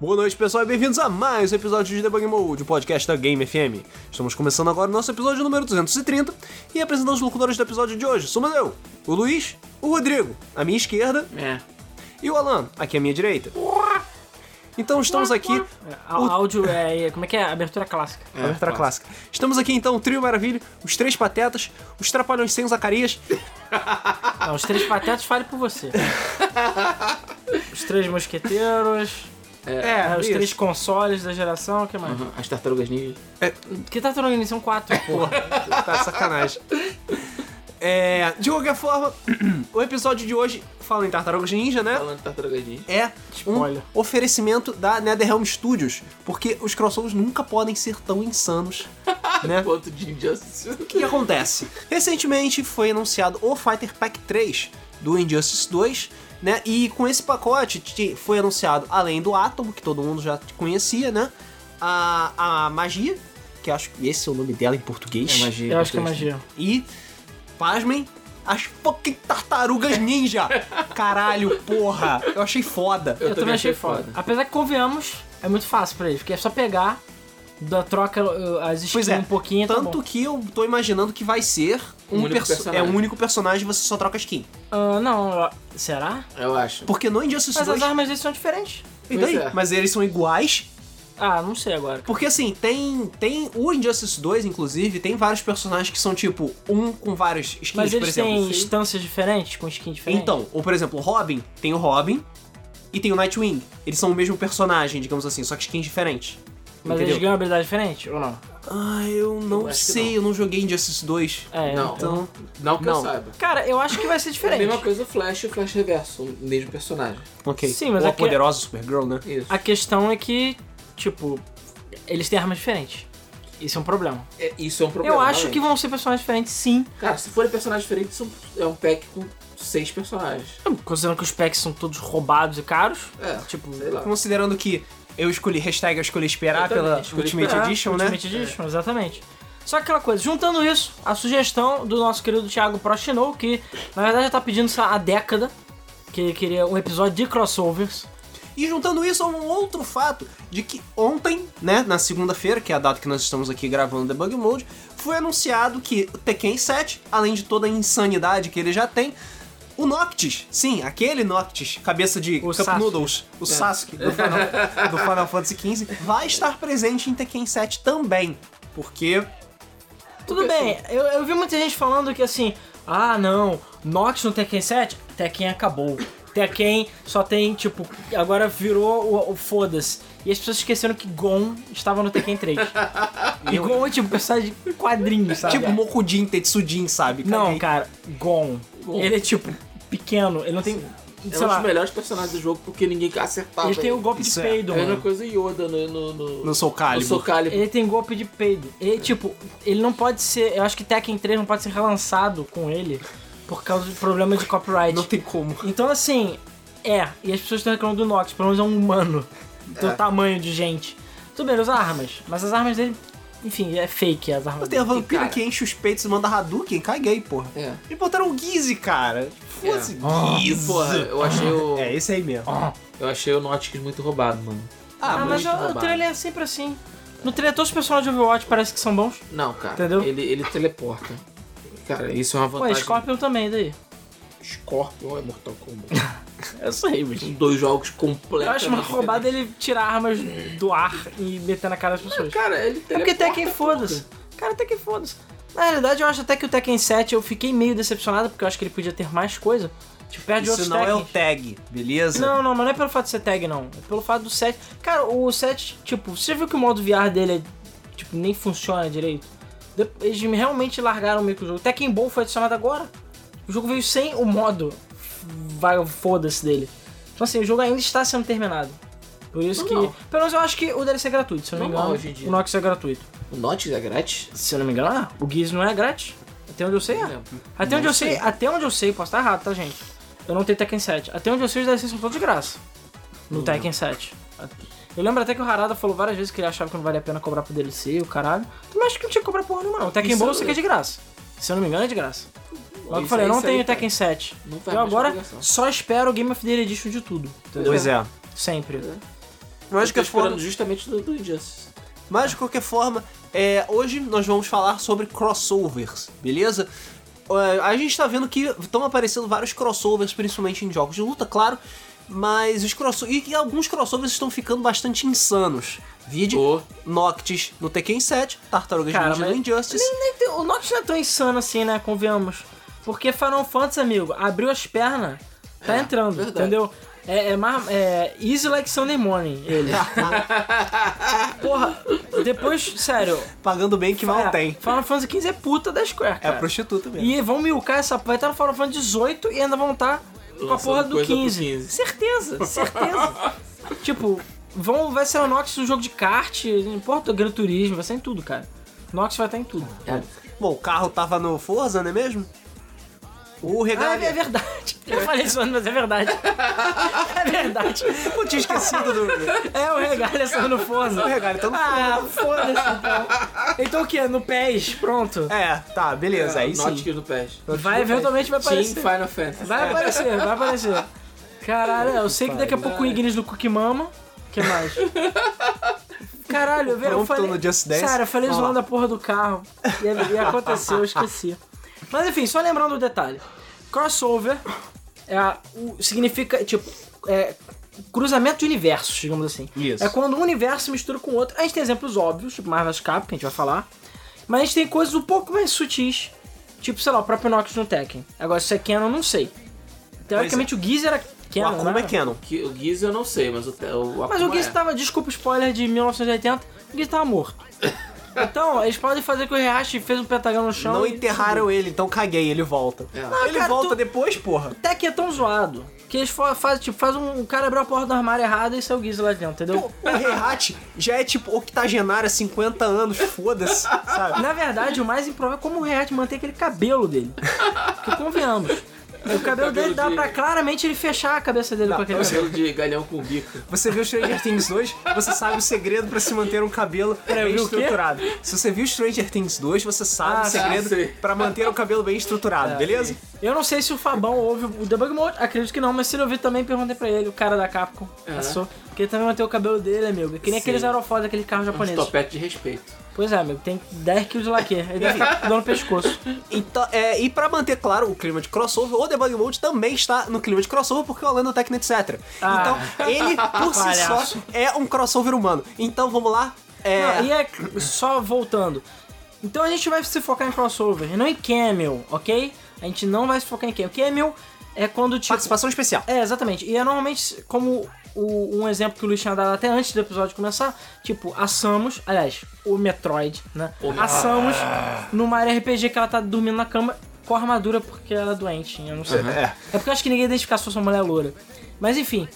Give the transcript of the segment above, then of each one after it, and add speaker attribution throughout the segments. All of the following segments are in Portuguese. Speaker 1: Boa noite, pessoal, e bem-vindos a mais um episódio de Debug Mode, o podcast da Game FM. Estamos começando agora o nosso episódio número 230 e apresentando os locutores do episódio de hoje. Somos eu, o Luiz, o Rodrigo, à minha esquerda,
Speaker 2: É.
Speaker 1: e o Alan, aqui à minha direita. Então estamos aqui,
Speaker 2: É, A- Áudio é. Como é que é? Abertura clássica.
Speaker 1: abertura clássica. Estamos aqui então, o Trio Maravilha, os Três Patetas, os Trapalhões Sem o Zacarias,
Speaker 2: Não, os três patetas fale por você. Os três mosqueteiros.
Speaker 1: É,
Speaker 2: é, os
Speaker 1: isso.
Speaker 2: três consoles da geração, o que mais?
Speaker 3: As tartarugas ninjas.
Speaker 1: Uhum.
Speaker 2: Que tá tornando são quatro, porra.
Speaker 1: É, Tá de sacanagem. É, de qualquer forma, o episódio de hoje fala em Tartarugas Ninja, né?
Speaker 3: Falando de tartarugas ninjas.
Speaker 1: É um
Speaker 2: Spoiler.
Speaker 1: oferecimento da NetherRealm Studios, porque os crossovers nunca podem ser tão insanos, né?
Speaker 3: Quanto É de Injustice.
Speaker 1: O que acontece? Recentemente foi anunciado o Fighter Pack 3 do Injustice 2, né? E com esse pacote te- foi anunciado, além do Átomo, que todo mundo já conhecia, né? A, a Magia, que acho que esse é o nome dela em português.
Speaker 3: magia.
Speaker 2: Eu acho que é magia.
Speaker 1: E, pasmem, as fucking tartarugas ninja! Caralho, porra! Eu achei foda.
Speaker 2: Eu, também achei foda. Apesar que convenhamos, é muito fácil pra eles, porque é só pegar da troca uh, as skins
Speaker 1: Pois é,
Speaker 2: um pouquinho tá
Speaker 1: Tanto
Speaker 2: bom.
Speaker 1: que eu tô imaginando que vai ser um,
Speaker 3: Um único
Speaker 1: perso-
Speaker 3: personagem.
Speaker 1: É um único personagem e você só troca skin.
Speaker 2: Ah, não, eu- será?
Speaker 3: Eu acho.
Speaker 1: Porque no Injustice
Speaker 2: Mas
Speaker 1: 2.
Speaker 2: as armas deles são diferentes.
Speaker 1: E daí?
Speaker 3: Pois é.
Speaker 1: Mas eles são iguais.
Speaker 2: Ah, não sei agora.
Speaker 1: Porque assim, tem. tem O Injustice 2, inclusive, tem vários personagens que são tipo um com vários skins,
Speaker 2: Mas
Speaker 1: por
Speaker 2: eles
Speaker 1: exemplo.
Speaker 2: têm instâncias diferentes, com skin diferente?
Speaker 1: Então, ou por exemplo, o Robin, tem o Robin e tem o Nightwing. Eles são o mesmo personagem, digamos assim, só que skins diferentes.
Speaker 2: Mas
Speaker 1: entendeu?
Speaker 2: eles ganham habilidade diferente ou não?
Speaker 1: Ah, eu não
Speaker 3: Eu acho que
Speaker 1: sei,
Speaker 3: não.
Speaker 1: eu não joguei Injustice 2.
Speaker 2: É,
Speaker 3: Não.
Speaker 1: Então,
Speaker 3: Não que
Speaker 1: Não.
Speaker 3: eu saiba.
Speaker 2: Cara, eu acho que vai
Speaker 3: É
Speaker 2: ser
Speaker 3: a
Speaker 2: diferente.
Speaker 3: mesma coisa o Flash e o Flash Reverso, o mesmo personagem.
Speaker 1: ok.
Speaker 2: Então, Sim, mas é
Speaker 1: Ou a
Speaker 2: aqui-
Speaker 1: poderosa Supergirl, né?
Speaker 3: Isso.
Speaker 2: A questão é que, tipo, eles têm armas diferentes. Isso é um problema.
Speaker 3: É, isso é um problema.
Speaker 2: eu acho
Speaker 3: realmente.
Speaker 2: que vão ser personagens diferentes, sim.
Speaker 3: Cara, se forem personagens diferentes, são- é um pack com seis personagens.
Speaker 2: Considerando que os packs são todos roubados e caros.
Speaker 3: É,
Speaker 2: Tipo,
Speaker 3: sei lá.
Speaker 1: Considerando que eu escolhi, hashtag eu escolhi esperar
Speaker 3: Eu também
Speaker 1: pela
Speaker 3: escolhi
Speaker 1: Ultimate
Speaker 3: esperar,
Speaker 1: Edition, né?
Speaker 2: É, Ultimate Edition, exatamente. Só que aquela coisa, juntando isso, a sugestão do nosso querido Thiago Prostinou, que na verdade já tá pedindo isso há década, que ele queria um episódio de crossovers.
Speaker 1: E juntando isso a um outro fato de que ontem, né, na segunda-feira, que é a data que nós estamos aqui gravando o Debug Mode, foi anunciado que o Tekken 7, além de toda a insanidade que ele já tem, o Noctis, sim, aquele Noctis, cabeça de
Speaker 2: O
Speaker 1: Cup
Speaker 2: Sasuke.
Speaker 1: Noodles, o Sasuke do Final, do Final Fantasy XV, vai estar presente em Tekken 7 também. Porque
Speaker 2: Tudo bem,
Speaker 1: assim,
Speaker 2: eu, eu vi muita gente falando que assim, ah não, Nox no Tekken 7, Tekken acabou. Tekken só tem, tipo, agora virou o, o foda-se. E as pessoas esqueceram que Gon estava no Tekken 3. e Gon é tipo personagem de quadrinhos, sabe?
Speaker 1: Tipo Mokujin, Tetsujin, sabe?
Speaker 2: Tá não,
Speaker 1: Caguei.
Speaker 2: cara, Gon.
Speaker 3: Gon.
Speaker 2: Ele é tipo pequeno, ele não tem.
Speaker 3: É
Speaker 2: sei
Speaker 3: um
Speaker 2: lá,
Speaker 3: dos melhores personagens do jogo porque ninguém acertava.
Speaker 2: ele tem o né? golpe
Speaker 1: Isso
Speaker 2: de
Speaker 1: é-
Speaker 2: peido,
Speaker 3: É a mesma
Speaker 2: mano.
Speaker 3: coisa Yoda no. No, no,
Speaker 1: No Soul Calibur.
Speaker 3: Soul Calibur.
Speaker 2: Ele tem golpe de peido. Ele, tipo, ele não pode ser. Eu acho que Tekken 3 não pode ser relançado com ele por causa de problema de copyright.
Speaker 1: Não tem como.
Speaker 2: Então, assim, é. E as pessoas estão reclamando do Nox, pelo menos é um humano. Do
Speaker 3: É.
Speaker 2: tamanho de gente. Tudo bem, ele usa armas. Mas as armas dele, enfim, é fake as armas
Speaker 1: Tem a
Speaker 2: dele.
Speaker 1: vampira
Speaker 3: cara.
Speaker 1: que enche os peitos e manda Hadouken, caguei, porra.
Speaker 3: É.
Speaker 1: Eles botaram o Gizzy, cara. Foda-se,
Speaker 3: Oh,
Speaker 1: Gizzy.
Speaker 3: Porra, eu achei o.
Speaker 1: É esse aí mesmo.
Speaker 3: Eu achei o Nautilus muito roubado, mano.
Speaker 2: Ah, mas
Speaker 3: muito
Speaker 2: o- o
Speaker 3: roubado.
Speaker 2: trailer é sempre assim. No trailer todos os personagens de Overwatch parecem que são bons.
Speaker 3: Não, cara.
Speaker 2: Entendeu?
Speaker 3: Ele, ele teleporta. Cara, isso é uma
Speaker 2: Ué,
Speaker 3: vantagem.
Speaker 2: Scorpion também, daí.
Speaker 3: Scorpion é Mortal Kombat.
Speaker 2: Eu sei, mas...
Speaker 3: São dois jogos completos.
Speaker 2: Eu acho mais roubado ele tirar armas do ar e meter na cara das pessoas.
Speaker 3: Cara, ele
Speaker 2: É
Speaker 3: teleporta.
Speaker 2: porque Tekken foda-se. Cara, Tekken foda-se. Na realidade, eu acho até que o Tekken 7 eu fiquei meio decepcionado, porque eu acho que ele podia ter mais coisa. Tipo, perde
Speaker 1: Isso
Speaker 2: outros
Speaker 1: não é
Speaker 2: Tekken.
Speaker 1: o tag, beleza?
Speaker 2: Não, não, mas não é pelo fato de ser tag, não. É pelo fato do set. Cara, o set, tipo, você viu que o modo VR dele é, tipo, nem funciona direito? De- Eles realmente largaram meio que o jogo. Tekken Ball foi adicionado agora. O jogo veio sem o modo. Vai, foda-se dele. Então, assim, o jogo ainda está sendo terminado. Por isso
Speaker 3: Não,
Speaker 2: que.
Speaker 3: não.
Speaker 2: Pelo menos eu acho que o DLC é gratuito, se eu não, me
Speaker 3: Normal
Speaker 2: engano.
Speaker 3: hoje em dia.
Speaker 2: O Nox é gratuito.
Speaker 3: O Nautilus é grátis?
Speaker 2: Se eu não me engano, ah, o Giz não é grátis. Até onde eu sei, é.
Speaker 3: Não lembro.
Speaker 2: Até onde eu sei, até onde eu sei, posso estar errado, tá, gente? Eu não tenho Tekken 7. Até onde eu sei, os DLCs são todos de graça. No Tekken 7. Eu lembro até que o Harada falou várias vezes que ele achava que não valia a pena cobrar pro DLC, o caralho. Mas acho que não tinha que cobrar porra nenhuma, não. O Tekken
Speaker 3: Isso
Speaker 2: Ball
Speaker 3: é-
Speaker 2: eu sei que é de graça. Se eu não me engano, é de graça. Logo que eu
Speaker 3: Isso
Speaker 2: falei,
Speaker 3: aí,
Speaker 2: eu não
Speaker 3: isso aí,
Speaker 2: tenho
Speaker 3: cara.
Speaker 2: Tekken 7.
Speaker 3: Não faz
Speaker 2: Eu
Speaker 3: mais
Speaker 2: agora
Speaker 3: obrigação.
Speaker 2: só espero o Game of the Year Edition de tudo.
Speaker 1: Pois é.
Speaker 2: Sempre.
Speaker 1: Mas de
Speaker 3: eu tô
Speaker 1: qualquer
Speaker 3: esperando
Speaker 1: forma,
Speaker 3: justamente do, do Injustice.
Speaker 1: mas de qualquer forma é, hoje nós vamos falar sobre crossovers, beleza? É, A gente tá vendo que estão aparecendo vários crossovers, principalmente em jogos de luta, claro. Mas os crossovers. E que alguns crossovers estão ficando bastante insanos. Vide
Speaker 3: Ô.
Speaker 1: Noctis no Tekken 7, Tartarugas
Speaker 2: Cara,
Speaker 1: Ninja no
Speaker 2: mas-
Speaker 1: Injustice.
Speaker 2: Nem tem- O Noctis não é tão insano assim, né? Convenhamos. Porque Final Fantasy, amigo, abriu as pernas, tá entrando,
Speaker 3: verdade.
Speaker 2: entendeu? É, é, mar- é easy like Sunday morning, ele. Porra, depois, sério.
Speaker 1: Pagando bem que mal
Speaker 2: é,
Speaker 1: tem.
Speaker 2: Final Fantasy XV é puta da Square,
Speaker 1: É
Speaker 2: cara.
Speaker 1: prostituta mesmo.
Speaker 2: E vão milcar essa. Vai estar no Final Fantasy 18 e ainda vão estar com a
Speaker 3: Lançando
Speaker 2: porra do
Speaker 3: coisa pro
Speaker 2: 15.
Speaker 3: 15.
Speaker 2: Certeza, certeza. tipo, vão, vai ser o Nox no jogo de kart, não importa, Gran Turismo, vai ser em tudo, cara. Nox vai estar em tudo.
Speaker 1: Bom, o carro tava no Forza, não é mesmo? O
Speaker 2: Ah,
Speaker 1: regalho.
Speaker 2: é, é verdade. Eu falei isso antes, mas é verdade. É verdade.
Speaker 1: Eu tinha esquecido do.
Speaker 2: É o regalho só no Forza.
Speaker 1: O regalho tá no
Speaker 2: Ah, foda-se então. Então o que? No PES, pronto.
Speaker 1: É, tá, beleza, aí sim.
Speaker 3: Nautic do PES.
Speaker 2: Vai, eventualmente vai
Speaker 3: Team
Speaker 2: aparecer.
Speaker 3: Final Fantasy.
Speaker 2: Vai aparecer, vai aparecer. Caralho, eu sei que daqui a pouco o Ignis do Cookie Mama. que mais? Caralho, eu, eu
Speaker 1: Prompto
Speaker 2: falei.
Speaker 1: no Just Dance.
Speaker 2: Cara, eu falei
Speaker 1: Vamos
Speaker 2: zoando a porra do carro. E, e aconteceu, eu esqueci. Mas enfim, só lembrando o detalhe: crossover é a- o- significa, tipo, é, cruzamento de universos, digamos assim.
Speaker 1: Isso.
Speaker 2: É quando um universo se mistura com o outro. A gente tem exemplos óbvios, tipo Marvel's Cap, que a gente vai falar. Mas a gente tem coisas um pouco mais sutis. Tipo, sei lá, o próprio Nox no Tekken. Agora, se é Canon, não sei. Teoricamente, o Giz era
Speaker 1: O
Speaker 2: Canon,
Speaker 1: Akuma
Speaker 2: né?
Speaker 1: é Canon.
Speaker 3: Que- O Giz eu não sei, mas o, te- o
Speaker 2: Mas o tá-
Speaker 3: Akuma
Speaker 2: Giz
Speaker 3: é.
Speaker 2: tava, desculpa o spoiler, de 1980. O Giz tava morto. Então, eles podem fazer que o Rehashi fez um pentagrama no chão
Speaker 1: Não
Speaker 2: e-
Speaker 1: enterraram ele, então caguei, ele volta.
Speaker 3: É.
Speaker 1: ele
Speaker 2: Ah, cara,
Speaker 1: volta
Speaker 2: tu-
Speaker 1: depois, porra.
Speaker 2: O Tekken é tão zoado que eles fa- faz, tipo, faz um, um cara abrir a porta do armário errado e sai o Giz lá dentro, entendeu?
Speaker 1: O Rehat já é tipo octogenário há 50 anos, foda-se, sabe?
Speaker 2: Na verdade, o mais improvável é como o Rehat manter aquele cabelo dele. Porque convenhamos. O cabelo dele dá
Speaker 3: de-
Speaker 2: pra claramente ele fechar a cabeça dele com
Speaker 3: É
Speaker 2: aquele
Speaker 3: o
Speaker 2: cabelo.
Speaker 3: selo de galhão com bico.
Speaker 1: Você viu Stranger Things 2, você sabe o segredo pra se manter um cabelo bem
Speaker 2: vi o quê?
Speaker 1: estruturado. Se você viu Stranger Things 2, você sabe
Speaker 2: Ah,
Speaker 1: o
Speaker 2: tá,
Speaker 1: segredo
Speaker 3: sei.
Speaker 1: pra manter o cabelo bem estruturado, beleza?
Speaker 2: Eu não sei se o Fabão ouve o Debug Mode, acredito que não, mas se ele ouvir também, perguntei pra ele, o cara da Capcom.
Speaker 3: É.
Speaker 2: Passou. Porque ele também manteve o cabelo dele, amigo. É Que nem
Speaker 3: Sim.
Speaker 2: aqueles aerofóis daquele carro
Speaker 3: Um
Speaker 2: japonês.
Speaker 3: topete de respeito.
Speaker 2: Pois é, amigo, tem 10 kg de laque. Ele é, deve estar dando no pescoço.
Speaker 1: Então, é, e pra manter claro o clima de crossover, o Debug Mode também está no clima de crossover porque o Alan é o Tecno, etc.
Speaker 2: Ah.
Speaker 1: Então, ele por si só
Speaker 2: Palhaço.
Speaker 1: é um crossover humano. Então, vamos lá. É,
Speaker 2: Não, e é só voltando. Então a gente vai se focar em crossover, não em camel, ok? A gente não vai se focar em camel. Camel é quando tipo.
Speaker 1: Participação especial.
Speaker 2: É, exatamente. E é normalmente como o- um exemplo que o Luiz tinha dado até antes do episódio começar, tipo, a Samus, aliás, o Metroid, né?
Speaker 3: O-
Speaker 2: A Samus, numa área RPG que ela tá dormindo na cama com a armadura porque ela é doente, eu não sei.
Speaker 1: É.
Speaker 2: É porque eu acho que ninguém identifica se fosse uma mulher loura. Mas enfim.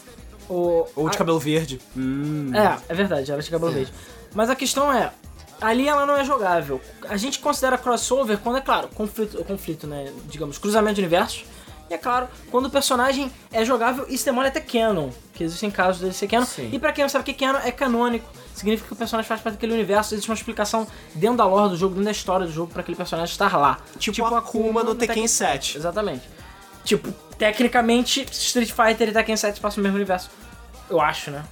Speaker 2: O,
Speaker 1: Ou de
Speaker 2: a-
Speaker 1: cabelo verde. Hum.
Speaker 2: é, é verdade, ela chega pelo verde. Mas a questão é, ali ela não é jogável. A gente considera crossover quando é claro, conflito, conflito né, digamos, cruzamento de universos. E é claro, quando o personagem é jogável, isso demora até canon, que existem casos dele ser canon.
Speaker 3: Sim.
Speaker 2: E pra quem não sabe o que é canon, é canônico. Significa que o personagem faz parte daquele universo, existe uma explicação dentro da lore do jogo, dentro da história do jogo, pra aquele personagem estar lá.
Speaker 1: Tipo, a Akuma no Tekken 7.
Speaker 2: Exatamente. Tipo, tecnicamente, Street Fighter e Tekken 7 passam no mesmo universo. Eu acho, né?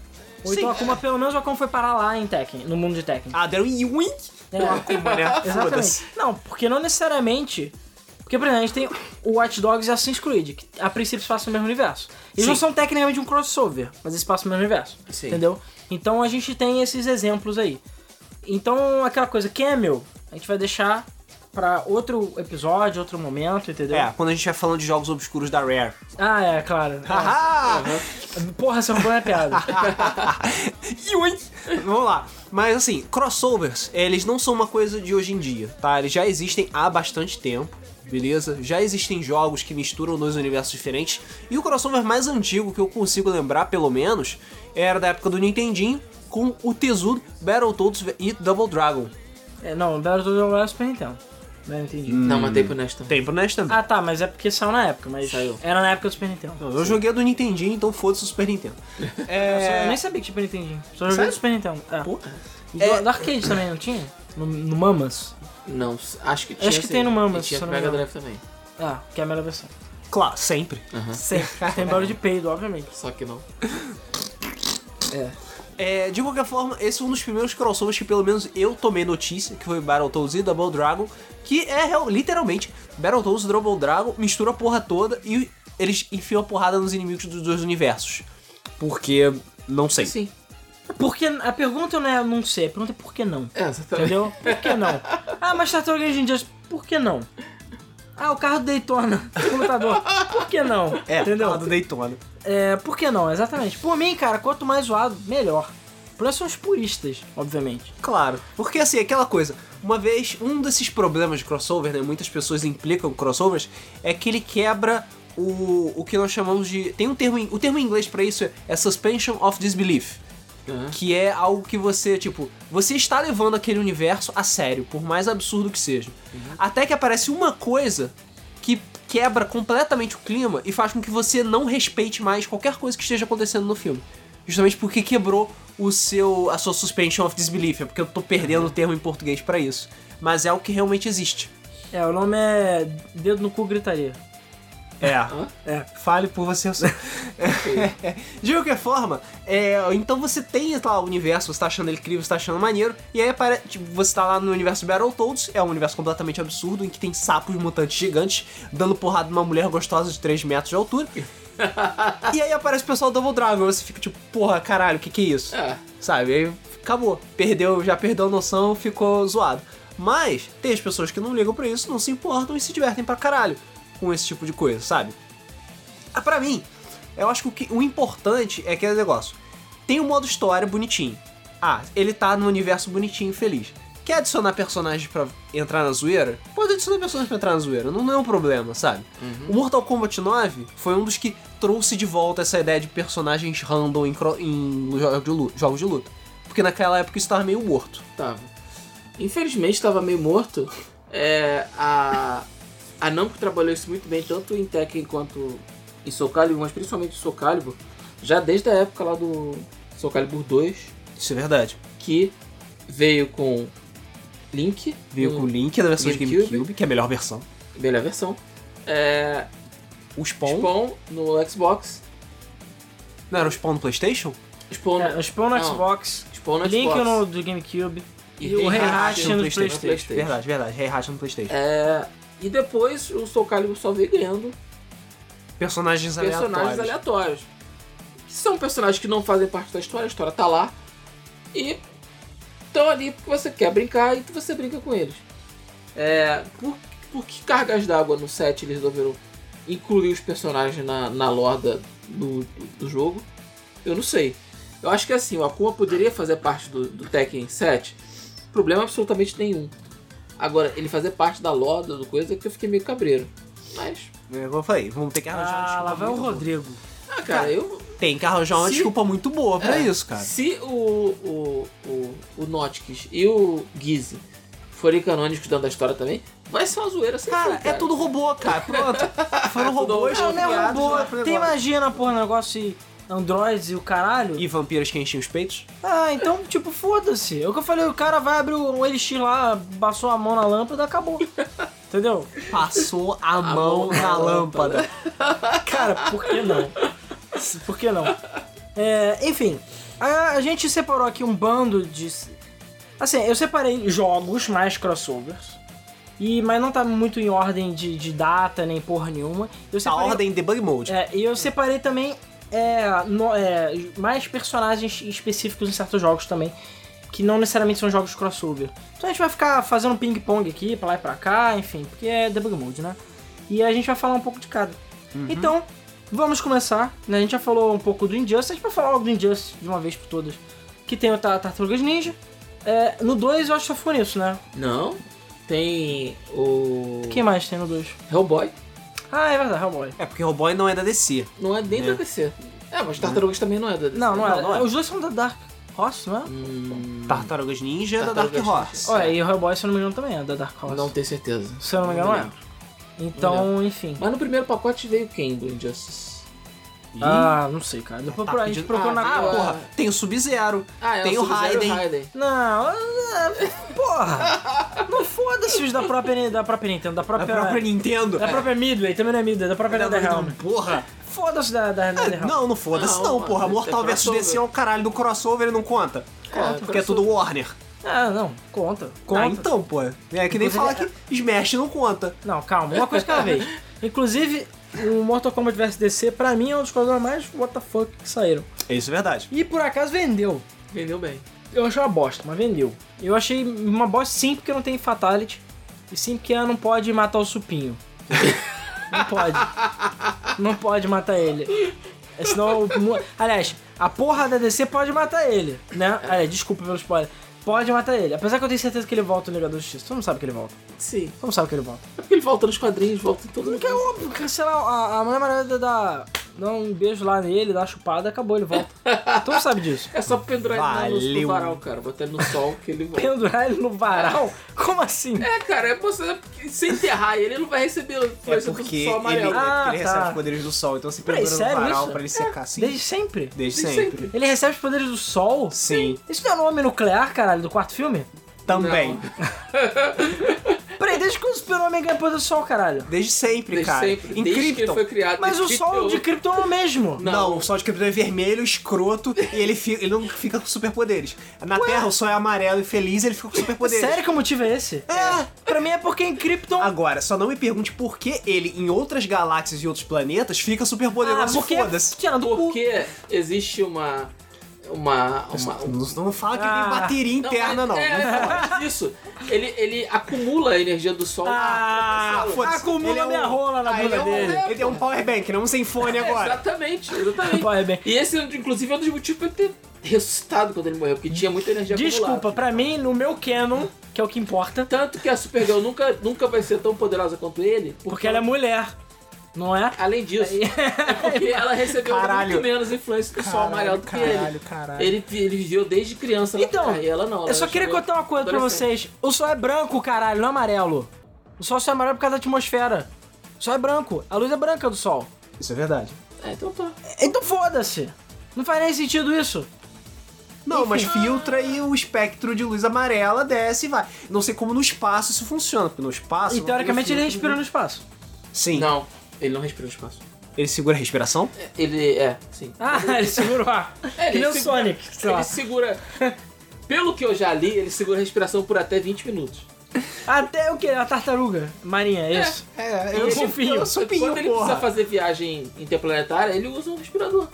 Speaker 2: Ou
Speaker 1: Sim.
Speaker 2: então Akuma, pelo menos o Akuma foi parar lá em Tekken, no mundo de Tekken.
Speaker 1: Ah, deram um wink
Speaker 2: É.
Speaker 1: no Akuma, né? Foda-se.
Speaker 2: Exatamente. Não, porque não necessariamente. Porque, por exemplo, a gente tem o Watch Dogs e Assassin's Creed, que a princípio se passa no mesmo universo. Eles
Speaker 1: Sim.
Speaker 2: não são tecnicamente um crossover, mas eles se passam no mesmo universo.
Speaker 3: Sim.
Speaker 2: Entendeu? Então a gente tem esses exemplos aí. Então, aquela coisa, Camel, a gente vai deixar pra outro episódio, outro momento, entendeu?
Speaker 1: É, quando a gente vai falando de jogos obscuros da Rare.
Speaker 2: Ah, é, claro.
Speaker 1: Haha!
Speaker 2: Porra, você roubou minha piada.
Speaker 1: Yui. Vamos lá. Mas assim, crossovers, eh, eles não são uma coisa de hoje em dia, tá? Eles já existem há bastante tempo, beleza? Já existem jogos que misturam dois universos diferentes. E o crossover mais antigo que eu consigo lembrar, pelo menos, era da época do Nintendinho com o Tezudo, Battletoads e Double Dragon.
Speaker 2: é, não, Battletoads é o Super Nintendo. Não entendi.
Speaker 1: Hum.
Speaker 3: Não, mandei pro Nesta.
Speaker 1: Tem pro NES também.
Speaker 2: Ah, tá, mas é porque saiu na época, mas
Speaker 3: Saiu.
Speaker 2: era na época do Super Nintendo.
Speaker 1: Eu joguei a do Nintendinho, então foda-se o Super Nintendo.
Speaker 2: Ah, Eu
Speaker 1: É...
Speaker 2: nem sabia que tinha Super Nintendo. Só joguei
Speaker 1: Sério?
Speaker 2: do Super Nintendo. É.
Speaker 1: Porra.
Speaker 2: Do, do arcade também, não tinha? No, no Mamas.
Speaker 3: Não, acho que tinha.
Speaker 2: Acho que
Speaker 3: sim.
Speaker 2: tem no Mamas,
Speaker 3: E Tinha
Speaker 2: se eu
Speaker 3: no
Speaker 2: não
Speaker 3: Mega
Speaker 2: me
Speaker 3: Drive também.
Speaker 2: Ah, que é a melhor versão.
Speaker 1: Claro, sempre.
Speaker 2: Sim. Tem barulho de peido, obviamente.
Speaker 3: Só que não.
Speaker 2: É.
Speaker 1: É, de qualquer forma, esse foi um dos primeiros crossovers que pelo menos eu tomei notícia, que foi Battletoads e Double Dragon, que é real- literalmente Battletoads e Double Dragon mistura a porra toda e eles enfiam a porrada nos inimigos dos dois universos. Porque não sei.
Speaker 3: Sim.
Speaker 2: Porque a pergunta não é não sei, a pergunta é por que não.
Speaker 3: É, exatamente.
Speaker 2: Entendeu? Por que não? Ah, mas Tartaruga Ninja, Injustice, por que não? Ah, o carro do Daytona, o lutador, por que não?
Speaker 1: É,
Speaker 2: Entendeu?
Speaker 1: fala do Daytona.
Speaker 2: É, por que não? Exatamente. Por mim, cara, quanto mais zoado, melhor. Por isso são os puristas, obviamente.
Speaker 1: Claro, porque assim, aquela coisa, uma vez, um desses problemas de crossover, né, muitas pessoas implicam crossovers, é que ele quebra o, o que nós chamamos de, tem um termo, em- o termo em inglês pra isso é, é suspension of disbelief,
Speaker 3: Aham.
Speaker 1: que é algo que você, tipo, você está levando aquele universo a sério, por mais absurdo que seja. Até que aparece uma coisa que quebra completamente o clima e faz com que você não respeite mais qualquer coisa que esteja acontecendo no filme. Justamente porque quebrou o seu a sua suspension of disbelief, é porque eu tô perdendo o termo em português pra isso. Mas é o que realmente existe.
Speaker 2: É, o nome é Dedo no Cu Gritaria.
Speaker 1: É.
Speaker 3: Hã?
Speaker 1: É, fale por você. só. De qualquer forma, é, então você tem tá, o universo, você tá achando ele incrível, você tá achando maneiro, e aí apare- tipo, você tá lá no universo Battletoads, é um universo completamente absurdo, em que tem sapos mutantes gigantes dando porrada numa mulher gostosa de 3 metros de altura.
Speaker 3: É.
Speaker 1: e aí aparece o pessoal do Double Dragon, você fica tipo, porra, caralho, o que que é isso?
Speaker 3: É.
Speaker 1: Sabe? Aí acabou. Perdeu, já perdeu a noção, ficou zoado. Mas tem as pessoas que não ligam pra isso, não se importam e se divertem pra caralho com esse tipo de coisa, sabe? Ah, pra mim, eu acho que o, que o importante é aquele negócio. Tem um modo história bonitinho. Ah, ele tá no universo bonitinho e feliz. Quer adicionar personagens pra entrar na zoeira? Pode adicionar personagens pra entrar na zoeira, não, não é um problema, sabe? O Mortal Kombat 9 foi um dos que trouxe de volta essa ideia de personagens random em, cro- em jogos de lu- jogos de luta. Porque naquela época isso tava meio morto.
Speaker 3: Tava. Infelizmente tava meio morto. É, a, a Namco trabalhou isso muito bem, tanto em Tekken quanto em Soul Calibur, mas principalmente em Soul Calibur, já desde a época lá do Soul Calibur 2,
Speaker 1: Isso é verdade.
Speaker 3: que veio com Link,
Speaker 1: Veio
Speaker 2: Hum.
Speaker 1: com o Link da versão de
Speaker 3: GameCube.
Speaker 1: Hum. GameCube, que é a melhor versão.
Speaker 3: Bela versão. É,
Speaker 1: O Spawn.
Speaker 3: Spawn no Xbox,
Speaker 1: Não era o Spawn no PlayStation?
Speaker 3: Spawn,
Speaker 2: É, Spawn no
Speaker 3: Não.
Speaker 2: Xbox,
Speaker 3: Spawn no
Speaker 2: Link
Speaker 3: Xbox.
Speaker 2: no do GameCube. e o Heihachi
Speaker 3: Heihachi
Speaker 2: no
Speaker 3: um PlayStation. PlayStation.
Speaker 1: Verdade, verdade. Heihachi no PlayStation.
Speaker 3: É, e depois o Soul Calibur só veio ganhando
Speaker 1: Personagens,
Speaker 3: personagens
Speaker 1: aleatórios.
Speaker 3: aleatórios. Que são personagens que não fazem parte da história, a história tá lá. E estão ali porque você quer brincar e você brinca com eles. É, por, por que cargas d'água no set eles resolveram incluir os personagens na, na lorda do, do, do jogo? Eu não sei. Eu acho que assim, o Akuma poderia fazer parte do, do Tekken 7, problema absolutamente nenhum. Agora, ele fazer parte da lorda do coisa é que eu fiquei meio cabreiro. Mas,
Speaker 1: É, como eu falei, vamos ter que arranjar uma
Speaker 2: Ah,
Speaker 1: desculpa
Speaker 2: lá vai o
Speaker 1: muito boa.
Speaker 2: Rodrigo.
Speaker 3: ah, cara, eu,
Speaker 1: Tem que arranjar uma
Speaker 3: Se-
Speaker 1: desculpa muito boa pra
Speaker 3: É.
Speaker 1: isso, cara.
Speaker 3: Se o, o, o, o Notchkiss e o Gizzy forem canônicos dentro da história também, vai ser uma zoeira sem
Speaker 1: Cara,
Speaker 3: fim,
Speaker 1: é tudo robô, cara. Pronto. Foram robôs.
Speaker 3: robô.
Speaker 2: Não, não é
Speaker 1: criados lá pro
Speaker 2: robô. Tem
Speaker 1: negócio.
Speaker 2: magia na porra do negócio e androids e o caralho.
Speaker 1: E vampiros que enchem os peitos?
Speaker 2: Ah, então, tipo, foda-se. É o que eu falei, o cara vai abrir um elixir lá, passou a mão na lâmpada, acabou. Entendeu?
Speaker 1: Passou a, mão
Speaker 3: mão
Speaker 1: na
Speaker 3: na
Speaker 1: lâmpada.
Speaker 2: Cara, por que não? Por que não? É, enfim, a, a gente separou aqui um bando de. Assim, eu separei jogos mais crossovers. E, mas não tá muito em ordem de, de data, nem porra nenhuma. Eu
Speaker 1: A
Speaker 2: separei,
Speaker 1: Tá, ordem debug mode.
Speaker 2: Tipo, É, e eu separei também é, no- é, mais personagens específicos em certos jogos também, que não necessariamente são jogos crossover. Então a gente vai ficar fazendo ping-pong aqui, pra lá e pra cá, enfim, porque é debug mode, né? E a gente vai falar um pouco de cada. Então, vamos começar. né? A gente já falou um pouco do Injustice, a gente vai falar logo do Injustice de uma vez por todas. Que tem o Ta- Tartarugas Ninja. É, no 2 eu acho que só foi isso, né?
Speaker 3: Não. Tem o.
Speaker 2: Quem mais tem no 2?
Speaker 3: Hellboy.
Speaker 2: Ah, é verdade, Hellboy.
Speaker 1: É, porque robô não é da DC.
Speaker 3: Não é nem
Speaker 1: É.
Speaker 3: da DC. É, mas Tartarugas também não é da DC.
Speaker 2: Não, não é.
Speaker 1: Não, não é.
Speaker 2: Os dois são da Dark Horse, não é?
Speaker 3: Hum,
Speaker 1: Tartarugas Ninja é da Dark
Speaker 3: Tartarugas
Speaker 1: Horse.
Speaker 2: Olha, e o Hellboy, se eu não me engano, também é da Dark Horse.
Speaker 3: não tenho certeza.
Speaker 2: Se eu não me engano,
Speaker 3: Não
Speaker 2: é. Então, enfim.
Speaker 3: Mas no primeiro pacote veio quem do Injustice?
Speaker 1: Ih,
Speaker 2: Ah, não sei, cara. Depois
Speaker 1: tá
Speaker 2: a gente
Speaker 1: pedindo-
Speaker 2: procura
Speaker 1: ah,
Speaker 2: na.
Speaker 1: ah,
Speaker 3: Copa.
Speaker 1: porra, tem o Sub-Zero,
Speaker 3: Ah, é
Speaker 1: tem o
Speaker 3: Sub-Zero e
Speaker 1: Raiden.
Speaker 3: Raiden.
Speaker 2: Não, é, porra! Não foda-se os da própria, da própria Nintendo, da
Speaker 1: da
Speaker 2: própria.
Speaker 1: própria Nintendo. então,
Speaker 2: da própria Midway, também não é Midway, da própria Netherrealm.
Speaker 1: Porra!
Speaker 2: Foda-se da, da Netherrealm.
Speaker 1: É, Não, não foda-se,
Speaker 3: Não,
Speaker 1: não,
Speaker 3: mano,
Speaker 1: porra.
Speaker 3: tem
Speaker 1: Mortal vs
Speaker 3: crossover.
Speaker 1: DC é um caralho do crossover, ele não conta.
Speaker 3: Conta,
Speaker 1: porque é
Speaker 3: crossover.
Speaker 1: tudo Warner.
Speaker 2: Ah, não, conta. Conta.
Speaker 1: Ah, então, pô. É que nem
Speaker 2: Inclusive,
Speaker 1: falar
Speaker 2: é-
Speaker 1: que Smash não conta.
Speaker 2: Não, calma, uma coisa cada vez. Inclusive, o Mortal Kombat vs DC, pra mim, é um dos coisas mais what the fuck que saíram.
Speaker 1: Isso é verdade.
Speaker 2: E por acaso vendeu.
Speaker 3: Vendeu bem.
Speaker 2: Eu achei uma bosta, mas vendeu. Eu achei uma bosta sim porque não tem fatality. E sim porque ela não pode matar o supinho. não pode. Não pode matar ele. É, Senão. o mu- Aliás, a porra da DC pode matar ele, né? Aliás, desculpa pelo spoiler. Pode matar ele. Apesar que eu tenho certeza que ele volta no Liga da Justiça. Todo mundo sabe que ele volta.
Speaker 3: Sim.
Speaker 2: Todo mundo sabe que ele volta.
Speaker 3: É porque ele volta nos quadrinhos, volta em todo
Speaker 2: Porque é
Speaker 3: lugar.
Speaker 2: óbvio, cara, sei lá, a, a Mulher Maravilha dá, dá um beijo lá nele, dá uma chupada, acabou, ele volta. Todo mundo sabe disso.
Speaker 3: É só pendurar ele na luz
Speaker 1: Valeu.
Speaker 3: do varal, cara. Botar ele no sol que ele volta.
Speaker 2: Pendurar ele no varal? Como assim?
Speaker 3: É, cara, é você. Se enterrar ele, ele não vai receber a
Speaker 1: É
Speaker 3: influência
Speaker 1: porque
Speaker 3: do sol
Speaker 1: ele,
Speaker 3: amarelo.
Speaker 1: ele
Speaker 2: Ah,
Speaker 1: recebe
Speaker 2: tá.
Speaker 1: os poderes do sol, então se
Speaker 2: Peraí,
Speaker 1: pendura no
Speaker 2: sério
Speaker 1: varal
Speaker 2: isso? É,
Speaker 1: pra ele secar assim.
Speaker 2: Desde sempre?
Speaker 1: Desde
Speaker 3: Desde
Speaker 1: sempre.
Speaker 3: sempre.
Speaker 2: Ele recebe os poderes do sol?
Speaker 1: Sim,
Speaker 2: Isso não é nome nuclear, caralho, do quarto filme?
Speaker 1: também.
Speaker 2: Peraí, desde quando o super-homem ganha poder do sol, caralho?
Speaker 1: Desde sempre,
Speaker 3: Desde
Speaker 1: cara.
Speaker 3: sempre.
Speaker 1: Em
Speaker 3: Desde que ele
Speaker 1: Krypton.
Speaker 3: foi criado.
Speaker 2: Mas o
Speaker 3: Desde
Speaker 2: sol
Speaker 3: Krypton.
Speaker 2: de Krypton é o mesmo.
Speaker 1: Não.
Speaker 3: Não.
Speaker 1: o sol de Krypton é vermelho, escroto, e ele, fi- ele não fica com superpoderes. Na Terra, o sol é amarelo e feliz, ele fica com superpoderes.
Speaker 2: Sério que o motivo é esse?
Speaker 1: É.
Speaker 2: Pra mim é porque em Krypton...
Speaker 1: Agora, só não me pergunte por que ele, em outras galáxias e outros planetas, fica superpoderoso.
Speaker 2: Ah, porque... é
Speaker 1: Foda-se.
Speaker 2: Tirando o cu.
Speaker 3: Porque existe uma. Uma. uma
Speaker 1: Não, não fala que
Speaker 2: Ah.
Speaker 1: tem bateria interna, não. né?
Speaker 3: mas- É,
Speaker 1: Não fala.
Speaker 3: mas isso. Ele, ele acumula a energia do sol.
Speaker 2: Ah,
Speaker 3: na- na-
Speaker 1: foda-se.
Speaker 2: acumula
Speaker 1: Ele é
Speaker 2: minha rola na
Speaker 1: ele
Speaker 2: bunda
Speaker 1: é um-
Speaker 2: dele.
Speaker 1: Ele é um powerbank, não um sem fone
Speaker 3: É,
Speaker 1: agora.
Speaker 3: Exatamente, exatamente.
Speaker 2: Vai bem.
Speaker 3: E esse, inclusive, é um dos motivos pra ele ter ressuscitado quando ele morreu, porque tinha muita energia
Speaker 2: Desculpa,
Speaker 3: acumulada.
Speaker 2: pra mim, no meu canon, que é o que importa,
Speaker 3: Tanto que a Supergirl nunca, nunca vai ser tão poderosa quanto ele, porque,
Speaker 2: porque ela é mulher, não é?
Speaker 3: Além disso, é porque ela recebeu
Speaker 1: Caralho.
Speaker 3: muito menos influência do sol amarelo do que ele.
Speaker 1: caralho.
Speaker 3: Ele, ele viveu desde criança na
Speaker 2: Então,
Speaker 3: Terra, tá, e ela não. ela
Speaker 2: Eu só queria
Speaker 3: chegou
Speaker 2: contar uma coisa pra
Speaker 3: adolescente.
Speaker 2: vocês. O sol é branco, caralho, não é amarelo. O sol só é amarelo por causa da atmosfera. O sol é branco. A luz é branca do sol.
Speaker 1: Isso é verdade.
Speaker 3: É, então tá.
Speaker 2: Então foda-se. Não faz nem sentido isso.
Speaker 1: Não, mas filtra e o espectro de luz amarela desce e vai. Não sei como no espaço isso funciona, porque no espaço.
Speaker 2: E teoricamente ele respira no espaço.
Speaker 1: Sim.
Speaker 3: Não, ele não respira o espaço.
Speaker 1: Ele segura a respiração?
Speaker 3: É, Ele é, sim.
Speaker 2: Ah, ele segura o ar.
Speaker 3: É,
Speaker 2: que nem o
Speaker 3: segura-
Speaker 2: Sonic, sei lá.
Speaker 3: Ele segura. Pelo que eu já li, ele segura a respiração por até 20 minutos.
Speaker 2: Até o quê? A tartaruga marinha, é isso?
Speaker 1: É,
Speaker 2: eu
Speaker 1: eu
Speaker 2: sou
Speaker 1: sou
Speaker 2: pinho,
Speaker 1: Eu sou
Speaker 3: Quando
Speaker 1: pinho,
Speaker 3: ele precisa
Speaker 1: porra.
Speaker 3: fazer viagem interplanetária, ele usa um respirador.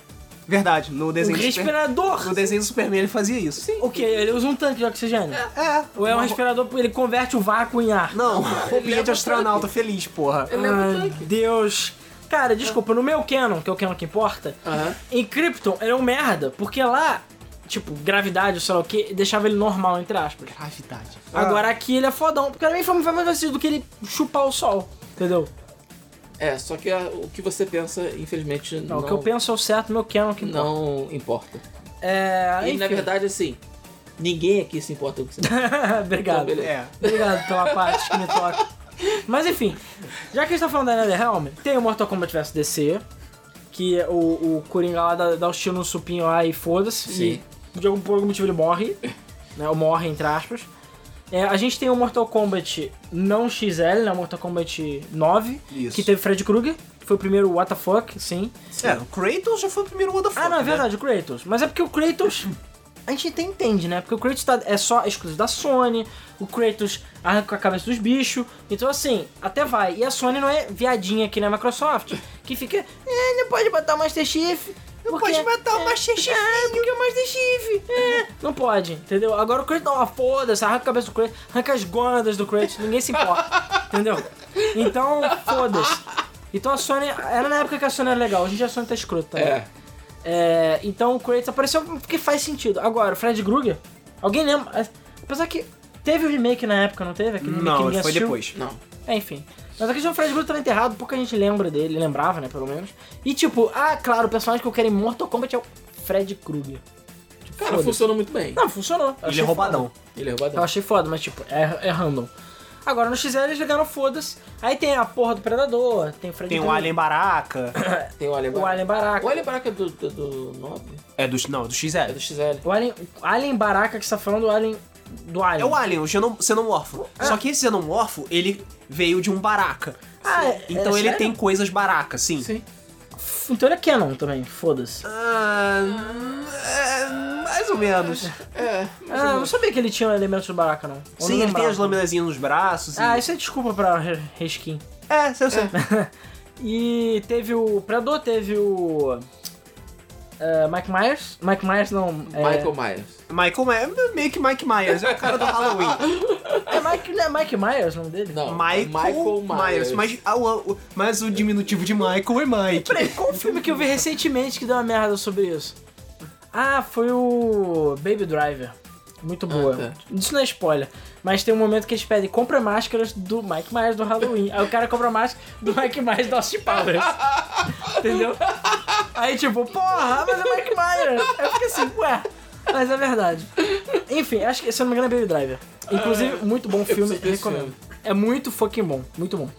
Speaker 1: Verdade, no
Speaker 2: Um
Speaker 1: desenho. do Super- No
Speaker 2: respirador.
Speaker 1: desenho do Superman ele fazia isso.
Speaker 3: Sim.
Speaker 2: O quê? Ele usa um tanque de oxigênio?
Speaker 1: É.
Speaker 2: Ou é um respirador, ele converte o vácuo em ar?
Speaker 1: Não,
Speaker 3: leva
Speaker 1: roupinha de
Speaker 3: o
Speaker 1: astronauta feliz, porra.
Speaker 3: Ele leva o
Speaker 2: Ai,
Speaker 3: tanque.
Speaker 2: Deus. Cara, desculpa, no meu canon, que é o canon que importa,
Speaker 3: Aham.
Speaker 2: em Krypton ele é um merda, porque lá, tipo, gravidade, ou sei lá o que, deixava ele normal, entre aspas.
Speaker 1: Gravidade.
Speaker 2: Agora
Speaker 3: Ah.
Speaker 2: aqui ele é fodão, porque pra mim foi foi mais parecido do que ele chupar o sol, entendeu?
Speaker 3: É, só que a- o que você pensa, infelizmente,
Speaker 2: Não,
Speaker 3: não,
Speaker 2: o que eu penso é o certo, meu canon que importa.
Speaker 3: não importa.
Speaker 2: É,
Speaker 3: E na
Speaker 2: enfim.
Speaker 3: verdade, assim, ninguém aqui se importa com o que você
Speaker 2: Obrigado.
Speaker 3: Então, beleza.
Speaker 1: É.
Speaker 2: Obrigado pela parte que me toca. Mas enfim, já que a gente tá falando da Netherrealm, tem o Mortal Kombat vs DC, que é o, o Coringa lá dá, dá o estilo no supinho lá e foda-se.
Speaker 3: Sim.
Speaker 2: E de algum, por algum motivo ele morre. Né, ou morre, entre aspas. É, a gente tem o Mortal Kombat não XL, né? Mortal Kombat 9,
Speaker 1: Isso.
Speaker 2: que teve Fred Krueger. que Foi o primeiro what the fuck, sim.
Speaker 1: É, o Kratos já foi o primeiro né? Wanda
Speaker 2: Ah, não, é verdade, o Kratos. Mas é porque o Kratos. A gente até entende, né? Porque o Kratos tá- é só exclusivo da Sony, o Kratos arranca a cabeça dos bichos. Então, assim, até vai. E a Sony não é viadinha aqui na Microsoft, que fica. É, não pode botar o Master Chief.
Speaker 1: Não
Speaker 2: porque-
Speaker 1: pode matar o
Speaker 2: é,
Speaker 1: Master Chief.
Speaker 2: É, porque o Master Chief. É, não pode, entendeu? Agora o Kratos, ó, foda-se, arranca a cabeça do Kratos, arranca as gônadas do Kratos, ninguém se importa, entendeu? Então, foda-se. Então a Sony. Era na época que a Sony era legal, hoje em dia a Sony tá escrota. né?
Speaker 3: É.
Speaker 2: É, então o Kratos apareceu porque faz sentido. Agora, o Fred Krueger, alguém lembra? É, Apesar que teve o remake na época, não teve? Aquele remake que
Speaker 1: Não,
Speaker 2: ninguém
Speaker 1: ele foi
Speaker 2: assistiu?
Speaker 1: depois.
Speaker 3: Não.
Speaker 2: É, enfim. Mas a questão do Fred Krueger tá enterrado, pouca gente lembra dele, lembrava, né, pelo menos. E tipo, ah, claro, o personagem que eu quero em Mortal Kombat é o Fred Krueger. Tipo,
Speaker 3: Cara,
Speaker 2: foda-se.
Speaker 3: funcionou muito bem.
Speaker 2: Não, funcionou. Eu
Speaker 1: Ele
Speaker 2: achei
Speaker 1: é roubadão.
Speaker 3: Ele é
Speaker 2: Foda. Eu
Speaker 3: roubadão.
Speaker 2: achei foda, mas tipo, é, é random. Agora no XL eles ligaram foda-se. Aí tem a porra do Predador, tem o Freddy
Speaker 1: Tem o
Speaker 2: Krueger,
Speaker 1: Alien Baraka.
Speaker 3: Tem o Alien
Speaker 2: o
Speaker 3: Baraka.
Speaker 2: Alien Baraka.
Speaker 3: O Alien Baraka é do, do, do 9?
Speaker 1: É do. Não, é do
Speaker 3: É
Speaker 1: XL.
Speaker 3: do XL.
Speaker 2: O Alien, o Alien Baraka que você tá falando, o Alien do Alien.
Speaker 1: É o Alien, o genom, xenomorfo.
Speaker 2: É.
Speaker 1: Só que esse xenomorfo, ele veio de um Baraka.
Speaker 2: Ah, é-
Speaker 1: então
Speaker 2: é
Speaker 1: ele
Speaker 2: sério?
Speaker 1: tem coisas Baraka, sim.
Speaker 3: Sim.
Speaker 2: Então ele é Canon também, foda-se.
Speaker 1: Ah, é, mais ou menos.
Speaker 3: É, mas
Speaker 2: Ah, eu não sabia que ele tinha elementos do Baraka, não. Eu não
Speaker 1: Sim, ele tem
Speaker 2: lembrava.
Speaker 1: as assim. laminazinhas nos braços. e-
Speaker 2: Ah, isso é desculpa pra re- reskin.
Speaker 1: É, eu sei.
Speaker 2: E teve o Predador, teve o. é, Mike Myers. Mike Myers não. É,
Speaker 3: Michael Myers.
Speaker 1: Michael Myers, meio que Mike Myers, é o cara do Halloween.
Speaker 2: É Mike, não é Mike Myers o nome dele?
Speaker 3: Não,
Speaker 1: Michael,
Speaker 3: é Michael
Speaker 1: Myers.
Speaker 3: Myers.
Speaker 1: Mas, ah, o- o- mas o diminutivo de Michael é Mike.
Speaker 2: Peraí, qual o filme que eu vi recentemente que deu uma merda sobre isso? Ah, foi o Baby Driver. Muito boa.
Speaker 3: Ah, tá.
Speaker 2: Isso não é spoiler. Mas tem um momento que eles pedem, compra máscaras do Mike Myers do Halloween. Aí o cara compra máscara do Mike Myers do Austin Powers. Entendeu? Aí tipo, porra, mas é Mike Myers. Aí eu fiquei assim, ué. Mas é verdade. Enfim, acho que, se eu não me engano, é Baby Driver.
Speaker 3: Ah,
Speaker 2: Inclusive, muito bom filme,
Speaker 3: preciso é. desse
Speaker 2: recomendo. É muito fucking bom, muito bom.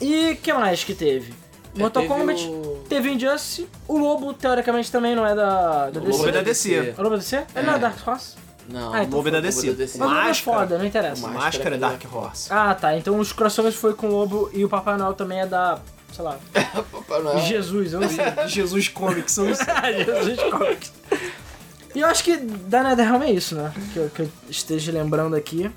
Speaker 2: E que mais que teve?
Speaker 3: É,
Speaker 2: Mortal
Speaker 3: teve
Speaker 2: Kombat,
Speaker 3: o-
Speaker 2: teve Injustice, o Lobo, teoricamente, também não é da, da
Speaker 3: O
Speaker 2: DC.
Speaker 1: Lobo é da DC.
Speaker 2: É o Lobo da DC? É, não, é
Speaker 3: É.
Speaker 2: Dark Horse.
Speaker 3: Não,
Speaker 2: Ah,
Speaker 3: ah,
Speaker 2: então
Speaker 1: Lobo é da DC.
Speaker 2: Mas o Lobo é
Speaker 1: Máscara.
Speaker 2: foda, não interessa.
Speaker 3: Uma-
Speaker 1: Máscara é Dark Horse.
Speaker 2: Ah, tá. Então os crossovers foi com o Lobo e o Papai Noel também é da, sei lá,
Speaker 3: Papai Noel.
Speaker 2: Jesus, eu não sei.
Speaker 1: Jesus Comics, eu não sei.
Speaker 2: Jesus Comics. E eu acho que da NetherRealm é isso, né? Que eu, que eu esteja lembrando aqui.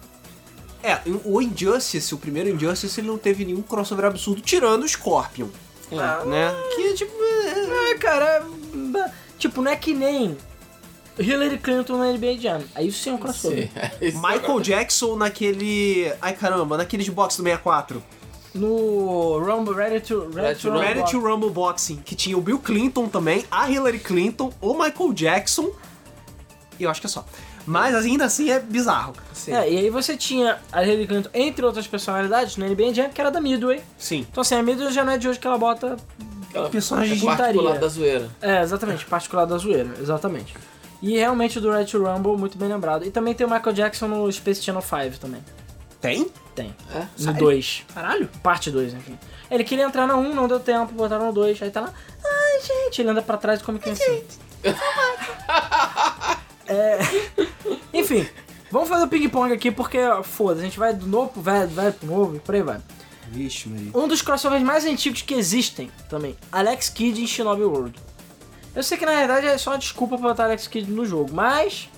Speaker 1: É, o Injustice, o primeiro Injustice, ele não teve nenhum crossover absurdo, tirando o Scorpion,
Speaker 3: É.
Speaker 1: né? Que, tipo, é-
Speaker 2: Ah, cara, ba- tipo, não é que nem Hillary Clinton na NBA Jam. Aí isso sim é um crossover.
Speaker 3: Sim. Esse
Speaker 1: Michael Jackson naquele... Ai, caramba, naquele de boxe do 64.
Speaker 2: No Rumble, Ready to,
Speaker 3: Ready to
Speaker 2: Rumble.
Speaker 1: Ready to Rumble Boxing, que tinha o Bill Clinton também, a Hillary Clinton, o Michael Jackson, e eu acho que é só. Mas ainda assim é bizarro.
Speaker 3: Sim.
Speaker 2: É, e aí você tinha a Hillary Clinton, entre outras personalidades, no NBA Jam, que era da Midway.
Speaker 1: Sim.
Speaker 2: Então assim, a Midway já não é de hoje que ela bota...
Speaker 3: Aquela
Speaker 1: personagem
Speaker 3: parte do
Speaker 2: juntaria.
Speaker 3: lado da zoeira.
Speaker 2: É, exatamente, particular da zoeira, exatamente. E realmente do Ready to Rumble, muito bem lembrado. E também tem o Michael Jackson no Space Channel 5 também.
Speaker 1: Tem?
Speaker 2: Tem.
Speaker 3: É?
Speaker 2: No 2.
Speaker 1: Caralho.
Speaker 2: Parte 2, enfim. Ele queria entrar na 1, não deu tempo, botaram no 2. Aí tá lá, ai gente, ele anda pra trás e come criancinha. é... Enfim, vamos fazer o ping-pong aqui porque, ó, foda, a gente vai do novo, vai, vai pro novo e por aí vai.
Speaker 1: Vixe, Maria.
Speaker 2: Um dos crossovers mais antigos que existem também, Alex Kidd em Shinobi World. Eu sei que na verdade é só uma desculpa pra botar Alex Kidd no jogo, mas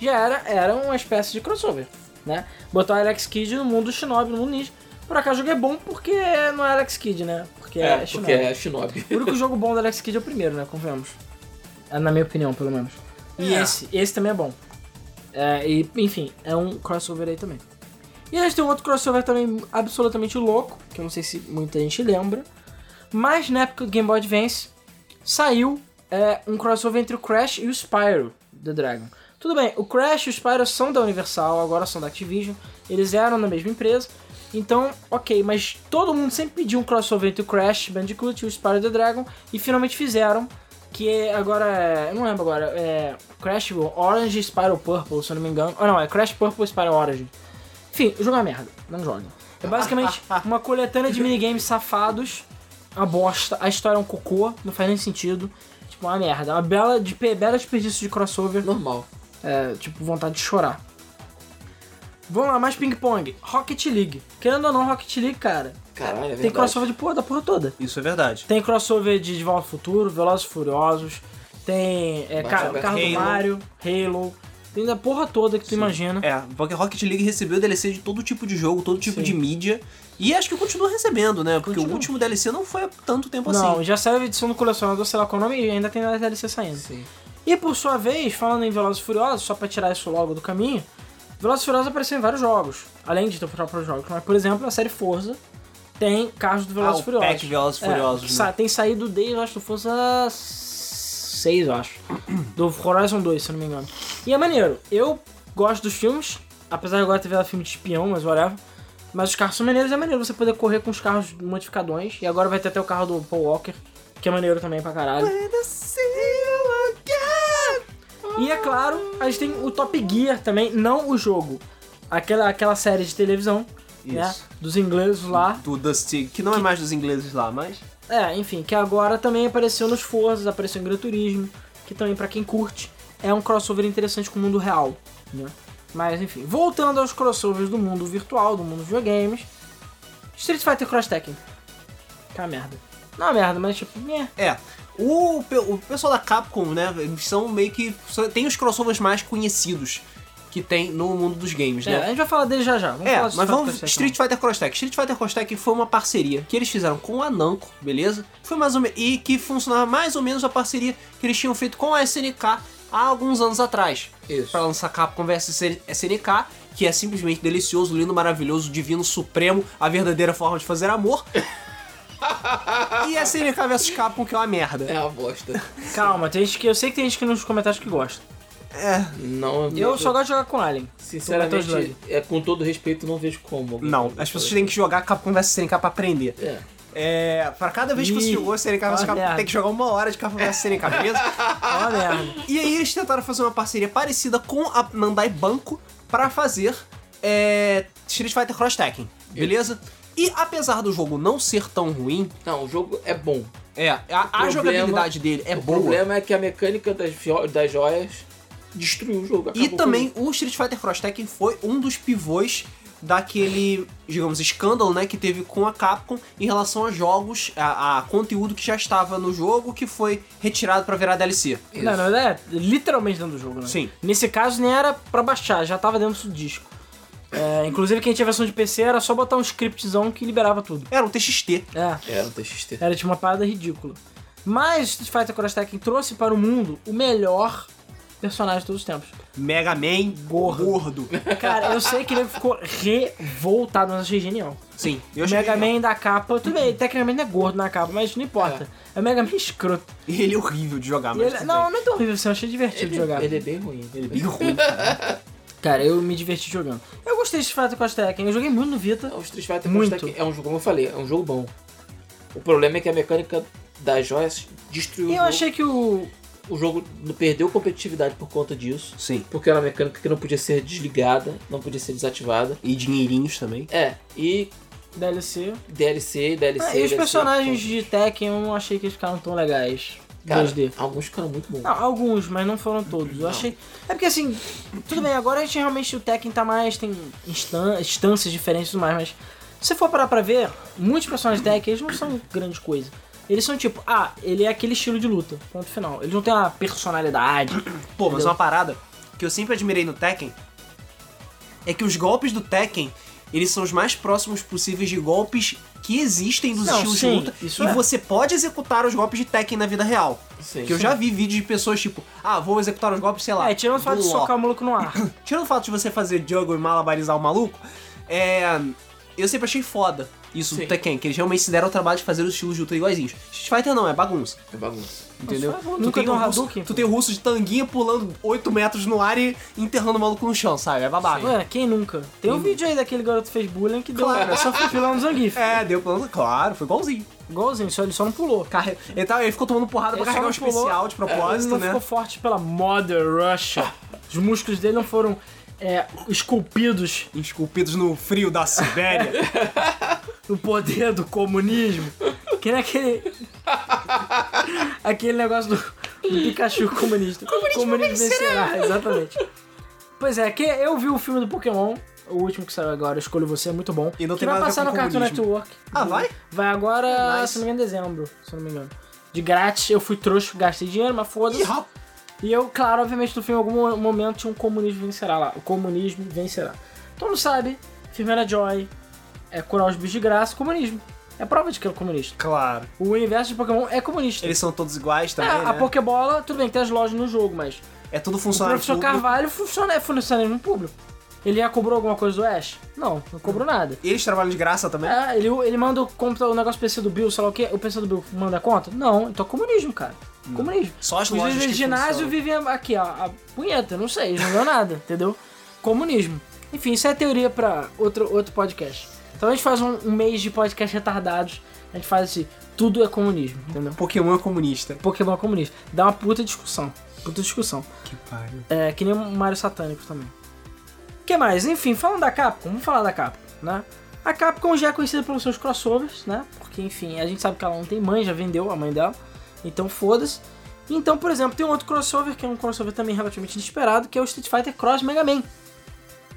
Speaker 2: já era, era uma espécie de crossover, né? Botar Alex Kidd no mundo Shinobi, no mundo ninja. Por acaso o jogo é bom porque não é Alex Kidd, né? Porque é,
Speaker 3: É,
Speaker 2: Shinobi.
Speaker 3: porque é Shinobi.
Speaker 2: O único jogo bom do Alex Kidd é o primeiro, né? Convenhamos. É, na minha opinião, pelo menos. E
Speaker 1: É.
Speaker 2: esse, esse também é bom. É, e, enfim, é um crossover aí também. E a gente tem um outro crossover também absolutamente louco, que eu não sei se muita gente lembra. Mas na época do Game Boy Advance saiu é, um crossover entre o Crash e o Spyro The Dragon. Tudo bem, o Crash e o Spyro são da Universal, agora são da Activision, eles eram na mesma empresa. Então, ok, mas todo mundo sempre pediu um crossover entre o Crash, Bandicoot e o Spyro The Dragon, e finalmente fizeram, que agora é... eu não lembro agora, é Crash Orange e Spyro Purple, se eu não me engano. Ou não, é Crash Purple e Spyro Orange. Enfim, o jogo é uma merda, não joguem. É basicamente uma coletânea de minigames safados, a bosta, a história é um cocô, não faz nem sentido. Tipo, uma merda, uma bela, de, bela desperdício de crossover.
Speaker 3: Normal.
Speaker 2: É, tipo, vontade de chorar. Vamos lá, mais ping-pong. Rocket League. Querendo ou não, Rocket League, cara.
Speaker 3: Caralho, é verdade.
Speaker 2: tem crossover de porra da porra toda.
Speaker 1: Isso é verdade.
Speaker 2: Tem crossover de De Volta ao Futuro, Velozes e Furiosos. Tem é,
Speaker 3: Batman
Speaker 2: ca-
Speaker 3: vs
Speaker 2: carro do
Speaker 1: Halo.
Speaker 2: Mario, Halo. Tem da porra toda que tu imagina.
Speaker 1: É, porque Rocket League recebeu DLC de todo tipo de jogo, todo tipo de mídia. E acho que continua recebendo, né? Porque
Speaker 2: Continua.
Speaker 1: o último DLC não foi há tanto tempo
Speaker 2: não,
Speaker 1: assim.
Speaker 2: já saiu a edição do colecionador, sei lá qual é o nome, e ainda tem a DLC saindo.
Speaker 3: Sim.
Speaker 2: E por sua vez, falando em Velozes e Furiosos, só pra tirar isso logo do caminho, Velozes e Furiosos apareceu em vários jogos, além de ter próprios jogos. Mas, por exemplo, a série Forza tem carros do Velozes e
Speaker 1: ah, o
Speaker 2: Furiosos.
Speaker 1: Pack Velozes e
Speaker 2: É,
Speaker 1: Furiosos.
Speaker 2: que
Speaker 1: né?
Speaker 2: sa- Tem saído desde, eu acho, do Forza 6, eu acho. Do Horizon 2, se eu não me engano. E é maneiro. Eu gosto dos filmes, apesar de agora ter virado filme de espião, mas whatever. Mas os carros são maneiros, é maneiro você poder correr com os carros modificadões. E agora vai ter até o carro do Paul Walker, que é maneiro também pra caralho. E é claro, a gente tem o Top Gear também, não o jogo. Aquela, aquela série de televisão né?
Speaker 1: Isso.
Speaker 2: Dos ingleses lá.
Speaker 1: Do Dusty, que não é mais dos ingleses lá, mas.
Speaker 2: É, enfim, que agora também apareceu nos Forzas, apareceu em Gran Turismo, que também, pra quem curte, é um crossover interessante com o mundo real, né? Mas, enfim, voltando aos crossovers do mundo virtual, do mundo dos videogames, Street Fighter Cross Tekken. Que é uma merda. Não é uma merda, mas tipo, é.
Speaker 1: É. O, pe- o pessoal da Capcom, né? Eles são meio que. só- Tem os crossovers mais conhecidos que tem no mundo dos games,
Speaker 2: É, a
Speaker 1: né?
Speaker 2: gente vai falar dele já já. Vamos
Speaker 1: É,
Speaker 2: falar
Speaker 1: mas
Speaker 2: do Street
Speaker 1: vamos. Street Fighter
Speaker 2: Fighter Cross Tekken.
Speaker 1: Cross Tag. Street Fighter Cross Tag foi uma parceria que eles fizeram com a Namco, beleza? Foi mais ou menos. E que funcionava mais ou menos a parceria que eles tinham feito com a SNK há alguns anos atrás.
Speaker 3: Isso.
Speaker 1: Pra lançar Capcom vs SNK, que é simplesmente delicioso, lindo, maravilhoso, divino, supremo, a verdadeira forma de fazer amor. e a SNK vs Capcom, que é uma merda.
Speaker 3: É uma bosta.
Speaker 2: Calma, tem gente que, eu sei que tem gente que nos comentários que gosta.
Speaker 1: É.
Speaker 3: Não,
Speaker 2: Eu só gosto de jogar com Alien.
Speaker 3: Sinceramente,
Speaker 2: com Metal
Speaker 3: é, com todo respeito, não vejo como.
Speaker 1: Não, as pessoas têm que jogar Capcom vs SNK pra aprender.
Speaker 3: É.
Speaker 1: É, pra cada vez que você
Speaker 2: Ih,
Speaker 1: jogou SNK vs
Speaker 2: olha
Speaker 1: Capcom,
Speaker 2: merda.
Speaker 1: tem que jogar uma hora de Capcom vs SNK, beleza?
Speaker 2: É uma merda.
Speaker 1: E aí eles tentaram fazer uma parceria parecida com a Nandai Banco pra fazer é, Street Fighter Cross Tekken, beleza? E apesar do jogo não ser tão ruim,
Speaker 3: Não, o jogo é bom.
Speaker 1: é, a, a
Speaker 3: problema-
Speaker 1: jogabilidade dele é
Speaker 3: o
Speaker 1: boa.
Speaker 3: problema é que a mecânica das, jo- das joias destruiu o jogo.
Speaker 1: E
Speaker 3: acabou com
Speaker 1: também
Speaker 3: ele.
Speaker 1: o Street Fighter Cross Tekken foi um dos pivôs daquele, digamos, escândalo, né, que teve com a Capcom em relação a jogos, a, a conteúdo que já estava no jogo que foi retirado pra virar DLC.
Speaker 2: Não, não, é literalmente dentro do jogo, né?
Speaker 1: Sim.
Speaker 2: Nesse caso nem era pra baixar, já tava dentro do disco. É, inclusive quem tinha versão de PC era só botar um scriptzão que liberava tudo.
Speaker 1: Era um TXT.
Speaker 2: É,
Speaker 3: É, não tem XT.
Speaker 2: era tipo uma parada ridícula. Mas Street Fighter Cross Tekken trouxe para o mundo o melhor personagem de todos os tempos.
Speaker 1: Mega Man gordo.
Speaker 2: Cara, eu sei que ele ficou revoltado, mas eu achei genial.
Speaker 1: Sim, eu é.
Speaker 2: O
Speaker 1: achei
Speaker 2: Mega
Speaker 1: legal.
Speaker 2: Man da capa, tudo bem, tecnicamente não é gordo na capa, mas não importa. É, o Mega Man escroto.
Speaker 1: Ele é horrível de jogar,
Speaker 2: E
Speaker 1: mas.
Speaker 2: ele-
Speaker 1: tudo
Speaker 2: não, não é tão horrível assim, eu achei divertido
Speaker 3: Ele,
Speaker 2: de jogar.
Speaker 3: ele é bem ruim.
Speaker 1: bem. Ele é bem ruim. cara.
Speaker 2: Cara, eu me diverti jogando. Eu gostei de Street Fighter Cross Tekken, eu joguei muito no Vita.
Speaker 3: Não, o Street Fighter
Speaker 2: Muito.
Speaker 3: Cross Tekken é um jogo, como eu falei, é um jogo bom. O problema é que a mecânica das joias destruiu o
Speaker 2: E eu
Speaker 3: jogo.
Speaker 2: achei que o.
Speaker 3: O jogo não perdeu competitividade por conta disso.
Speaker 1: Sim.
Speaker 3: Porque era uma mecânica que não podia ser desligada, não podia ser desativada.
Speaker 1: E dinheirinhos também.
Speaker 3: É, e
Speaker 2: DLC.
Speaker 3: DLC, DLC.
Speaker 2: Ah, e os
Speaker 3: DLC,
Speaker 2: personagens
Speaker 3: pô.
Speaker 2: de Tekken eu não achei que eles ficaram tão legais.
Speaker 3: Cara,
Speaker 2: 2D.
Speaker 3: alguns ficaram muito bons.
Speaker 2: Não, alguns, mas não foram todos. Eu achei. É porque assim, tudo bem, agora a gente realmente o Tekken tá mais, tem instan- instâncias diferentes e tudo mais, mas se você for parar pra ver, muitos personagens de Tekken eles não são grande coisa. Eles são tipo, ah, ele é aquele estilo de luta, ponto final. Eles não têm uma personalidade.
Speaker 1: Pô, mas
Speaker 2: Entendeu?
Speaker 1: uma parada que eu sempre admirei no Tekken é que os golpes do Tekken, eles são os mais próximos possíveis de golpes que existem dos
Speaker 2: Não,
Speaker 1: estilos
Speaker 2: sim,
Speaker 1: de luta.
Speaker 2: isso
Speaker 1: e
Speaker 2: é.
Speaker 1: você pode executar os golpes de Tekken na vida real.
Speaker 3: Sim.
Speaker 1: Porque eu já vi vídeos de pessoas tipo, ah, vou executar os golpes, sei lá.
Speaker 2: É, tirando o fato
Speaker 1: do
Speaker 2: de
Speaker 1: Loki.
Speaker 2: socar o maluco no ar.
Speaker 1: Tirando o fato de você fazer juggle e malabarizar o maluco, é, eu sempre achei foda isso
Speaker 3: Sim.
Speaker 1: do Tekken, que eles realmente se deram o trabalho de fazer os estilos de luta iguaizinhos. Street Fighter não, é bagunça,
Speaker 3: É bagunça.
Speaker 1: entendeu?
Speaker 2: faz bagunça. Nunca
Speaker 1: o
Speaker 2: deu um
Speaker 1: russo,
Speaker 2: Hadouken,
Speaker 1: tu
Speaker 2: pô.
Speaker 1: tem o russo de tanguinha pulando 8 metros no ar e enterrando o maluco no chão, sabe? É babado.
Speaker 2: Ué, Ah, quem nunca? Tem um vídeo aí daquele garoto que fez bullying que deu
Speaker 1: Claro.
Speaker 2: só foi pilão no Zangief.
Speaker 1: É, deu plano, claro, foi igualzinho.
Speaker 2: Igualzinho, só ele só não pulou.
Speaker 1: Carre... Ele, tava- ele ficou tomando porrada
Speaker 2: Ele
Speaker 1: pra
Speaker 2: só
Speaker 1: carregar um
Speaker 2: não pulou. É,
Speaker 1: especial de
Speaker 2: Ele
Speaker 1: propósito,
Speaker 2: não
Speaker 1: né?
Speaker 2: ficou forte pela Mother Russia. Os músculos dele não foram é, esculpidos
Speaker 1: Esculpidos no frio da Sibéria.
Speaker 2: no poder do comunismo. Que nem aquele. aquele negócio do, do Pikachu comunista. Comunismo, vencerá. Exatamente. Pois é, que eu vi o filme do Pokémon, o último que saiu agora, Escolho Você, é muito bom.
Speaker 1: E não
Speaker 2: que
Speaker 1: tem
Speaker 2: vai
Speaker 1: nada a ver
Speaker 2: passar
Speaker 1: com
Speaker 2: no Cartoon
Speaker 1: comunismo.
Speaker 2: Network.
Speaker 1: Ah, vai?
Speaker 2: Vai agora,
Speaker 1: É Nice.
Speaker 2: se não me engano, em dezembro, se não me engano. De grátis, eu fui trouxa, gastei dinheiro, mas
Speaker 1: Ih,
Speaker 2: foda-se.
Speaker 1: rapaz.
Speaker 2: E eu, claro, obviamente, no filme, em algum mo- momento tinha um comunismo vencerá lá. O comunismo vencerá. Todo mundo sabe, Firmina Joy é curar os bichos de graça, comunismo. É prova de que é comunista.
Speaker 1: Claro.
Speaker 2: O universo de Pokémon é comunista.
Speaker 1: Eles são todos iguais
Speaker 2: É,
Speaker 1: também,
Speaker 2: a
Speaker 1: né?
Speaker 2: Pokébola, tudo bem, tem as lojas no jogo, mas
Speaker 1: É tudo
Speaker 2: o
Speaker 1: funcionário
Speaker 2: professor
Speaker 1: público.
Speaker 2: Carvalho funciona, é funcionário público. Ele já cobrou alguma coisa do Ash? Não, não cobrou nada.
Speaker 1: Eles trabalham de graça também?
Speaker 2: É, ele, ele manda o, compra, o negócio PC do Bill, sei lá o quê, o PC do Bill manda a conta? Não, então é comunismo, cara. Comunismo.
Speaker 1: Só as
Speaker 2: Os
Speaker 1: lojas
Speaker 2: de
Speaker 1: que
Speaker 2: ginásio
Speaker 1: funcionam.
Speaker 2: vivem aqui, ó, a punheta, não sei, eles não deu nada, entendeu? Comunismo. Enfim, isso é teoria pra outro, outro podcast. Então a gente faz um, um mês de podcast retardados, a gente faz assim, tudo é comunismo, entendeu?
Speaker 1: Pokémon é comunista.
Speaker 2: Pokémon é comunista. Dá uma puta discussão, puta discussão.
Speaker 1: Que pariu.
Speaker 2: É, que nem o Mario Satânico também. que mais? Enfim, falando da Capcom, vamos falar da Capcom, né? A Capcom já é conhecida pelos seus crossovers, né? Porque, enfim, a gente sabe que ela não tem mãe, já vendeu a mãe dela. Então, foda-se. Então, por exemplo, tem um outro crossover, que é um crossover também relativamente inesperado, que é o Street Fighter Cross Mega Man.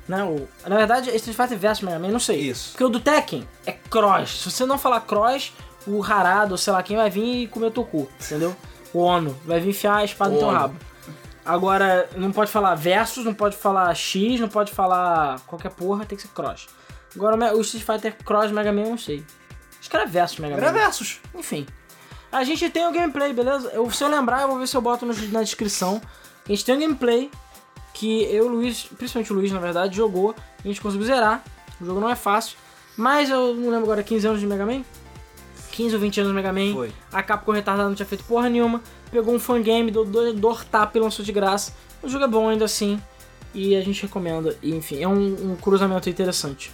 Speaker 2: Né? O, na verdade, é Street Fighter vs Mega Man, não sei.
Speaker 1: É Isso.
Speaker 2: Porque o do Tekken é Cross. Se você não falar Cross, o Harada, ou sei lá quem, vai vir e comer o teu cu, entendeu? O Ono. Vai vir enfiar a espada no teu
Speaker 3: Ono.
Speaker 2: rabo. Agora, não pode falar versus, não pode falar X, não pode falar qualquer porra, tem que ser Cross. Agora, o Me- o Street Fighter Cross Mega Man, eu não sei. Acho que era versus Mega
Speaker 1: Era
Speaker 2: Man. né?
Speaker 1: versus.
Speaker 2: Enfim. A gente tem o gameplay, beleza? Eu, se eu lembrar, eu vou ver se eu boto no- na descrição. A gente tem o gameplay que eu, o Luiz, principalmente o Luiz, na verdade, jogou. A gente conseguiu zerar. O jogo não é fácil. Mas eu não lembro agora, 15 anos de Mega Man? 15 ou 20 anos de Mega Man.
Speaker 1: Foi.
Speaker 2: A Capcom retardada não tinha feito porra nenhuma. Pegou um fangame, deu dor, dor tapa e lançou de graça. O jogo é bom ainda assim. E a gente recomenda. E, enfim, é um, um cruzamento interessante.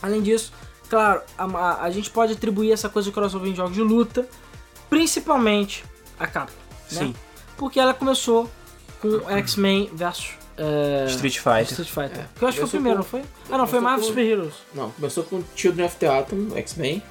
Speaker 2: Além disso, claro, a, a- a gente pode atribuir essa coisa de crossover em jogos de luta, principalmente a Capcom. né?
Speaker 1: Sim.
Speaker 2: Porque ela começou
Speaker 3: Uhum.
Speaker 2: com X-Men versus é,
Speaker 1: Street Fighter.
Speaker 2: Street Fighter. que eu acho que foi o
Speaker 3: Começou com-
Speaker 2: primeiro, não foi? Ah, não, foi
Speaker 3: começou
Speaker 2: Marvel
Speaker 3: com-
Speaker 2: Super Heroes.
Speaker 3: Não, começou com Children of the Atom, X-Men.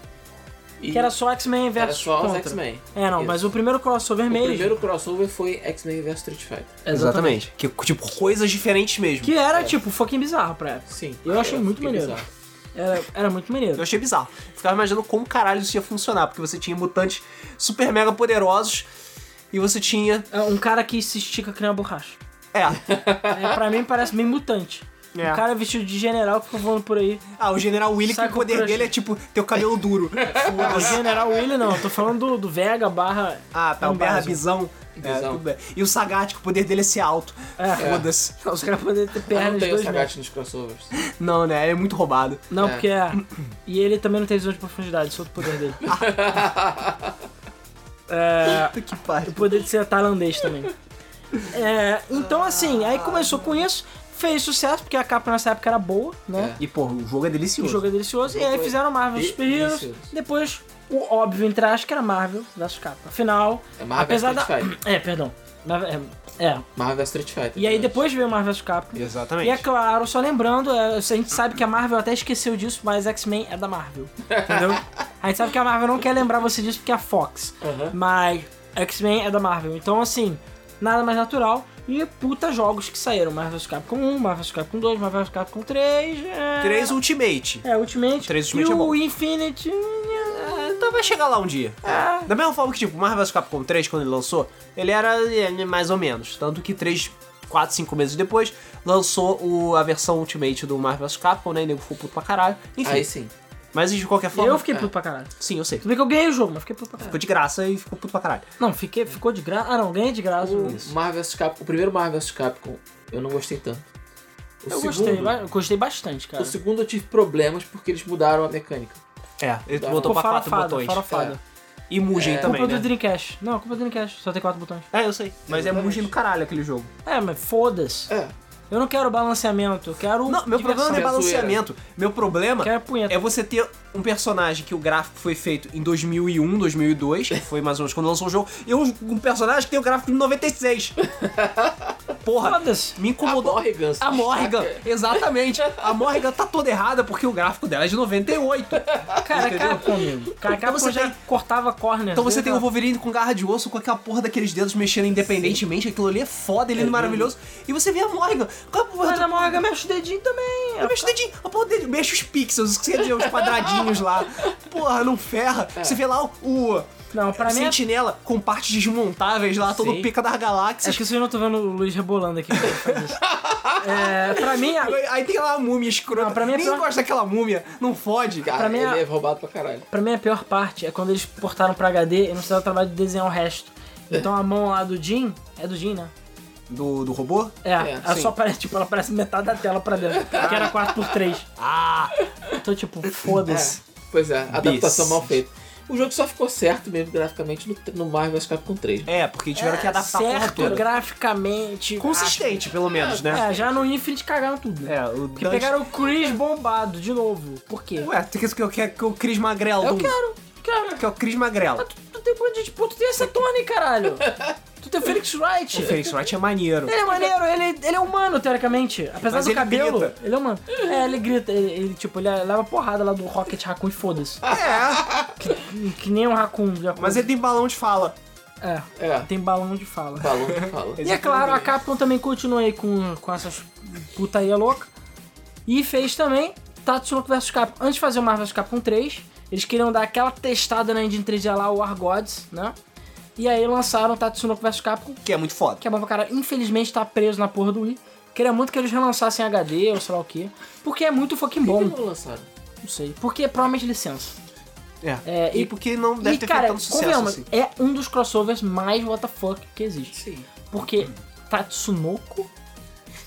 Speaker 3: e
Speaker 2: Que era só X-Men
Speaker 3: era
Speaker 2: versus
Speaker 3: só os
Speaker 2: contra.
Speaker 3: X-Men.
Speaker 2: É, não,
Speaker 3: Isso.
Speaker 2: mas o primeiro crossover
Speaker 3: O
Speaker 2: mesmo.
Speaker 3: primeiro crossover foi X-Men vs Street Fighter.
Speaker 1: Exatamente. Que, tipo, coisas diferentes mesmo.
Speaker 2: Que era, tipo, fucking bizarro pra época.
Speaker 3: Sim.
Speaker 2: Eu achei muito
Speaker 3: fiquei
Speaker 2: maneiro.
Speaker 3: bizarro.
Speaker 2: Era, era muito maneiro.
Speaker 1: Eu achei bizarro. Ficava imaginando como caralho isso ia funcionar, porque você tinha mutantes super mega poderosos e você tinha...
Speaker 2: É um cara que se estica que nem uma borracha.
Speaker 1: É,
Speaker 2: É, pra mim parece meio mutante.
Speaker 1: É.
Speaker 2: Um cara vestido de general que fica voando por aí.
Speaker 1: ah, o General Willy, que
Speaker 2: Saco
Speaker 1: o poder
Speaker 2: crush.
Speaker 1: dele é tipo, teu cabelo duro.
Speaker 2: O general Willy não, eu tô falando do, do Vega barra.
Speaker 1: Ah,
Speaker 2: um
Speaker 1: tá, o Berra Bisão. É,
Speaker 3: Bisão.
Speaker 1: tudo bem. E o Sagat, que o poder dele é ser alto.
Speaker 2: É.
Speaker 1: Foda-se.
Speaker 2: Os caras podem ter
Speaker 3: Ah,
Speaker 2: pernas
Speaker 3: não
Speaker 2: de
Speaker 3: tem o
Speaker 2: dois metros.
Speaker 3: Sagat nos crossovers.
Speaker 1: Não, né? Ele é muito roubado.
Speaker 2: Não,
Speaker 3: É.
Speaker 2: porque é. E ele também não tem visão de profundidade, isso é outro poder dele. é,
Speaker 1: Puta que
Speaker 2: o
Speaker 1: pariu.
Speaker 2: poder de ser tailandês também. É, então, assim, aí começou com isso, fez sucesso, porque a capa nessa época era boa, né?
Speaker 1: E, pô, o jogo é
Speaker 2: O
Speaker 1: delicioso.
Speaker 2: jogo é delicioso, e aí
Speaker 3: Foi
Speaker 2: fizeram Marvel
Speaker 3: de-
Speaker 2: Super Heroes.
Speaker 3: delicioso.
Speaker 2: Depois, o óbvio, entre aspas, que era Marvel das capas. Afinal,
Speaker 3: É Marvel
Speaker 2: apesar da.
Speaker 3: Street Fighter.
Speaker 2: É, perdão. Na- É, é.
Speaker 3: Marvel vs Street Fighter.
Speaker 2: E aí
Speaker 3: né?
Speaker 2: depois veio Marvel vs Capcom.
Speaker 1: Exatamente.
Speaker 2: E é claro, só lembrando, é, a gente sabe que a Marvel até esqueceu disso, mas X-Men é da Marvel. Entendeu? a gente sabe que a Marvel não quer lembrar você disso porque é a Fox.
Speaker 3: Aham.
Speaker 2: Mas X-Men é da Marvel. Então, assim, nada mais natural. E puta jogos que saíram. Marvel vs Capcom 1, Marvel vs Capcom 2, Marvel vs Capcom 3. É...
Speaker 1: 3 Ultimate.
Speaker 2: É, Ultimate.
Speaker 1: Três
Speaker 2: e
Speaker 1: Ultimate é
Speaker 2: o
Speaker 1: bom.
Speaker 2: Infinity.
Speaker 1: É, Então vai chegar lá um dia. Da mesma forma que, tipo, Marvel vs Capcom 3, quando ele lançou, ele era é, mais ou menos. Tanto que 3, 4, 5 meses depois, lançou o- a versão Ultimate do Marvel vs Capcom, né? E nego ficou puto pra caralho. Enfim,
Speaker 3: Aí sim.
Speaker 1: mas de qualquer
Speaker 2: E
Speaker 1: forma...
Speaker 2: eu fiquei puto pra caralho.
Speaker 1: Sim, eu sei.
Speaker 2: Tudo bem que eu ganhei o jogo, mas fiquei puto pra caralho.
Speaker 1: Ficou de graça e ficou puto pra caralho.
Speaker 2: Não,
Speaker 1: É.
Speaker 2: fiquei, ficou de graça. Ah, não, ganhei de graça.
Speaker 3: O, Marvel vs Capcom, o primeiro Marvel vs Capcom, eu não gostei tanto. O
Speaker 2: Eu
Speaker 3: segundo,
Speaker 2: gostei, ba- eu gostei bastante, cara.
Speaker 3: O segundo eu tive problemas porque eles mudaram a mecânica.
Speaker 1: É, ele
Speaker 3: Dá.
Speaker 1: botou
Speaker 2: Ficou
Speaker 1: pra 4
Speaker 2: farofada,
Speaker 1: botões.
Speaker 2: farofada.
Speaker 1: E Mugen
Speaker 3: É.
Speaker 1: também,
Speaker 2: culpa do
Speaker 1: né?
Speaker 2: Dreamcast. Não, culpa do Dreamcast. Só tem quatro botões.
Speaker 1: É, eu sei. Mas é
Speaker 3: Exatamente.
Speaker 1: Mugen do caralho aquele jogo.
Speaker 2: É, mas foda-se.
Speaker 3: É.
Speaker 2: Eu não quero balanceamento, eu quero.
Speaker 1: Não, meu problema não é
Speaker 3: Diversão.
Speaker 1: balanceamento. Meu problema
Speaker 2: Quero punheta.
Speaker 1: é você ter um personagem que o gráfico foi feito em 2001, 2002, que foi mais ou menos quando lançou o jogo, e um, um personagem que tem o gráfico de 96. Porra,
Speaker 2: Foda-se.
Speaker 1: me incomodou.
Speaker 3: A Morrigan. se
Speaker 1: A Morrigan,
Speaker 3: destaca.
Speaker 1: exatamente. A Morrigan tá toda errada porque o gráfico dela é de 98. Entendeu?
Speaker 2: Cara,
Speaker 1: Então
Speaker 2: cara comigo. Cara, cara
Speaker 1: você
Speaker 2: já
Speaker 1: tem-
Speaker 2: cortava corner.
Speaker 1: Então você
Speaker 2: desde
Speaker 1: tem o
Speaker 2: a-
Speaker 1: Wolverine com garra de osso, com aquela porra daqueles dedos mexendo independentemente, aquilo ali é foda, ele é, maravilhoso. E você vê a Morrigan, com a porra
Speaker 2: Mas
Speaker 1: do-
Speaker 2: Uhum. a Morgan mexe o dedinho também.
Speaker 1: Eu mexo o dedinho, a porra do dedinho, mexo os pixels, quer dizer, os quadradinhos lá. Porra, não ferra.
Speaker 2: É.
Speaker 1: Você vê lá o, o
Speaker 2: Não, pra mim. é-
Speaker 1: sentinela com partes desmontáveis lá, todo
Speaker 3: Sim.
Speaker 1: pica das galáxias.
Speaker 2: Acho é que vocês não estão vendo o Luiz rebolando aqui. quando ele faz isso. é, pra mim, a-
Speaker 1: Aí tem lá a múmia escrota.
Speaker 2: Não, pra mim é
Speaker 1: Nem
Speaker 2: pior.
Speaker 1: gosta daquela múmia, não fode.
Speaker 3: Cara,
Speaker 2: Pra mim é-
Speaker 3: ele é roubado pra caralho.
Speaker 2: Pra mim, a pior parte é quando eles portaram pra HD e não se dá o trabalho de desenhar o resto.
Speaker 1: É.
Speaker 2: Então a mão lá do Jim. É do Jim, né?
Speaker 1: Do, do robô?
Speaker 2: É, ela
Speaker 3: sim.
Speaker 2: só parece, tipo, ela parece metade da tela pra dentro. que era 4x3.
Speaker 1: Ah,
Speaker 2: Então, tipo, foda-se.
Speaker 3: Pois é, adaptação
Speaker 1: Bis.
Speaker 3: mal feita. O jogo só ficou certo mesmo graficamente no, no Marvel vs Capcom 3.
Speaker 1: é, porque tiveram que adaptar a porra
Speaker 2: certo
Speaker 1: toda.
Speaker 2: graficamente.
Speaker 1: Consistente, pelo menos,
Speaker 2: Ah,
Speaker 1: né?
Speaker 2: É, já no Infinite cagaram tudo.
Speaker 1: É, o
Speaker 2: Porque pegaram o Chris bombado de novo. Por quê?
Speaker 1: Ué, tu quer que eu quero que o Cris Magrelo.
Speaker 2: eu
Speaker 1: do-
Speaker 2: quero. Quero.
Speaker 1: Que é o Cris Magrelo.
Speaker 2: Tu, tu tem um monte de. Pô, tu tem essa Tony, caralho. Tu tem o Felix Wright.
Speaker 1: O Felix Wright é maneiro.
Speaker 2: Ele é maneiro, ele, ele é humano, teoricamente. Apesar
Speaker 1: Mas
Speaker 2: do
Speaker 1: ele
Speaker 2: cabelo,
Speaker 1: grita.
Speaker 2: ele é humano. É, ele grita, ele, ele, tipo, ele leva porrada lá do Rocket Raccoon e foda-se.
Speaker 1: É,
Speaker 2: Que nem um Raccoon. Já
Speaker 1: mas ele tem balão de fala.
Speaker 2: É,
Speaker 3: É,
Speaker 2: tem balão de fala.
Speaker 3: falou, falou.
Speaker 2: E é claro, a Capcom também continua aí com, com essas putaria louca. E fez também Tatsunoko vs Capcom. Antes de fazer o Marvel vs Capcom 3, eles queriam dar aquela testada na Engine 3D lá, o War Gods, né? E aí lançaram Tatsunoko vs Capcom,
Speaker 1: Que é muito foda.
Speaker 2: que é bom pra caralho. Infelizmente tá preso na porra do Wii. Queria muito que eles relançassem HD ou sei lá o que. Porque é muito fucking
Speaker 3: Por que
Speaker 2: bom.
Speaker 3: não lançaram?
Speaker 2: Não sei. Porque é provavelmente licença.
Speaker 1: É.
Speaker 2: É,
Speaker 1: e,
Speaker 2: e-
Speaker 1: porque não deve
Speaker 2: e,
Speaker 1: ter
Speaker 2: cara,
Speaker 1: feito tanto sucesso
Speaker 2: convenhamos,
Speaker 1: assim.
Speaker 2: é um dos crossovers mais what the fuck que existe.
Speaker 3: Sim.
Speaker 2: Porque
Speaker 1: Uhum.
Speaker 2: Tatsunoko.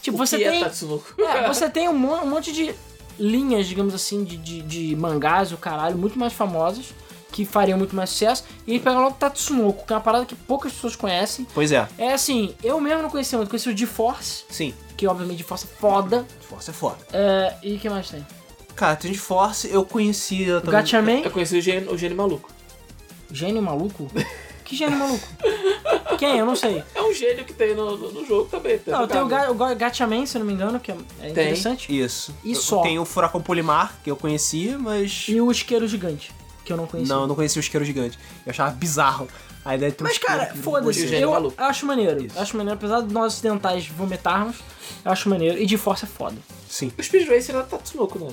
Speaker 2: Tipo,
Speaker 3: O
Speaker 2: você
Speaker 3: que é
Speaker 2: tem.
Speaker 3: Tatsunoko?
Speaker 2: É, você tem um, mon- um monte de linhas, digamos assim, de, de, de mangás e o caralho, muito mais famosas, que fariam muito mais sucesso. E eles pegam logo Tatsunoko, que é uma parada que poucas pessoas conhecem.
Speaker 1: Pois é,
Speaker 2: É assim, eu mesmo não conhecia muito, conheci o D-Force,
Speaker 1: sim.
Speaker 2: que obviamente D-Force é foda.
Speaker 1: Force é foda.
Speaker 2: É, e o que mais tem?
Speaker 1: Cara, tem de Force, eu conhecia
Speaker 2: O
Speaker 1: também.
Speaker 2: Gatchaman,
Speaker 3: Eu conheci o gênio, o gênio maluco.
Speaker 2: gênio maluco? Que gênio maluco? Quem? Eu não sei.
Speaker 3: É um gênio que tem no, no, no jogo também. tá
Speaker 2: Não, tem um o,
Speaker 3: ligado?
Speaker 2: ga, o Ga- Gatchaman, se eu não me engano, que é, é interessante.
Speaker 1: Isso.
Speaker 2: E
Speaker 1: Eu-
Speaker 2: só.
Speaker 1: Tem o Furacão Polimar, que eu conhecia, mas.
Speaker 2: E o Isqueiro Gigante, que eu não conhecia.
Speaker 1: Não, eu não conhecia o isqueiro gigante. Eu achava bizarro a ideia de ter um
Speaker 2: Mas, cara,
Speaker 1: isqueiro que-
Speaker 2: foda-se.
Speaker 3: gênio
Speaker 2: Eu
Speaker 3: maluco.
Speaker 2: acho maneiro.
Speaker 1: Isso.
Speaker 2: Acho maneiro. Apesar de nós ocidentais vomitarmos, eu acho maneiro. E de força é foda.
Speaker 1: Sim.
Speaker 3: O Speed Racer era Tatsunoko, né?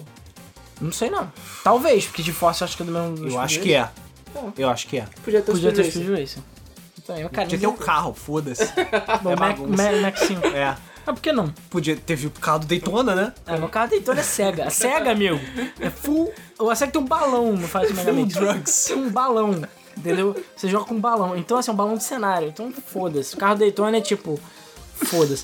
Speaker 2: Não sei não. Talvez, porque de força eu acho que é do mesmo.
Speaker 1: Eu acho que é.
Speaker 3: Bom.
Speaker 1: Eu acho que é.
Speaker 3: Podia ter o
Speaker 2: Podia
Speaker 3: Speed
Speaker 2: ter o
Speaker 3: Racer.
Speaker 2: Speed Racer. Então, eu, cara,
Speaker 1: Podia ter um carro, foda-se.
Speaker 2: Bom,
Speaker 1: é
Speaker 2: Mac,
Speaker 1: bagunça.
Speaker 2: Mac, Mac 5.
Speaker 1: É.
Speaker 2: Ah, por que não?
Speaker 1: Podia ter o carro do Daytona, né?
Speaker 2: É, no caso deitou é cega. A cega, amigo. É full. O cega tem um balão, não faz
Speaker 1: É,
Speaker 2: Mega
Speaker 1: então.
Speaker 2: Man.
Speaker 1: drugs.
Speaker 2: Tem um balão. Entendeu? Você joga com um balão. Então, assim, é um balão de cenário. Então, foda-se. O carro Daytona é tipo. Foda-se.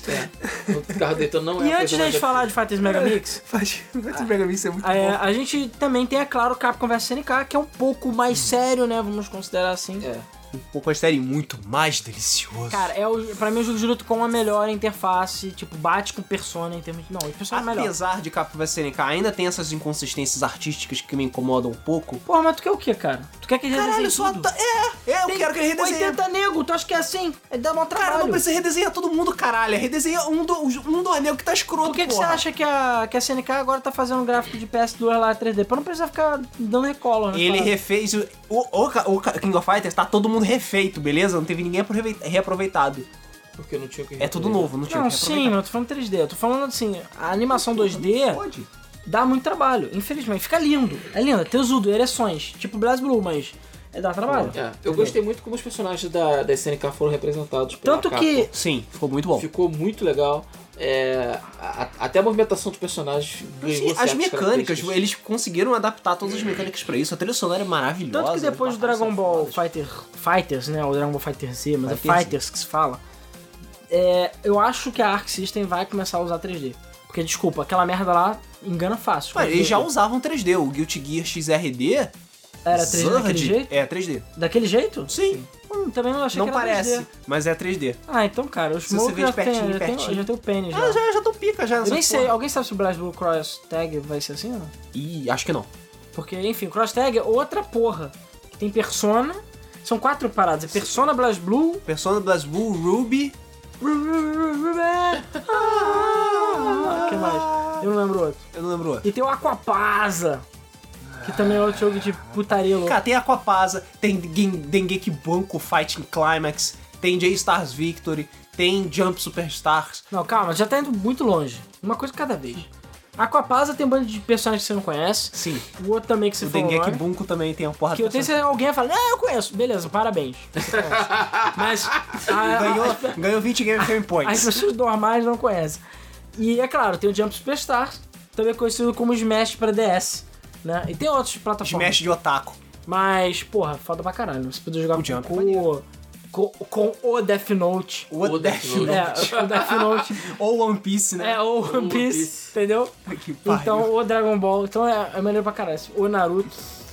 Speaker 3: O carro deitando não é
Speaker 2: E
Speaker 3: a
Speaker 2: antes
Speaker 3: coisa
Speaker 2: da
Speaker 3: mais
Speaker 2: gente falar de Fighters Mega Mix,
Speaker 1: Faz. Mas o Mega Man isso é muito
Speaker 2: É, a gente também tem, é claro, o Capcom vs SNK, que é um pouco mais sério, né? Vamos considerar assim.
Speaker 3: Hum. É.
Speaker 1: O Coaster muito mais delicioso.
Speaker 2: Cara, é o, pra mim o jogo de luta com a melhor interface, tipo, bate com Persona em termos de... Não, o Persona é melhor.
Speaker 1: Apesar de Capcom vs SNK, ainda tem essas inconsistências artísticas que me incomodam um pouco.
Speaker 2: Porra, mas tu quer o que, cara? Tu quer que ele
Speaker 1: Caralho,
Speaker 2: redesenhe
Speaker 1: só.
Speaker 2: tudo?
Speaker 1: tá- É, é, eu quero que ele redesenhe.
Speaker 2: 80 nego, tu acha que é assim? É dá mó trabalho.
Speaker 1: Cara, não precisa redesenhar todo mundo, caralho. Redesenha um do, um do anel que tá escroto,
Speaker 2: Por que, que você
Speaker 1: porra.
Speaker 2: acha que a, que a SNK agora tá fazendo um gráfico de PS2 lá 3D? Pra não precisar ficar dando recolor, né?
Speaker 1: Ele
Speaker 2: cara?
Speaker 1: refez o, o, o, Ca- o Ca- King of Fighters, tá todo mundo refeito, beleza? Não teve ninguém aprove- reaproveitado.
Speaker 3: Porque não tinha o que
Speaker 1: É tudo novo, não tinha
Speaker 2: Não,
Speaker 1: que
Speaker 2: sim, mas eu tô falando 3D. Eu tô falando assim, a animação 2D...
Speaker 1: Pode.
Speaker 2: dá muito trabalho, infelizmente. Fica lindo. É lindo, é tesudo, ereções. Tipo BlazBlue, mas é dá trabalho.
Speaker 3: É, eu gostei muito como os personagens da, da SNK foram representados pela
Speaker 2: Tanto
Speaker 3: Capcom.
Speaker 2: que.
Speaker 1: Sim, ficou muito bom.
Speaker 3: Ficou muito legal. É, a- a- até a movimentação dos personagens
Speaker 1: Sim,
Speaker 3: ganhou
Speaker 1: as
Speaker 3: certas
Speaker 1: mecânicas,
Speaker 3: características.
Speaker 1: eles conseguiram adaptar todas as mecânicas pra isso. A trilha sonora é maravilhosa.
Speaker 2: Tanto que depois
Speaker 1: as
Speaker 2: do
Speaker 1: batalhas são
Speaker 2: Dragon Ball
Speaker 1: fodas.
Speaker 2: Fighter, Fighters, né? O Dragon Ball Fighter Z, mas
Speaker 1: Fighter
Speaker 2: é
Speaker 1: Z.
Speaker 2: Fighters que se fala. É, eu acho que a Arc System vai começar a usar 3D. Porque, desculpa, aquela merda lá engana fácil.
Speaker 1: Mas eles já usavam 3D. O Guilty Gear XRD...
Speaker 2: Era 3D daquele
Speaker 1: Zurd,
Speaker 2: jeito?
Speaker 1: É 3D.
Speaker 2: Daquele jeito?
Speaker 1: Sim,
Speaker 2: Hum, também não achei
Speaker 1: não
Speaker 2: que era
Speaker 1: parece,
Speaker 2: 3D.
Speaker 1: mas é 3D.
Speaker 2: Ah, então, cara, os
Speaker 1: Se você vê
Speaker 2: Smoke
Speaker 1: de
Speaker 2: já tem,
Speaker 1: pertinho,
Speaker 2: já tem,
Speaker 1: pertinho.
Speaker 2: já tem o pênis
Speaker 1: Ah,
Speaker 2: já.
Speaker 1: já, já tô pica já.
Speaker 2: Eu
Speaker 1: essa
Speaker 2: nem sei,
Speaker 1: porra.
Speaker 2: alguém sabe se o BlazBlue Cross Tag vai ser assim ou não?
Speaker 1: Ih, acho que não.
Speaker 2: Porque, enfim, o Cross Tag é outra porra. Tem Persona. São quatro paradas. É Persona, Blast Blue.
Speaker 1: Persona BlazBlue, Ruby...
Speaker 2: Ah, que mais? Eu não lembro outro.
Speaker 1: Eu não lembro.
Speaker 2: E tem o Aquapasa. Que também é outro jogo de putaria louca.
Speaker 1: Cara, tem Aquapasa, tem Gen- Dengeki Banco Fighting Climax, tem J-Stars Victory, tem Jump Superstars.
Speaker 2: Não, calma, já tá indo muito longe. Uma coisa cada vez. Aquapasa tem um bando de personagens que você não conhece.
Speaker 1: Sim,
Speaker 2: O outro também que você
Speaker 1: o é
Speaker 2: falou.
Speaker 1: Dengeki
Speaker 2: agora.
Speaker 1: Bunko também tem uma porra
Speaker 2: Que eu tenho certeza que alguém vai falar, ah, eu conheço. Beleza, parabéns. Você conhece. Mas. a- a-
Speaker 1: Ganhou, ganhou 20 Game, game
Speaker 2: As
Speaker 1: Points.
Speaker 2: pessoas normais não conhecem. E é claro, tem o Jump Superstars, também conhecido como Smash pra DS, né? E tem outros plataformas.
Speaker 1: Smash de Otaku.
Speaker 2: Mas, porra, foda pra caralho. Você podia jogar
Speaker 1: O
Speaker 2: com,
Speaker 1: Jump é
Speaker 2: com, com, com o Death Note.
Speaker 1: Ou
Speaker 3: O
Speaker 1: Death
Speaker 3: Death Note.
Speaker 1: Note.
Speaker 2: É, o Death Note.
Speaker 1: Ou One Piece, né?
Speaker 2: é, ou One
Speaker 3: One
Speaker 2: Piece,
Speaker 3: Piece.
Speaker 2: entendeu?
Speaker 1: Que pariu.
Speaker 2: Então, o Dragon Ball. Então é, é maneiro pra caralho. O Naruto.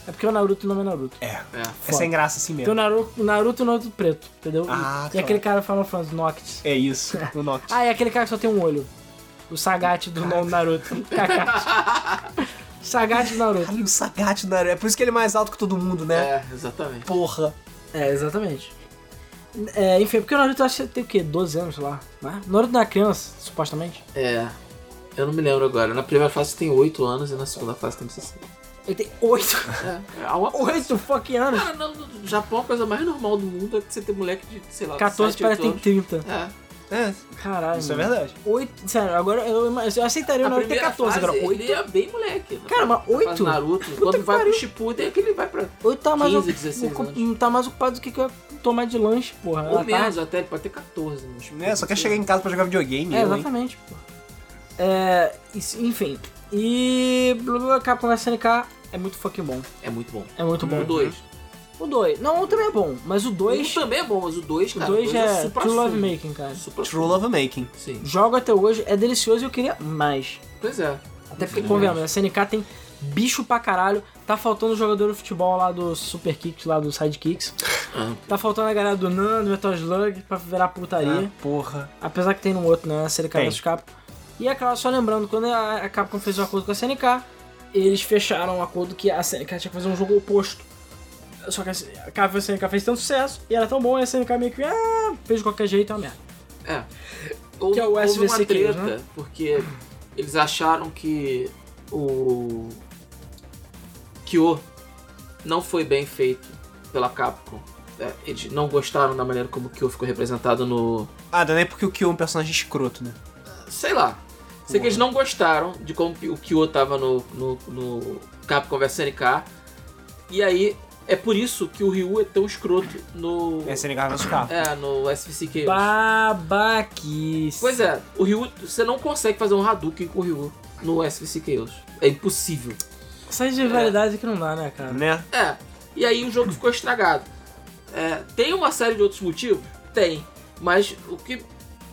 Speaker 2: É porque o Naruto não é Naruto.
Speaker 1: É,
Speaker 3: É.
Speaker 1: é sem graça assim
Speaker 2: Tem o
Speaker 1: mesmo.
Speaker 2: Naruto, o Naruto no outro preto, entendeu? E-
Speaker 1: Ah,
Speaker 2: e
Speaker 1: claro.
Speaker 2: aquele cara Final Fantasy, Noctis.
Speaker 1: É isso, no Noct.
Speaker 2: Ah, é aquele cara que só tem um olho. O Sagat do nome Naruto. Kakashi. Sagat do Naruto.
Speaker 1: Caralho, o Sagat do Naruto. É por isso que ele é mais alto que todo mundo, né?
Speaker 3: exatamente.
Speaker 1: Porra.
Speaker 2: É, exatamente. É, enfim, porque o Naruto acho que tem o quê? 12 anos, sei lá. Né? O Naruto não é criança, supostamente.
Speaker 3: É. Eu não me lembro agora. Na primeira fase tem 8 anos e na segunda fase tem 60.
Speaker 2: Ele tem 8.
Speaker 3: É. é uma...
Speaker 2: 8 fucking anos.
Speaker 3: Cara, no no Japão a coisa mais normal do mundo é que você ter moleque de, sei lá,
Speaker 2: 14
Speaker 3: 7,
Speaker 2: parece
Speaker 3: 8
Speaker 2: que tem
Speaker 3: anos.
Speaker 2: 30.
Speaker 3: É.
Speaker 1: É,
Speaker 2: Caralho.
Speaker 1: isso é
Speaker 2: mano.
Speaker 1: verdade.
Speaker 2: Oito- sério, agora eu, eu aceitaria o
Speaker 3: A
Speaker 2: Naruto ter
Speaker 3: primeira fase,
Speaker 2: 14
Speaker 3: tá
Speaker 2: agora.
Speaker 3: Ele
Speaker 2: 8,
Speaker 3: é bem moleque.
Speaker 2: Cara, mas
Speaker 3: Na fase
Speaker 2: oito?
Speaker 3: Naruto,
Speaker 2: que
Speaker 3: quando vai pro
Speaker 2: pariu.
Speaker 3: Shippuden é que ele vai pra...
Speaker 2: tá, mais
Speaker 3: 15,
Speaker 2: ocu-
Speaker 3: 16
Speaker 2: ocu-
Speaker 3: anos.
Speaker 2: tá mais ocupado do que que eu ia tomar de lanche, porra.
Speaker 3: Ou
Speaker 2: à
Speaker 3: menos
Speaker 2: tarde.
Speaker 3: até, ele pode ter né? 14. no Shippuden,
Speaker 1: É, só quer
Speaker 3: sei
Speaker 1: chegar
Speaker 3: lá.
Speaker 1: em casa pra jogar videogame.
Speaker 2: É,
Speaker 1: eu, hein?
Speaker 2: exatamente, porra. É, isso- enfim. E blá, blá, blá, Capcom vs SNK é muito fucking bom.
Speaker 3: É muito bom.
Speaker 2: É muito bom.
Speaker 3: O 2.
Speaker 2: O 2. Não, o um também é bom, mas o
Speaker 3: O
Speaker 2: 2.
Speaker 3: 1 também é bom, mas o 2,
Speaker 2: O
Speaker 3: cara,
Speaker 2: 2 é,
Speaker 3: supra
Speaker 2: True Love Making, cara.
Speaker 3: Supra
Speaker 1: True Love Making.
Speaker 3: É Sim.
Speaker 2: Jogo até hoje, é delicioso e eu queria mais.
Speaker 3: Pois é.
Speaker 2: Até porque, convenhamos, a SNK tem bicho pra caralho. Tá faltando o jogador de futebol lá do Super Kicks, lá do Sidekicks.
Speaker 3: Ah.
Speaker 2: Tá faltando a galera do Nan, do Metal Slug, pra virar putaria.
Speaker 1: Ah, porra.
Speaker 2: Apesar que tem no outro, né? A SNK
Speaker 1: Tem.
Speaker 2: vs Capcom. E é claro, só lembrando, quando a a Capcom fez o acordo com a SNK, eles fecharam um acordo que a SNK tinha que fazer um jogo oposto. Só que a Capcom vs SNK fez tanto sucesso, e era tão bom, e a SNK meio que ah, fez de qualquer jeito, é uma merda.
Speaker 3: É. Houve,
Speaker 2: Que é o
Speaker 3: houve
Speaker 2: SVC
Speaker 3: uma
Speaker 2: Games,
Speaker 3: treta, porque eles acharam que o Kyo não foi bem feito pela Capcom. É, eles não gostaram da maneira como o Kyo ficou representado no...
Speaker 1: Ah, não é porque o Kyo é um personagem escroto, né?
Speaker 3: Sei lá. Sei que eles não gostaram de como o Kyo tava no, no, no Capcom vs SNK. E aí, é por isso que o Ryu é tão escroto no...
Speaker 1: É SNK vs Capcom.
Speaker 3: É, no SVC Games.
Speaker 2: Babaquice.
Speaker 3: Pois é, o Ryu, você não consegue fazer um Hadouken com o Ryu no SVC Chaos. É impossível.
Speaker 2: Essas rivalidades que não dá, né, cara?
Speaker 1: Né?
Speaker 3: É, e aí o jogo ficou estragado. É, tem uma série de outros motivos? Tem. Mas o que,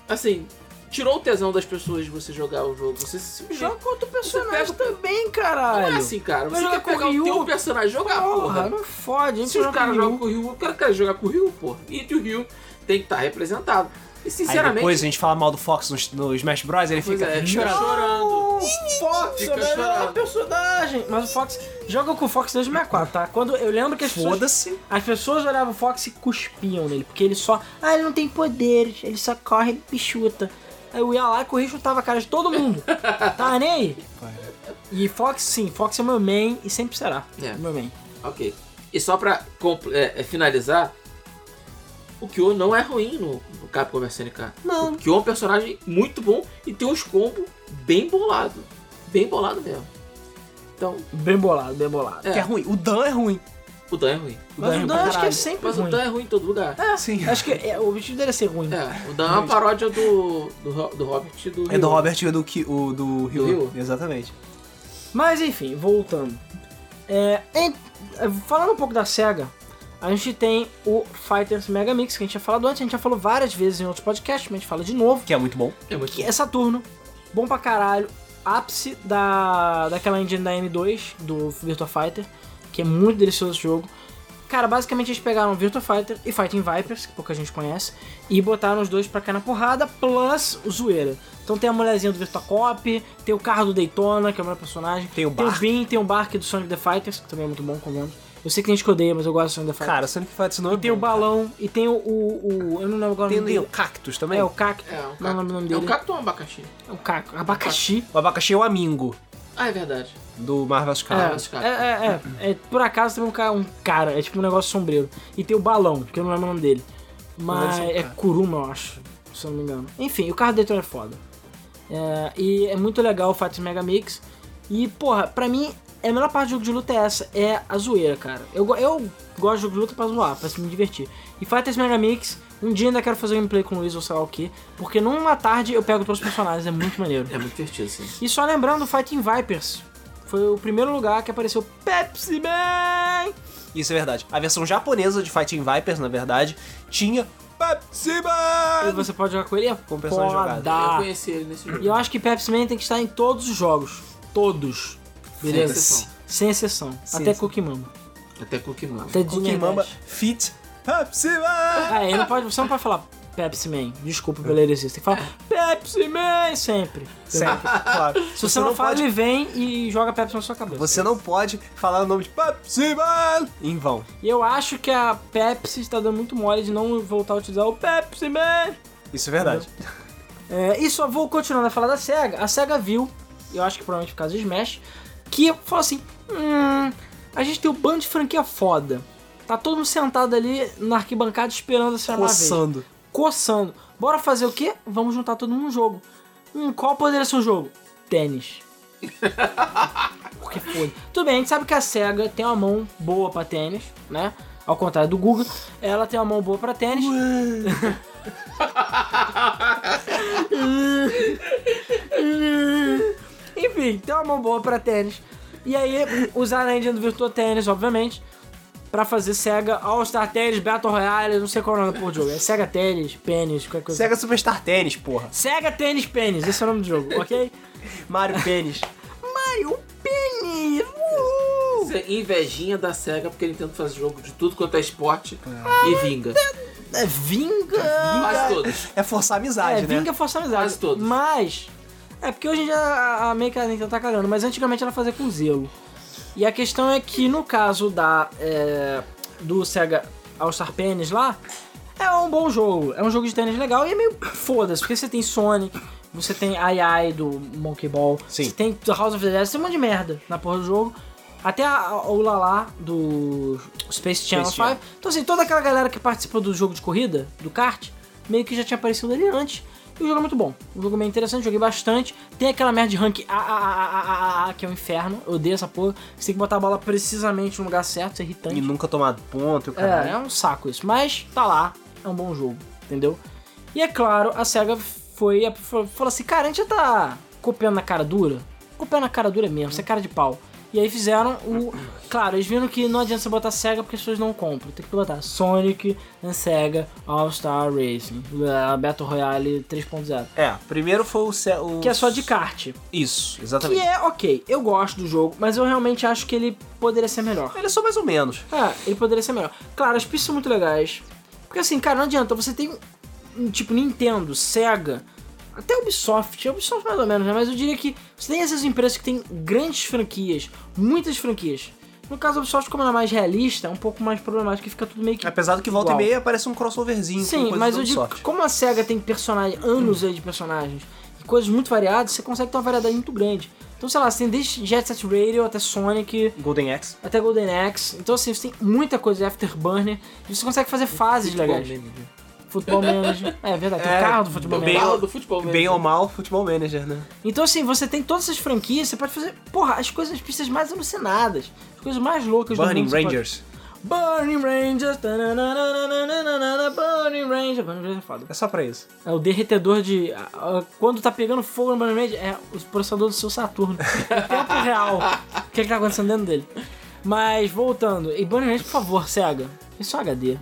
Speaker 3: assim, tirou o tesão das pessoas de você jogar o jogo. Você se
Speaker 2: Joga com outro personagem
Speaker 3: Você
Speaker 2: também,
Speaker 3: Não
Speaker 2: caralho.
Speaker 3: é assim, cara.
Speaker 2: Vai
Speaker 3: Você quer
Speaker 2: jogar com
Speaker 3: pegar
Speaker 2: Ryu?
Speaker 3: o teu personagem e jogar,
Speaker 2: Porra,
Speaker 3: porra.
Speaker 2: não fode. hein,
Speaker 3: Se os
Speaker 2: joga
Speaker 3: caras
Speaker 2: com
Speaker 3: jogam com o Ryu, o cara quer jogar com o Ryu, porra. E o Ryu tem que estar representado. E
Speaker 1: Aí
Speaker 3: sinceramente,
Speaker 1: depois a gente fala mal do Fox no, no Smash Bros, ele
Speaker 3: Pois
Speaker 1: fica
Speaker 3: é,
Speaker 1: chorando.
Speaker 3: chorando.
Speaker 2: O Fox,
Speaker 3: Fica
Speaker 2: é o melhor
Speaker 3: chorando.
Speaker 2: personagem. Mas o Fox joga com o Fox desde o 64, tá? Quando eu lembro que as pessoas,
Speaker 1: Foda-se.
Speaker 2: as pessoas olhavam o Fox e cuspiam nele, porque ele só. Ah, ele não tem poderes, ele só corre e chuta. Aí eu ia lá e corria e chutava a cara de todo mundo. tá nem aí. E Fox, sim, Fox é meu main e sempre será.
Speaker 3: É.
Speaker 2: Meu main.
Speaker 3: Ok. E só pra compl- é, é, finalizar, o Kyo não é ruim no, no Capcom vs SNK.
Speaker 2: Não.
Speaker 3: O Kyo é um personagem muito bom e tem uns combos bem bolado. Bem bolado mesmo. Então,
Speaker 2: Bem bolado, bem bolado.
Speaker 3: É.
Speaker 1: Que é ruim. O Dan é ruim.
Speaker 3: o Dan é ruim.
Speaker 2: Mas o Dan acho que é
Speaker 1: Caralho.
Speaker 2: sempre
Speaker 3: Mas
Speaker 2: ruim.
Speaker 3: o Dan é ruim em todo lugar.
Speaker 2: É,
Speaker 1: Sim.
Speaker 2: Acho que é, o objetivo dele é ser ruim.
Speaker 3: É, o Dan é uma paródia do, do, Ro- do Robert e do
Speaker 1: É do
Speaker 3: Ryu.
Speaker 1: Robert e do, Ki- o, do Ryu.
Speaker 3: Ryu.
Speaker 1: Exatamente.
Speaker 2: Mas enfim, voltando. É, em- é, falando um pouco da SEGA, a gente tem o Fighters Mega Mix, que a gente já falou antes, a gente já falou várias vezes em outros podcasts, mas a gente fala de novo.
Speaker 1: Que é muito bom.
Speaker 3: É muito
Speaker 2: Que é Saturno, bom pra caralho, ápice da, daquela engine da M2, do Virtua Fighter, que é muito delicioso esse jogo. Cara, basicamente eles pegaram Virtua Fighter e Fighting Vipers, que pouca gente conhece, e botaram os dois pra cá na porrada, plus o zoeira. Então tem a mulherzinha do Virtua Cop, tem o carro do Daytona, que é o melhor personagem.
Speaker 1: Tem o
Speaker 2: Tem o
Speaker 1: bar.
Speaker 2: Bean, tem o Bark do Sonic the Fighters, que também é muito bom, comendo. Eu sei que tem gente que odeia, mas eu gosto do Sonic the Fighters.
Speaker 1: Cara, Sonic Fights não é
Speaker 2: e tem o
Speaker 1: bom,
Speaker 2: balão, e tem o, o, o- Eu não lembro agora
Speaker 1: cara. Tem
Speaker 2: o nome
Speaker 1: ali o
Speaker 2: dele.
Speaker 1: Cactus também.
Speaker 2: É, o Cacto.
Speaker 3: É, um
Speaker 2: não lembro o nome
Speaker 3: cacto. É
Speaker 2: dele.
Speaker 3: um cacto ou um abacaxi?
Speaker 2: É o Cacto. Abacaxi.
Speaker 1: O abacaxi é o Amingo
Speaker 3: Ah, é verdade.
Speaker 1: do Marvel's Capcom.
Speaker 3: Abacaxi.
Speaker 2: É, é, é, é. Por acaso tem um cara, um cara, é tipo um negócio sombreiro. E tem o balão, que eu não lembro o nome dele. Mas
Speaker 1: Não deve ser um
Speaker 2: é
Speaker 1: cara.
Speaker 2: Kuruma, eu acho, se eu não me engano. Enfim, o carro do Daytona é foda. É, e é muito legal o Fatos Mega Mix. E, porra, pra mim, a melhor parte do jogo de luta é essa, é a zoeira, cara. Eu, go- eu gosto de jogo de luta pra zoar, pra me divertir. E Fighters Mega Mix, um dia ainda quero fazer um gameplay com o Luiz ou sei lá o quê, porque numa tarde eu pego todos os personagens, é muito maneiro.
Speaker 3: É muito divertido, sim.
Speaker 2: E só lembrando, Fighting Vipers foi o primeiro lugar que apareceu Pepsi Man!
Speaker 1: Isso é verdade. A versão japonesa de Fighting Vipers, na verdade, tinha Pepsi
Speaker 2: E
Speaker 1: Man!
Speaker 2: você pode jogar com ele, é
Speaker 1: Com personagem
Speaker 2: foda.
Speaker 3: Eu conheci ele nesse jogo.
Speaker 2: E Ah. eu acho que Pepsi Man tem que estar em todos os jogos. Todos. Beleza?
Speaker 3: exceção.
Speaker 2: Sem exceção.
Speaker 1: Sem
Speaker 2: Até
Speaker 1: exceção.
Speaker 2: Cookie Mama.
Speaker 3: Até Cookie Mama.
Speaker 2: Até
Speaker 1: Cookie
Speaker 2: Disney
Speaker 1: Mamba
Speaker 2: Dash.
Speaker 1: Fit Pepsi Man!
Speaker 2: Ah, ele não pode, você não pode falar Pepsi Man.
Speaker 1: É.
Speaker 2: Desculpa pela heresia. Você tem que falar Pepsi Man sempre.
Speaker 1: Sempre, claro.
Speaker 2: Se você, não, fala,
Speaker 1: pode,
Speaker 2: ele vem e joga Pepsi na sua cabeça.
Speaker 1: você não pode falar o nome de Pepsi Man em vão.
Speaker 2: E eu acho que a Pepsi está dando muito mole de não voltar a utilizar o Pepsi Man.
Speaker 1: Isso é verdade.
Speaker 2: É, e só vou continuando a falar da SEGA. A SEGA viu, eu acho que provavelmente por causa do Smash, que falou assim: hum, a gente tem um bando de franquia foda. Tá todo mundo sentado ali na arquibancada esperando essa Tá vez.
Speaker 1: Coçando.
Speaker 2: Coçando. Bora fazer o quê? Vamos juntar todo mundo num jogo. Hum, qual poderia ser o jogo? Tênis. Porque foda. Tudo bem, a gente sabe que a SEGA tem uma mão boa pra tênis, né? Ao contrário do Google, ela tem uma mão boa pra tênis. Enfim, tem uma mão boa pra tênis. E aí, usaram a engine do Virtua Tennis, obviamente, pra fazer SEGA All-Star Tennis, Battle Royale, não sei qual é o nome do jogo. É SEGA Tennis, Pênis, qualquer coisa.
Speaker 1: Sega é Superstar Tênis, porra.
Speaker 2: SEGA Tennis Pênis, esse é o nome do jogo, ok?
Speaker 1: Mario Pênis.
Speaker 2: Mario Pênis! Uhul!
Speaker 3: Isso é invejinha da SEGA, porque ele tenta fazer jogo de tudo quanto é esporte e vinga.
Speaker 2: É, Vinga!
Speaker 3: Quase todos.
Speaker 1: É forçar a
Speaker 2: É,
Speaker 1: amizade, né?
Speaker 2: Vinga força a amizade.
Speaker 3: Quase todos.
Speaker 2: Mas, é porque hoje em dia a, a Make a Nintendo tá cagando, mas antigamente ela fazia com zelo. E a questão é que no caso da é, do Sega All Star Penis lá, é um bom jogo. É um jogo de tênis legal e é meio foda-se, porque você tem Sonic, você tem Ai Ai do Monkey Ball,
Speaker 1: Sim.
Speaker 2: você tem House of the Dead, você tem um monte de merda na porra do jogo. Até a, a, o Lala do Space Channel
Speaker 1: Space Jam.
Speaker 2: 5. Então, assim, toda aquela galera que participa do jogo de corrida, do kart, meio que já tinha aparecido ali antes. E o jogo é muito bom. O jogo é bem interessante, joguei bastante. Tem aquela merda de rank A, A, A, A, A, A, A, que é um inferno. Eu odeio essa porra. Você tem que botar a bola precisamente no lugar certo, isso é irritante.
Speaker 1: E nunca tomado ponto, e o
Speaker 2: É,
Speaker 1: caralho.
Speaker 2: é um saco isso. Mas tá lá, é um bom jogo, entendeu? E é claro, a SEGA foi, foi- falou assim: cara, a gente já tá copiando na cara dura. Copiando na cara dura mesmo, isso é cara de pau. E aí fizeram o. Claro, eles viram que não adianta você botar SEGA porque as pessoas não compram. Tem que botar Sonic and SEGA All-Star Racing. eh, Battle Royale 3.0.
Speaker 1: É, primeiro foi o, Ce- o-
Speaker 2: Que é só de kart.
Speaker 1: Isso,
Speaker 2: Que
Speaker 1: exatamente.
Speaker 2: é ok, eu gosto do jogo, mas eu realmente acho que ele poderia ser melhor.
Speaker 1: Ele é só mais ou menos.
Speaker 2: Ah, ele poderia ser melhor. Claro, as pistas são muito legais. Porque assim, cara, não adianta. Você tem, um tipo, Nintendo, Sega, até Ubisoft. Ubisoft mais ou menos, né? Mas eu diria que você tem essas empresas que têm grandes franquias. Muitas franquias. No caso da Ubisoft, como ela é mais realista, é um pouco mais problemático. que Fica tudo meio que...
Speaker 1: Apesar do que volta
Speaker 2: Igual.
Speaker 1: e meia aparece um crossoverzinho com
Speaker 2: Sim,
Speaker 1: coisa
Speaker 2: mas
Speaker 1: do
Speaker 2: eu digo que
Speaker 1: Ubisoft.
Speaker 2: como a SEGA tem personagem, anos aí de personagens e coisas muito variadas, você consegue ter uma variedade muito grande. Então, sei lá, você tem desde Jet Set Radio até Sonic,
Speaker 1: Golden Axe.
Speaker 2: até Golden Axe. Então, assim, você tem muita coisa, Afterburner. E você consegue fazer fases legais. Futebol Manager. É verdade, tem
Speaker 1: É,
Speaker 2: o carro do Futebol
Speaker 1: bem-
Speaker 2: Manager.
Speaker 3: Bala do futebol mesmo.
Speaker 1: Bem ou mal, futebol manager, né?
Speaker 2: Então, assim, você tem todas essas franquias, você pode fazer, porra, as coisas, as pistas mais alucinadas. As coisas mais loucas
Speaker 1: Burning
Speaker 2: do mundo. você
Speaker 1: Rangers.
Speaker 2: Pode... Burning Rangers. tananana, Burning Ranger. Burning Ranger é foda.
Speaker 1: É só pra isso.
Speaker 2: É o derretedor de. ah, ah, Quando tá pegando fogo no Burning Ranger, é o processador do seu Saturno. Em tempo real. O que, é que tá acontecendo dentro dele? Mas voltando, e Burning Ranger, por favor, cega. Isso é HD.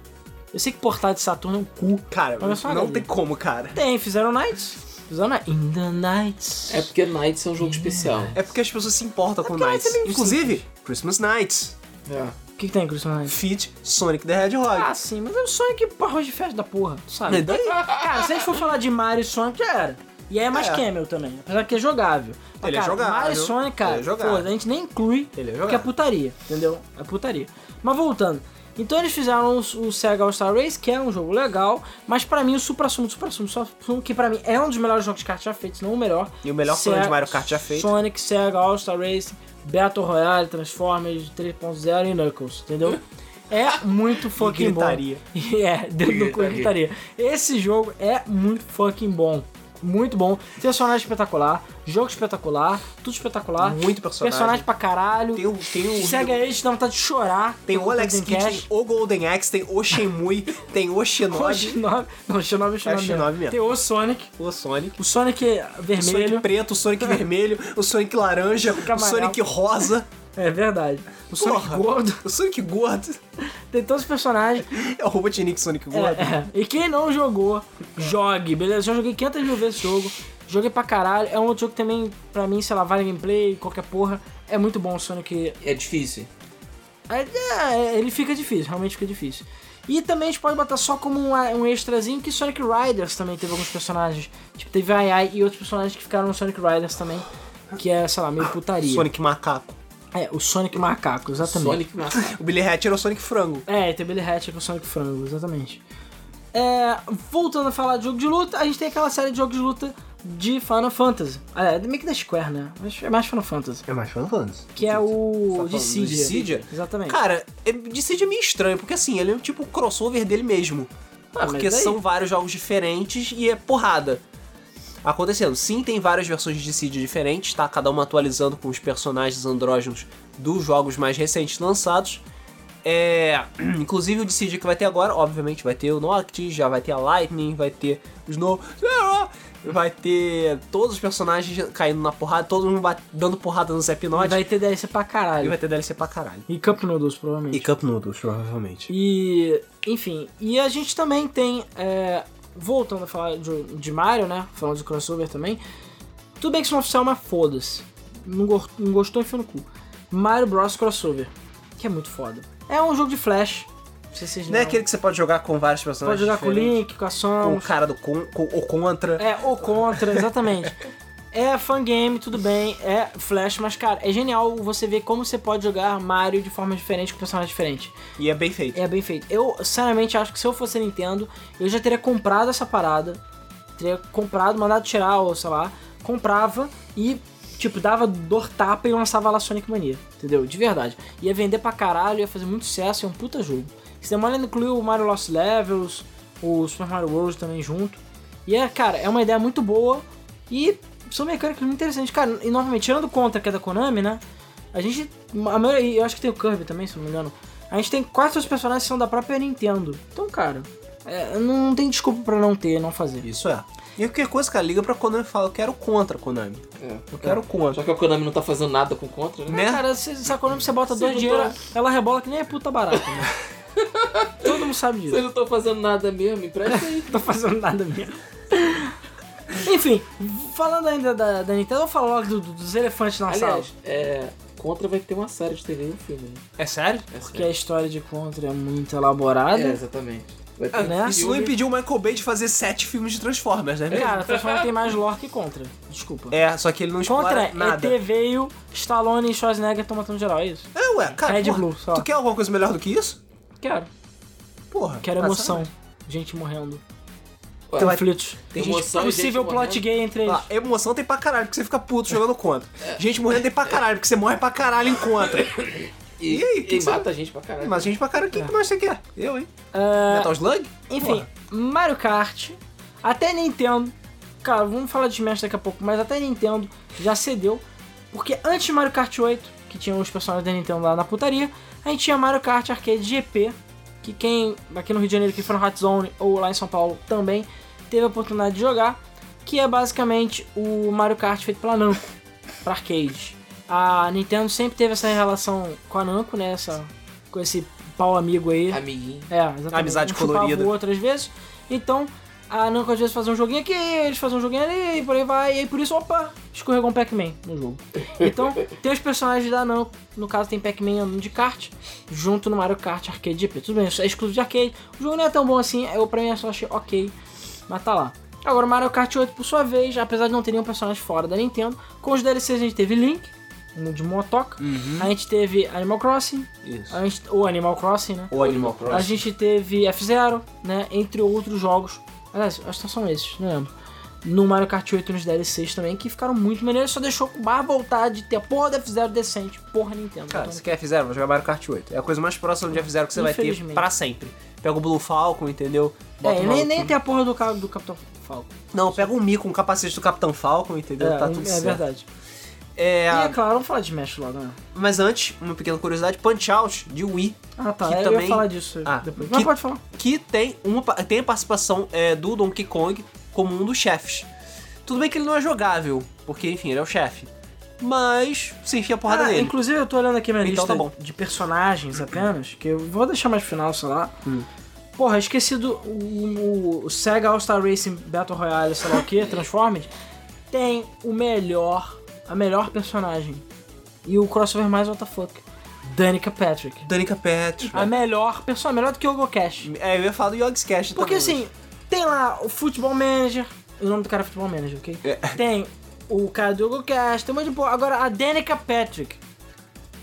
Speaker 2: Eu sei que portar de Saturno é um cu.
Speaker 1: Cara,
Speaker 2: Olha só,
Speaker 1: não
Speaker 2: galera.
Speaker 1: tem como, cara.
Speaker 2: Tem, fizeram Knights. Fizeram Knights. In the Nights.
Speaker 3: É porque Knights é um jogo especial.
Speaker 1: É porque as pessoas se importam com
Speaker 2: porque
Speaker 1: Nights.
Speaker 2: Nights é meio
Speaker 1: Inclusive, Christmas Nights.
Speaker 3: É.
Speaker 2: O que, que tem, Christian Knights?
Speaker 1: Feat Sonic the Hedgehog.
Speaker 2: Ah, sim, mas é o Sonic pro arroz de festa da porra, tu sabe?
Speaker 1: E daí?
Speaker 2: Cara, se a gente for falar de Mario e Sonic, já era. E aí é mais
Speaker 1: É.
Speaker 2: Camel também, apesar que é jogável. Mas,
Speaker 1: Ele é
Speaker 2: cara,
Speaker 1: jogável.
Speaker 2: Mario e Sonic, cara,
Speaker 1: Ele é jogável.
Speaker 2: pô, a gente nem inclui,
Speaker 1: Ele é
Speaker 2: porque é
Speaker 1: jogável.
Speaker 2: putaria, entendeu? É putaria. Mas voltando, então eles fizeram o, o Sega All-Star Race, que é um jogo legal, mas pra mim o supra-sumo, supra-sumo, supra-sumo, que pra mim é um dos melhores jogos de kart já feitos, não o melhor.
Speaker 1: E o melhor
Speaker 2: Sega-
Speaker 1: clone de Mario Kart já feito.
Speaker 2: Sonic, Sega, All-Star Racing, Battle Royale, Transformers 3.0 e Knuckles, entendeu? É muito fucking bom.
Speaker 1: gritaria.
Speaker 2: É, dentro do cu e gritaria. Esse jogo é muito fucking bom. Muito bom. Tem Personagem espetacular, jogo espetacular, tudo espetacular.
Speaker 1: Muito personagem.
Speaker 2: Personagem pra caralho.
Speaker 1: Tem o- tem o-
Speaker 2: Sega Age, dá vontade de chorar.
Speaker 1: Tem o Alex
Speaker 2: Golden
Speaker 1: Kidd, um tem
Speaker 2: Cash.
Speaker 1: o Golden Axe, tem o Shenmue, tem o
Speaker 2: O
Speaker 1: Shinobi,
Speaker 2: Shinobi. Não, o Shinobi é o Shinobi.
Speaker 1: Shinobi mesmo.
Speaker 2: Tem o Sonic.
Speaker 1: o Sonic.
Speaker 2: O Sonic é
Speaker 1: O
Speaker 2: vermelho.
Speaker 1: Sonic preto, o Sonic vermelho, o Sonic laranja, o
Speaker 2: amarelo.
Speaker 1: Sonic rosa,
Speaker 2: É verdade. O Sonic
Speaker 1: Porra.
Speaker 2: gordo.
Speaker 1: o Sonic gordo.
Speaker 2: Tem todos os personagens.
Speaker 1: É o Robotnik Sonic gordo.
Speaker 2: É, é. E quem não jogou, jogue, beleza? Eu já joguei 500 mil vezes esse jogo. Joguei pra caralho. É um outro jogo que também, pra mim, sei lá, vale gameplay, qualquer porra. É muito bom o Sonic.
Speaker 3: É difícil.
Speaker 2: É, é, ele fica difícil, realmente fica difícil. E também a gente pode botar só como um, um extrazinho que Sonic Riders também teve alguns personagens. Tipo, teve a AI e outros personagens que ficaram no Sonic Riders também. Que é, sei lá, meio putaria.
Speaker 1: Sonic Macaco.
Speaker 2: É, o Sonic Macaco, exatamente.
Speaker 3: Sonic
Speaker 2: Ah,
Speaker 3: Macaco.
Speaker 1: O Billy Hatch era o Sonic Frango.
Speaker 2: É, tem Billy Hatch com o Sonic Frango, exatamente. É, voltando a falar de jogo de luta, a gente tem aquela série de jogos de luta de Final Fantasy. Ah, é meio que da Square, né? Mas é mais Final Fantasy.
Speaker 1: É mais Final Fantasy.
Speaker 2: Que é o
Speaker 1: falando do
Speaker 2: Dissidia.
Speaker 1: Dissidia?
Speaker 2: Exatamente.
Speaker 1: Cara, é- Dissidia é meio estranho, porque assim, ele é tipo o crossover dele mesmo.
Speaker 2: Ah,
Speaker 1: porque
Speaker 2: mas daí?
Speaker 1: são vários jogos diferentes e é porrada. Acontecendo. Sim, tem várias versões de Dissidia diferentes, tá? Cada uma atualizando com os personagens andrógenos dos jogos mais recentes lançados. É, inclusive o Dissidia que vai ter agora, obviamente, vai ter o Noctis, já vai ter a Lightning, vai ter os Snow, vai ter todos os personagens caindo na porrada, todo mundo bat- dando porrada no Zepnod.
Speaker 2: vai ter DLC pra
Speaker 1: E
Speaker 2: caralho.
Speaker 1: vai ter DLC pra caralho.
Speaker 2: E Cup Noodles, provavelmente.
Speaker 1: E Cup Noodles, provavelmente.
Speaker 2: E, enfim, e a gente também tem, é, voltando a falar de, de Mario, né? Falando de crossover também. Tudo bem que isso não é oficial, mas foda-se. Não, gos- não gostou, enfia no cu. Mario Bros. Crossover, que é muito foda. É um jogo de flash. Não sei se vocês
Speaker 1: Não é
Speaker 2: lembram.
Speaker 1: aquele que você pode jogar com vários
Speaker 2: Pode
Speaker 1: personagens
Speaker 2: jogar com o
Speaker 1: diferentes?
Speaker 2: Link, com a
Speaker 1: Com
Speaker 2: Samus.
Speaker 1: o cara do con, com, ou contra.
Speaker 2: É, ou contra, exatamente. É fangame, tudo bem, é flash, mas cara, é genial você ver como você pode jogar Mario de forma diferente, com personagens diferentes.
Speaker 1: E é bem feito.
Speaker 2: É bem feito. Eu, sinceramente, acho que se eu fosse Nintendo, eu já teria comprado essa parada. Teria comprado, mandado tirar, ou sei lá. Comprava e, tipo, dava dor tapa e lançava lá Sonic Mania. Entendeu? De verdade. Ia vender pra caralho, ia fazer muito sucesso, é um puta jogo. Se demora, ainda incluiu o Mario Lost Levels, o Super Mario World também junto. E é, cara, é uma ideia muito boa e são mecânicas muito interessantes. Cara, e novamente, tirando conta que é da Konami, né? A gente. A maioria, eu acho que tem o Kirby também, se não me engano. A gente tem quatro outros personagens que são da própria Nintendo. Então, cara, é, não tem desculpa pra não ter, não fazer.
Speaker 1: Isso é. E qualquer coisa, cara, liga pra Konami e fala, eu quero contra, Konami.
Speaker 3: É.
Speaker 1: Eu quero
Speaker 3: Só
Speaker 1: contra.
Speaker 3: que a Konami não tá fazendo nada com contra, né?
Speaker 1: Né?
Speaker 2: É, cara, se, se a Konami você bota
Speaker 3: Se
Speaker 2: dois
Speaker 3: não
Speaker 2: dinheiro,
Speaker 3: tá-
Speaker 2: ela rebola que nem é puta barata. Né? Todo mundo sabe disso.
Speaker 3: Vocês não estão fazendo nada mesmo, empresta aí.
Speaker 2: Não tô fazendo nada mesmo. Enfim, falando ainda da, da Nintendo, eu falo logo do- do- dos elefantes na sala.
Speaker 3: Aliás, é, Contra vai ter uma série de TV e um filme. né?
Speaker 1: É sério?
Speaker 3: É
Speaker 2: Porque a história de Contra é muito elaborada.
Speaker 3: sério. É, exatamente. Vai ter
Speaker 2: né?
Speaker 3: um
Speaker 1: Isso não
Speaker 3: filme.
Speaker 1: impediu o Michael Bay de fazer sete filmes de Transformers,
Speaker 3: É,
Speaker 1: né? mesmo?
Speaker 2: Cara, Transformers tem mais lore que Contra. Desculpa.
Speaker 1: É, só que ele não explora
Speaker 2: Contra é
Speaker 1: nada.
Speaker 2: ET veio, Stallone e Schwarzenegger estão matando geral, é isso?
Speaker 1: É, ué, cara,
Speaker 2: Red
Speaker 1: porra,
Speaker 2: Blue, só.
Speaker 1: tu quer alguma coisa melhor do que isso?
Speaker 2: Quero.
Speaker 1: Porra.
Speaker 2: Quero
Speaker 1: tá
Speaker 2: emoção.
Speaker 1: certo.
Speaker 2: Gente morrendo.
Speaker 3: Ué,
Speaker 1: Então vai-
Speaker 2: Conflitos.
Speaker 3: Tem
Speaker 2: gente,
Speaker 3: emoção e gente
Speaker 2: possível plot
Speaker 3: morrendo.
Speaker 2: gay entre eles.
Speaker 1: Ah, emoção tem pra caralho, porque você fica puto jogando contra. Gente morrendo tem pra caralho, porque você morre pra caralho em contra.
Speaker 3: E,
Speaker 1: E aí,
Speaker 3: e
Speaker 1: que que
Speaker 3: mata a gente pra caralho.
Speaker 1: Mas gente pra caralho, o que, que mais você quer? Eu, hein?
Speaker 2: Ah,
Speaker 1: Metal Slug?
Speaker 2: enfim,
Speaker 1: Porra.
Speaker 2: Mario Kart, até Nintendo. Cara, vamos falar de Smash daqui a pouco, mas até Nintendo já cedeu. Porque antes de Mario Kart 8, que tinha os personagens da Nintendo lá na putaria, a gente tinha Mario Kart Arcade GP, que quem aqui no Rio de Janeiro que foi no Hot Zone ou lá em São Paulo também teve a oportunidade de jogar, que é basicamente o Mario Kart feito pela Namco para arcade. A Nintendo sempre teve essa relação com a Namco, né? Essa, com esse pau amigo aí.
Speaker 3: Amiguinho.
Speaker 2: É, exatamente.
Speaker 1: Amizade
Speaker 2: um chupava
Speaker 1: colorida.
Speaker 2: o outro às vezes. Então, a Namco às vezes fazia um joguinho aqui, eles faziam um joguinho ali, e por aí vai. E aí por isso, opa, escorregou um Pac-Man no jogo. Então, tem os personagens da Namco. No caso, tem Pac-Man andando de kart, junto no Mario Kart Arcade GP. Tudo bem, isso é exclusivo de arcade. O jogo não é tão bom assim, eu pra mim só achei ok, mas tá lá. Agora, o Mario Kart 8, por sua vez, apesar de não ter nenhum personagem fora da Nintendo, com os DLCs a gente teve Link, um de motoca,
Speaker 1: Uhum.
Speaker 2: a gente teve Animal Crossing,
Speaker 1: Isso.
Speaker 2: a gente, ou Animal Crossing, né?
Speaker 1: O Animal
Speaker 2: Ah, A
Speaker 1: Crossing.
Speaker 2: gente teve F-Zero, né? Entre outros jogos. Aliás, acho que são esses, não lembro. No Mario Kart 8 e nos DLCs também, que ficaram muito maneiros, só deixou com mais vontade de ter a porra da F-Zero decente. Porra, Nintendo.
Speaker 1: Cara,
Speaker 2: Então,
Speaker 1: se quer F0, vai jogar Mario Kart 8. É a coisa mais próxima de F0 que você vai ter
Speaker 2: Infelizmente.
Speaker 1: pra sempre. Pega o Blue Falcon, entendeu? Bota o
Speaker 2: é, nem,
Speaker 1: maluco-
Speaker 2: nem tem a porra do, ca- do Capitão Falcon.
Speaker 1: Não, pega um Mico, um capacete do Capitão Falcon, entendeu?
Speaker 2: é,
Speaker 1: tá
Speaker 2: um-
Speaker 1: tudo
Speaker 2: é
Speaker 1: certo.
Speaker 2: verdade.
Speaker 1: É,
Speaker 2: E é claro, vamos falar de Smash logo, né?
Speaker 1: mas antes, uma pequena curiosidade, Punch Out de Wii,
Speaker 2: Ah, tá.
Speaker 1: Que
Speaker 2: eu
Speaker 1: também-
Speaker 2: ia falar disso
Speaker 1: Ah,
Speaker 2: depois.
Speaker 1: que-
Speaker 2: Mas pode falar.
Speaker 1: que tem, uma, pa- tem a participação é, do Donkey Kong como um dos chefes. Tudo bem que ele não é jogável, porque enfim, ele é o chefe. Mas você enfia a porrada
Speaker 2: Ah,
Speaker 1: nele.
Speaker 2: Inclusive, eu tô olhando aqui minha
Speaker 1: Então
Speaker 2: lista
Speaker 1: tá bom.
Speaker 2: de personagens apenas, que eu vou deixar mais pro final, sei lá.
Speaker 1: Hum.
Speaker 2: Porra, eu esqueci do o, o Sega All-Star Racing Battle Royale, sei lá o que, Transformers. Tem o melhor, a melhor personagem. E o crossover mais WTF. Danica Patrick.
Speaker 1: Danica Patrick.
Speaker 2: A melhor pessoa, melhor do que o Hugo Cash.
Speaker 1: É, eu ia falar do Yogg's Cash
Speaker 2: Porque
Speaker 1: também.
Speaker 2: assim, tem lá o Futebol Manager. O nome do cara é Futebol Manager, ok?
Speaker 1: É.
Speaker 2: Tem o cara do Hugo Cash, tem um monte de porra. Agora, a Danica Patrick.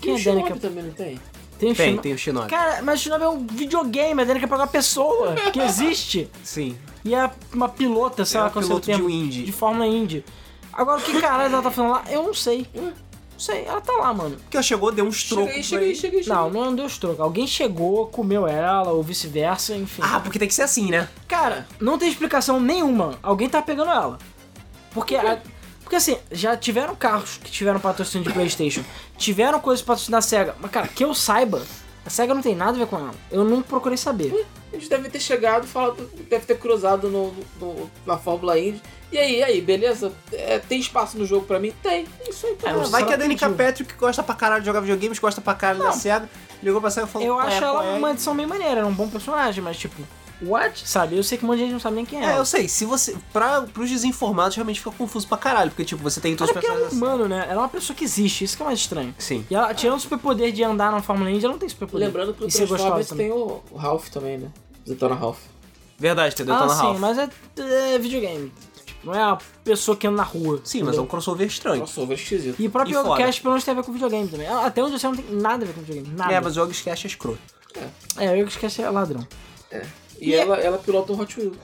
Speaker 2: Quem
Speaker 3: Tem o
Speaker 2: é a Danica
Speaker 3: Shinobi também, não tem?
Speaker 2: Tem o
Speaker 1: Tem,
Speaker 2: Shino-
Speaker 1: tem o Shinobi.
Speaker 2: Cara, mas o Shinobi é um videogame, a Danica Patrick é uma pessoa que existe.
Speaker 1: Sim.
Speaker 2: E é uma pilota, sei
Speaker 1: É
Speaker 2: lá
Speaker 1: uma
Speaker 2: qual é o seu
Speaker 1: piloto
Speaker 2: termo.
Speaker 1: de Indy.
Speaker 2: De Fórmula Indy. Agora, o que caralho ela tá fazendo lá? Eu não sei. Não sei, ela tá lá, mano.
Speaker 1: Porque ela chegou, deu um uns trocos.
Speaker 3: Cheguei,
Speaker 1: pra
Speaker 3: cheguei,
Speaker 1: ele.
Speaker 3: cheguei, cheguei.
Speaker 2: Não, né? não deu estroco. Alguém chegou, comeu ela, ou vice-versa, enfim.
Speaker 1: Ah, porque tem que ser assim, né?
Speaker 2: Cara, não tem explicação nenhuma. Alguém tá pegando ela. Porque. a- porque assim, já tiveram carros que tiveram patrocínio de Playstation. Tiveram coisas patrocinadas da SEGA. Mas, cara, que eu saiba, a SEGA não tem nada a ver com ela. Eu não procurei saber.
Speaker 3: Eles devem ter chegado, falado, deve ter cruzado no, no- na Fórmula Indy. E aí, e aí, beleza? É, tem espaço no jogo pra mim? Tem. Isso aí, tá
Speaker 2: É,
Speaker 3: bom.
Speaker 2: eu
Speaker 1: Vai
Speaker 2: só
Speaker 1: que a Danica
Speaker 2: pediu.
Speaker 1: Patrick gosta pra caralho de jogar videogames, gosta pra caralho da SEGA, ligou pra SEGA e falou...
Speaker 2: Eu
Speaker 1: "Qual é,
Speaker 2: acho
Speaker 1: qual
Speaker 2: ela
Speaker 1: é?"
Speaker 2: uma edição meio maneira, ela é um bom personagem, mas tipo, what? Sabe? Eu sei que um monte de gente não sabe nem quem é.
Speaker 1: É,
Speaker 2: ela.
Speaker 1: eu sei, se você. Pra, pros desinformados realmente fica confuso pra caralho, porque tipo, você tem todos
Speaker 2: Mas
Speaker 1: os
Speaker 2: é porque ela é um
Speaker 1: personagens. assim.
Speaker 2: humano, né? Ela é uma pessoa que existe, isso que é mais estranho.
Speaker 1: Sim.
Speaker 2: E ela, tirando o superpoder de andar na Fórmula Indy, ela não tem superpoder.
Speaker 3: Lembrando que o
Speaker 2: E ser gostosa
Speaker 3: Transformers
Speaker 2: também.
Speaker 3: tem o, o Ralph também, né? Detona Ralph.
Speaker 1: Verdade, entendeu?
Speaker 2: Ah,
Speaker 1: tá na
Speaker 2: sim,
Speaker 1: Ralph.
Speaker 2: mas é, é videogame. Tipo, não é a pessoa que anda na rua.
Speaker 1: Sim, mas é um crossover estranho.
Speaker 3: Crossover esquisito.
Speaker 2: E o
Speaker 1: e
Speaker 2: próprio
Speaker 1: fora.
Speaker 2: Yogcast, pelo menos, tem a ver com videogame também. Ah, Até onde eu sei, não tem nada a ver com videogame. Nada.
Speaker 1: É, mas o Yogg's Cash é escroto.
Speaker 2: É, o Yogcast é ladrão.
Speaker 3: E, ela, ela pilota um Hot Wheels.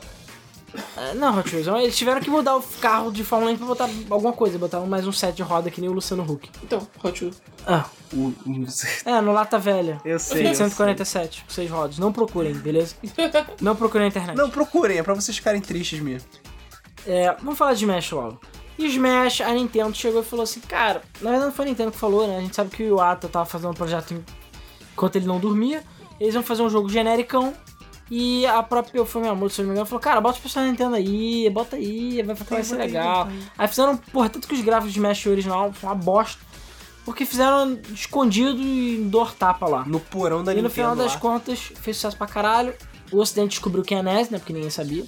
Speaker 2: É, Não, Hot Wheels, eles tiveram que mudar o carro de Fórmula 1 pra botar alguma coisa. Botaram mais um set de roda que nem o Luciano Huck.
Speaker 3: Então, Hot Wheels.
Speaker 2: Ah,
Speaker 1: O-
Speaker 2: é, no Lata Velha.
Speaker 1: Eu sei, eu
Speaker 2: 147, com seis rodas. Não procurem, beleza? Não procurem na internet.
Speaker 1: Não, procurem, é pra vocês ficarem tristes mesmo.
Speaker 2: É, vamos falar de Smash logo. E Smash, a Nintendo chegou e falou assim, cara, na verdade não foi a Nintendo que falou, né? A gente sabe que o Iwata tava fazendo um projeto em- enquanto ele não dormia. Eles vão fazer um jogo genericão. E a própria foi minha se eu não me engano, falou, cara, bota o personagem da Nintendo aí, bota aí, vai ficar vai ser
Speaker 1: bota aí,
Speaker 2: legal.
Speaker 1: bota
Speaker 2: Aí fizeram, um porra, tanto que os gráficos de Smash original foi uma bosta. Porque fizeram escondido e dor tapa lá.
Speaker 1: No porão da
Speaker 2: E no
Speaker 1: Nintendo.
Speaker 2: final das
Speaker 1: lá.
Speaker 2: contas, fez sucesso pra caralho. O Ocidente descobriu quem é Ness, né? Porque ninguém sabia.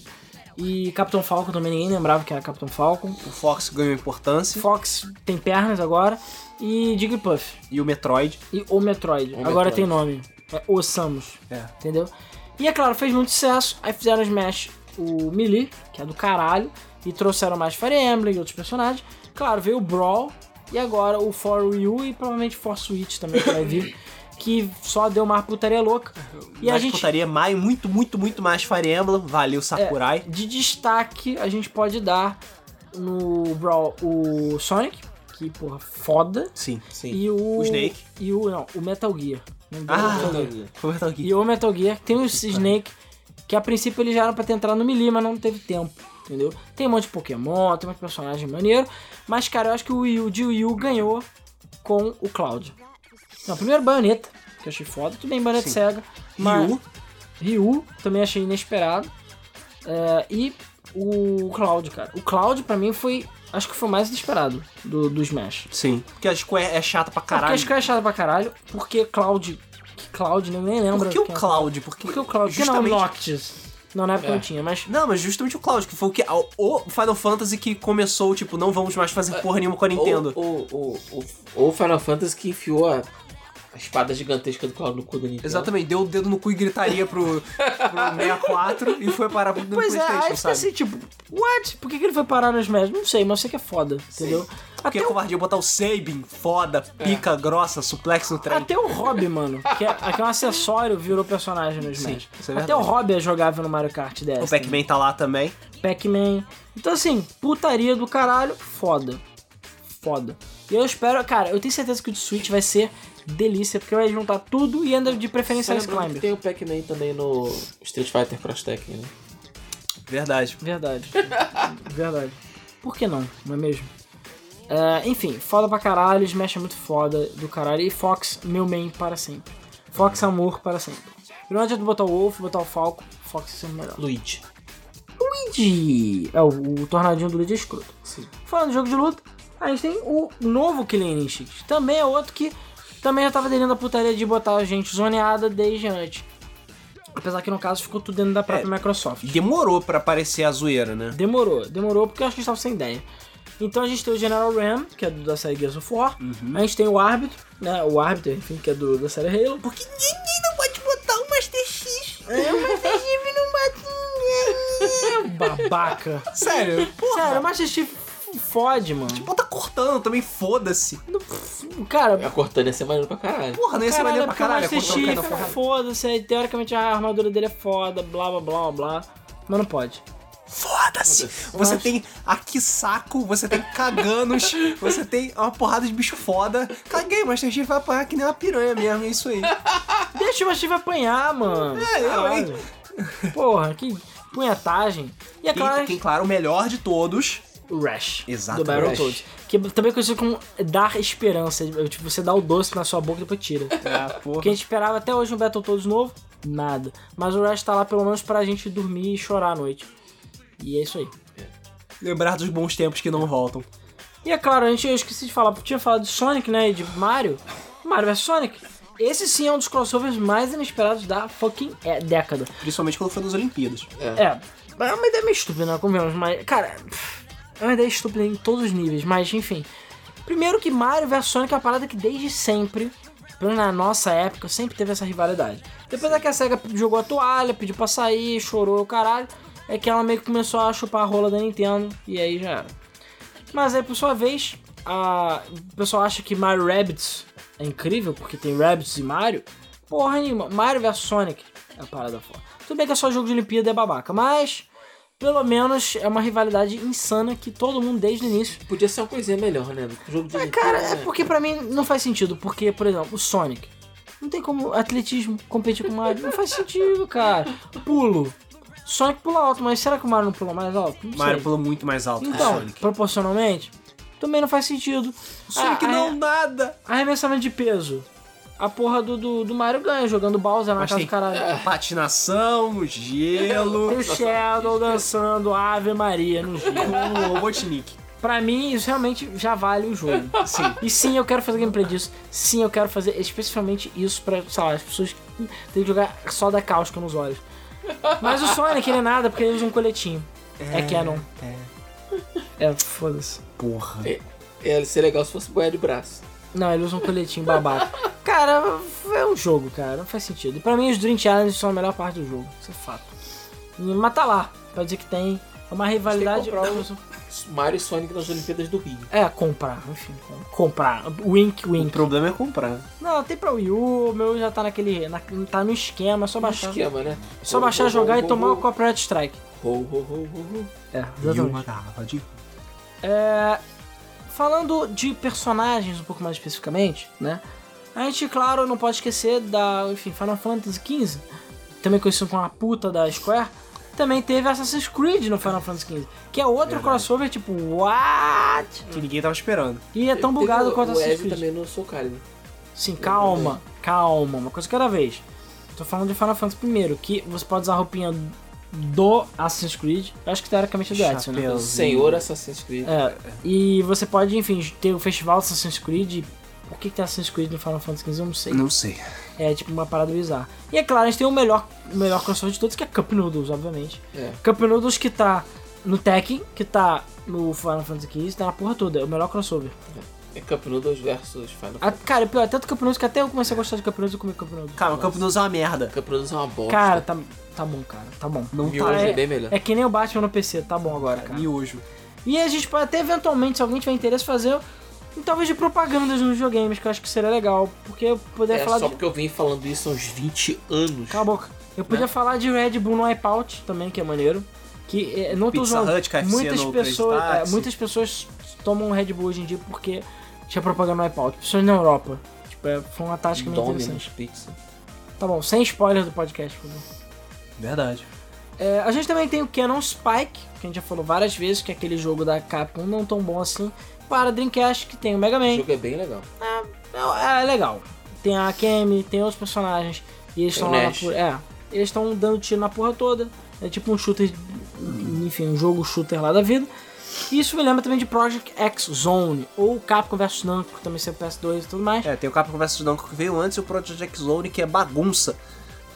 Speaker 2: E Capitão Falcon também ninguém lembrava que era Capitão Falcon.
Speaker 1: O Fox ganhou importância
Speaker 2: Fox tem pernas agora. E Jigglypuff.
Speaker 1: e o Metroid.
Speaker 2: E o Metroid.
Speaker 3: O
Speaker 2: agora
Speaker 3: Metroid.
Speaker 2: tem nome. É o Samus.
Speaker 1: É.
Speaker 2: Entendeu? E é claro, fez muito sucesso. Aí fizeram Smash o Melee, que é do caralho. E trouxeram mais Fire Emblem e outros personagens. Claro, veio o Brawl. E agora o For Wii U e provavelmente For Switch também que vai vir. Que só deu uma putaria louca. E a
Speaker 1: mais
Speaker 2: gente. É.
Speaker 1: putaria, mais, muito, muito, muito mais Fire Emblem. Valeu, Sakurai.
Speaker 2: De destaque, a gente pode dar no Brawl o Sonic, que, porra, foda.
Speaker 1: Sim, sim.
Speaker 2: E o.
Speaker 1: O Snake.
Speaker 2: E o. Não, o Metal Gear. Não deu
Speaker 1: Ah,
Speaker 2: Metal Gear.
Speaker 1: Foi o Metal Gear.
Speaker 2: E o Metal Gear tem o Snake, que a princípio ele já era pra tentar no Melee, mas não teve tempo, entendeu? Tem um monte de Pokémon, tem um monte de personagem maneiro, mas cara, eu acho que o Wii U de Wii U ganhou com o Cloud. Não, primeiro Bayonetta, que eu achei foda, tudo bem, Bayonetta
Speaker 1: Sim.
Speaker 2: cega.
Speaker 1: Ryu.
Speaker 2: Ryu, também achei inesperado. É, e o Cloud, cara. O Cloud pra mim foi, acho que foi o mais inesperado do, do Smash.
Speaker 1: Sim. Porque a Square é chata pra
Speaker 2: Porque
Speaker 1: caralho.
Speaker 2: acho que é chato pra caralho, porque Cloud, que Cloud, nem nem lembro.
Speaker 1: Por que o
Speaker 2: quem é.
Speaker 1: Cloud? Porque,
Speaker 2: Por que o Cloud? Por que não é um o
Speaker 1: justamente...
Speaker 2: Noctis? Não, na época
Speaker 3: É.
Speaker 2: não tinha, mas...
Speaker 1: Não, mas justamente o Cloud, que foi o que. O o Final Fantasy que começou, tipo, não vamos mais fazer porra nenhuma com a Nintendo.
Speaker 3: Ou o Final Fantasy que enfiou a, a espada gigantesca do Cloud no cu da Nintendo.
Speaker 1: Exatamente, deu o dedo no cu e gritaria pro, pro 64 e foi parar pro no
Speaker 2: Pois é,
Speaker 1: PlayStation,
Speaker 2: aí fica
Speaker 1: sabe?
Speaker 2: assim, tipo... What? Por que, que ele foi parar no Smash? Não sei, mas eu sei que é foda, entendeu?
Speaker 1: Porque
Speaker 2: Até
Speaker 1: é
Speaker 2: o,
Speaker 1: covardia botar o Sabin, foda, pica, grossa, suplex no trem.
Speaker 2: até o Hobby, mano, que é, que é um acessório, virou personagem no Smash.
Speaker 1: isso é
Speaker 2: até
Speaker 1: verdade.
Speaker 2: o Hobby é jogável no Mario Kart 10.
Speaker 1: O Pac-Man tá lá também.
Speaker 2: Pac-Man. Então, assim, putaria do caralho, foda. Foda. E eu espero, cara, eu tenho certeza que o de Switch vai ser delícia, porque vai juntar tudo e anda de preferência Ice
Speaker 3: lembrando que
Speaker 2: Climber.
Speaker 3: Tem o Pac-Man também no Street Fighter Cross Tekken, né?
Speaker 1: Verdade.
Speaker 2: Verdade. Verdade. Por que não? Não é mesmo? É, enfim, foda pra caralho, Smash é muito foda do caralho. E Fox, meu main para sempre. Fox, amor para sempre. E não adianta botar o Wolf, botar o Falco, Fox é sempre melhor.
Speaker 3: Luigi.
Speaker 2: Luigi. É, o, o tornadinho do Luigi é escroto. Falando de jogo de luta, a gente tem o novo Killing Instinct. Também é outro que também já tava dentro da putaria de botar a gente zoneada desde antes. Apesar que no caso ficou tudo dentro da própria Microsoft.
Speaker 1: Demorou pra aparecer a zoeira, né?
Speaker 2: Demorou, demorou porque eu acho que eles estavam sem ideia. Então a gente tem o General Ram, que é do, da série Gears of War. A gente tem o árbitro, né? O árbitro, enfim, que é do, da série Halo.
Speaker 1: Porque ninguém não pode botar o Master X.
Speaker 2: Babaca.
Speaker 1: Sério, porra.
Speaker 2: Sério, o Master Chief fode, mano.
Speaker 1: Bota cortando também, foda-se.
Speaker 2: Cara,
Speaker 3: A Cortana ia ser maneiro pra caralho.
Speaker 1: Porra, Ah, né? não ia ser
Speaker 2: Caralho,
Speaker 1: maneiro
Speaker 2: é
Speaker 1: pra
Speaker 2: porque o
Speaker 1: caralho.
Speaker 2: Master
Speaker 1: cortando cada
Speaker 2: Chief,
Speaker 1: porra.
Speaker 2: foda-se, aí, teoricamente a armadura dele é foda, blá blá blá blá blá. Mas não pode.
Speaker 1: Foda-se. Você tem aqui saco, você tem caganos, você tem uma porrada de bicho foda. Caguei, o Master Chief vai apanhar que nem uma piranha mesmo, é isso aí.
Speaker 2: Deixa o Master Chief apanhar, mano.
Speaker 1: É, eu,
Speaker 2: Caralho. Porra, que punhetagem. E é claro,
Speaker 1: Quem, quem, claro, o melhor de todos.
Speaker 2: o Rash.
Speaker 1: Exato,
Speaker 2: Do Battle
Speaker 1: Rash.
Speaker 2: Toads. Que também é conhecido como dar esperança. É, Tipo, você dá o doce na sua boca e depois tira.
Speaker 1: Ah,
Speaker 2: O que a gente esperava até hoje no Battletoads novo, nada. Mas o Rash tá lá pelo menos pra gente dormir e chorar à noite. E é isso aí.
Speaker 1: Lembrar dos bons tempos que não voltam.
Speaker 2: E é claro, a gente, eu esqueci de falar, porque tinha falado de Sonic, né? E de Mario. Mario vs Sonic. Esse sim é um dos crossovers mais inesperados da fucking é, década.
Speaker 1: Principalmente quando foi nas Olimpíadas.
Speaker 2: É, mas é uma ideia meio estúpida, né? Convenhamos, mas. Cara, pff, é uma ideia estúpida em todos os níveis, mas enfim. Primeiro que Mario vs Sonic é uma parada que desde sempre, pelo menos na nossa época, sempre teve essa rivalidade. Depois é que a SEGA jogou a toalha, pediu pra sair, chorou o caralho, é que ela meio que começou a chupar a rola da Nintendo, e aí já era. Mas aí, por sua vez, a... o pessoal acha que Mario Rabbids é incrível, porque tem Rabbids e Mario. Porra nenhuma, Mario vs Sonic é a parada foda. Tudo bem que é só jogo de Olimpíada, é babaca, mas pelo menos é uma rivalidade insana que todo mundo desde o início.
Speaker 3: Podia ser uma coisinha melhor, né? Um jogo de
Speaker 2: É,
Speaker 3: Nintendo,
Speaker 2: cara, é
Speaker 3: né?
Speaker 2: porque pra mim não faz sentido, porque, por exemplo, o Sonic. Não tem como atletismo competir com o Mario, não faz sentido, cara. Pulo. Sonic pula alto, mas será que o Mario não pula mais alto? Não
Speaker 1: Mario
Speaker 2: sei.
Speaker 1: pulou muito mais alto que o
Speaker 2: Então,
Speaker 1: Sonic.
Speaker 2: proporcionalmente, também não faz sentido.
Speaker 1: Sonic
Speaker 2: Ah,
Speaker 1: não
Speaker 2: arre-
Speaker 1: nada.
Speaker 2: Arremessamento de peso. A porra do, do, do Mario ganha jogando Bowser na
Speaker 1: Mas É.
Speaker 2: casa
Speaker 1: tem-
Speaker 2: do caralho.
Speaker 1: Patinação, gelo,
Speaker 2: Tem o Shadow dançando Ave Maria no jogo.
Speaker 1: com o Robotnik.
Speaker 2: Pra mim, isso realmente já vale o jogo.
Speaker 1: Sim.
Speaker 2: E sim, eu quero fazer gameplay disso. Sim, eu quero fazer especificamente isso pra, sei lá, as pessoas que têm que jogar só da cáustica nos olhos. Mas o Sonic, ele é nada porque ele usa um coletinho. É, canon. É, foda-se.
Speaker 1: Porra.
Speaker 3: é, Ia ser legal se fosse boia de braço.
Speaker 2: Não, ele usa um coletinho babaca. cara, é um jogo, cara. Não faz sentido. E pra mim, os Dream Challenges são a melhor parte do jogo. Isso é fato. E matar lá. Pra dizer que tem é uma rivalidade...
Speaker 3: comprar um- Mario e Sonic nas Olimpíadas do Rio.
Speaker 2: É, comprar. Enfim, comprar. Wink,
Speaker 1: O
Speaker 2: wink.
Speaker 1: problema é comprar.
Speaker 2: Não, tem pra Wii U. O meu já tá naquele... na- tá no esquema. É só
Speaker 3: Um
Speaker 2: baixar.
Speaker 3: esquema, né?
Speaker 2: Só
Speaker 3: Ho,
Speaker 2: baixar,
Speaker 3: ho,
Speaker 2: jogar
Speaker 3: ho,
Speaker 2: e
Speaker 3: ho,
Speaker 2: tomar
Speaker 3: ho.
Speaker 2: o Copyright Strike.
Speaker 3: Ho, ho, ho, ho, ho.
Speaker 1: E
Speaker 2: É, exatamente.
Speaker 1: uma garrafa de...
Speaker 2: É, falando de personagens um pouco mais especificamente, né? A gente, claro, não pode esquecer da, enfim, Final Fantasy XV, também conhecido como a puta da Square, também teve Assassin's Creed no Final Fantasy XV, que é outro crossover, tipo, what?
Speaker 1: Que ninguém tava esperando.
Speaker 2: E é tão
Speaker 3: Teve
Speaker 2: bugado
Speaker 3: o-
Speaker 2: quanto
Speaker 3: O
Speaker 2: Assassin's
Speaker 3: Eve
Speaker 2: Creed.
Speaker 3: também não sou Calibur.
Speaker 2: Sim, calma, calma, uma coisa cada vez. Tô falando de Final Fantasy primeiro, que você pode usar a roupinha do Assassin's Creed, acho que teoricamente é do Edson, né?
Speaker 1: Chapéuzinho.
Speaker 3: Senhor Assassin's Creed.
Speaker 2: É, e você pode, enfim, ter o festival Assassin's Creed. Por que, que tem Assassin's Creed no Final Fantasy XV? Eu não sei.
Speaker 1: Não sei.
Speaker 2: É tipo uma parada bizarra. E é claro, a gente tem o melhor, o melhor crossover de todos, que é Cup Noodles, obviamente.
Speaker 3: É.
Speaker 2: Cup Noodles que tá no Tekken, que tá no Final Fantasy XV, tá na porra toda. É o melhor crossover.
Speaker 3: É Cup Noodles versus Final Ah,
Speaker 2: A, cara, pior, é tanto Cup Noodles que até eu comecei a gostar de Cup Noodles e comer Cup Noodles.
Speaker 1: Cara, o Campo News é uma merda.
Speaker 3: Cup Noodles é uma bosta.
Speaker 2: Cara, tá, tá bom, cara. Tá bom.
Speaker 1: Não
Speaker 3: e
Speaker 1: tá.
Speaker 3: hoje é,
Speaker 2: é-
Speaker 3: bem melhor.
Speaker 2: É que nem o Batman no PC, tá bom agora, cara.
Speaker 1: Miojo.
Speaker 2: E a gente pode até eventualmente, se alguém tiver interesse, fazer um- talvez de propagandas nos videogames, que eu acho que seria legal. Porque eu poderia
Speaker 3: É,
Speaker 2: falar
Speaker 3: só
Speaker 2: de.
Speaker 3: porque eu venho falando isso há uns 20 anos.
Speaker 2: Cala a boca. Eu podia
Speaker 1: Né?
Speaker 2: falar de Red Bull no Wipeout também, que é maneiro. Que é, não tô
Speaker 1: Pizza
Speaker 2: zoando.
Speaker 1: Hut, KFC
Speaker 2: muitas,
Speaker 1: no
Speaker 2: pessoas,
Speaker 1: Crazy
Speaker 2: é,
Speaker 1: Taxi.
Speaker 2: muitas pessoas tomam Red Bull hoje em dia porque tinha propaganda no Wipeout. Pessoas na Europa. Tipo, é, foi uma tática meio
Speaker 3: Domino's
Speaker 2: interessante.
Speaker 3: Pizza.
Speaker 2: Tá bom, sem spoiler do podcast, por favor.
Speaker 1: Verdade.
Speaker 2: É, a gente também tem o Canon Spike, que a gente já falou várias vezes, que é aquele jogo da Capcom não tão bom assim. Para Dreamcast, que tem o Mega Man.
Speaker 3: O jogo é bem legal.
Speaker 2: É, é legal. Tem a Akemi, tem outros personagens. E eles
Speaker 3: Tem
Speaker 2: estão
Speaker 3: o
Speaker 2: lá na
Speaker 3: Nash.
Speaker 2: porra. É. Eles estão dando tiro na porra toda. É tipo um shooter. Enfim, um jogo shooter lá da vida. E isso me lembra também de Project X Zone. Ou Capcom vs Namco, que também saiu pro PS2 e tudo mais.
Speaker 1: É, tem o Capcom vs Namco que veio antes e o Project X Zone que é bagunça.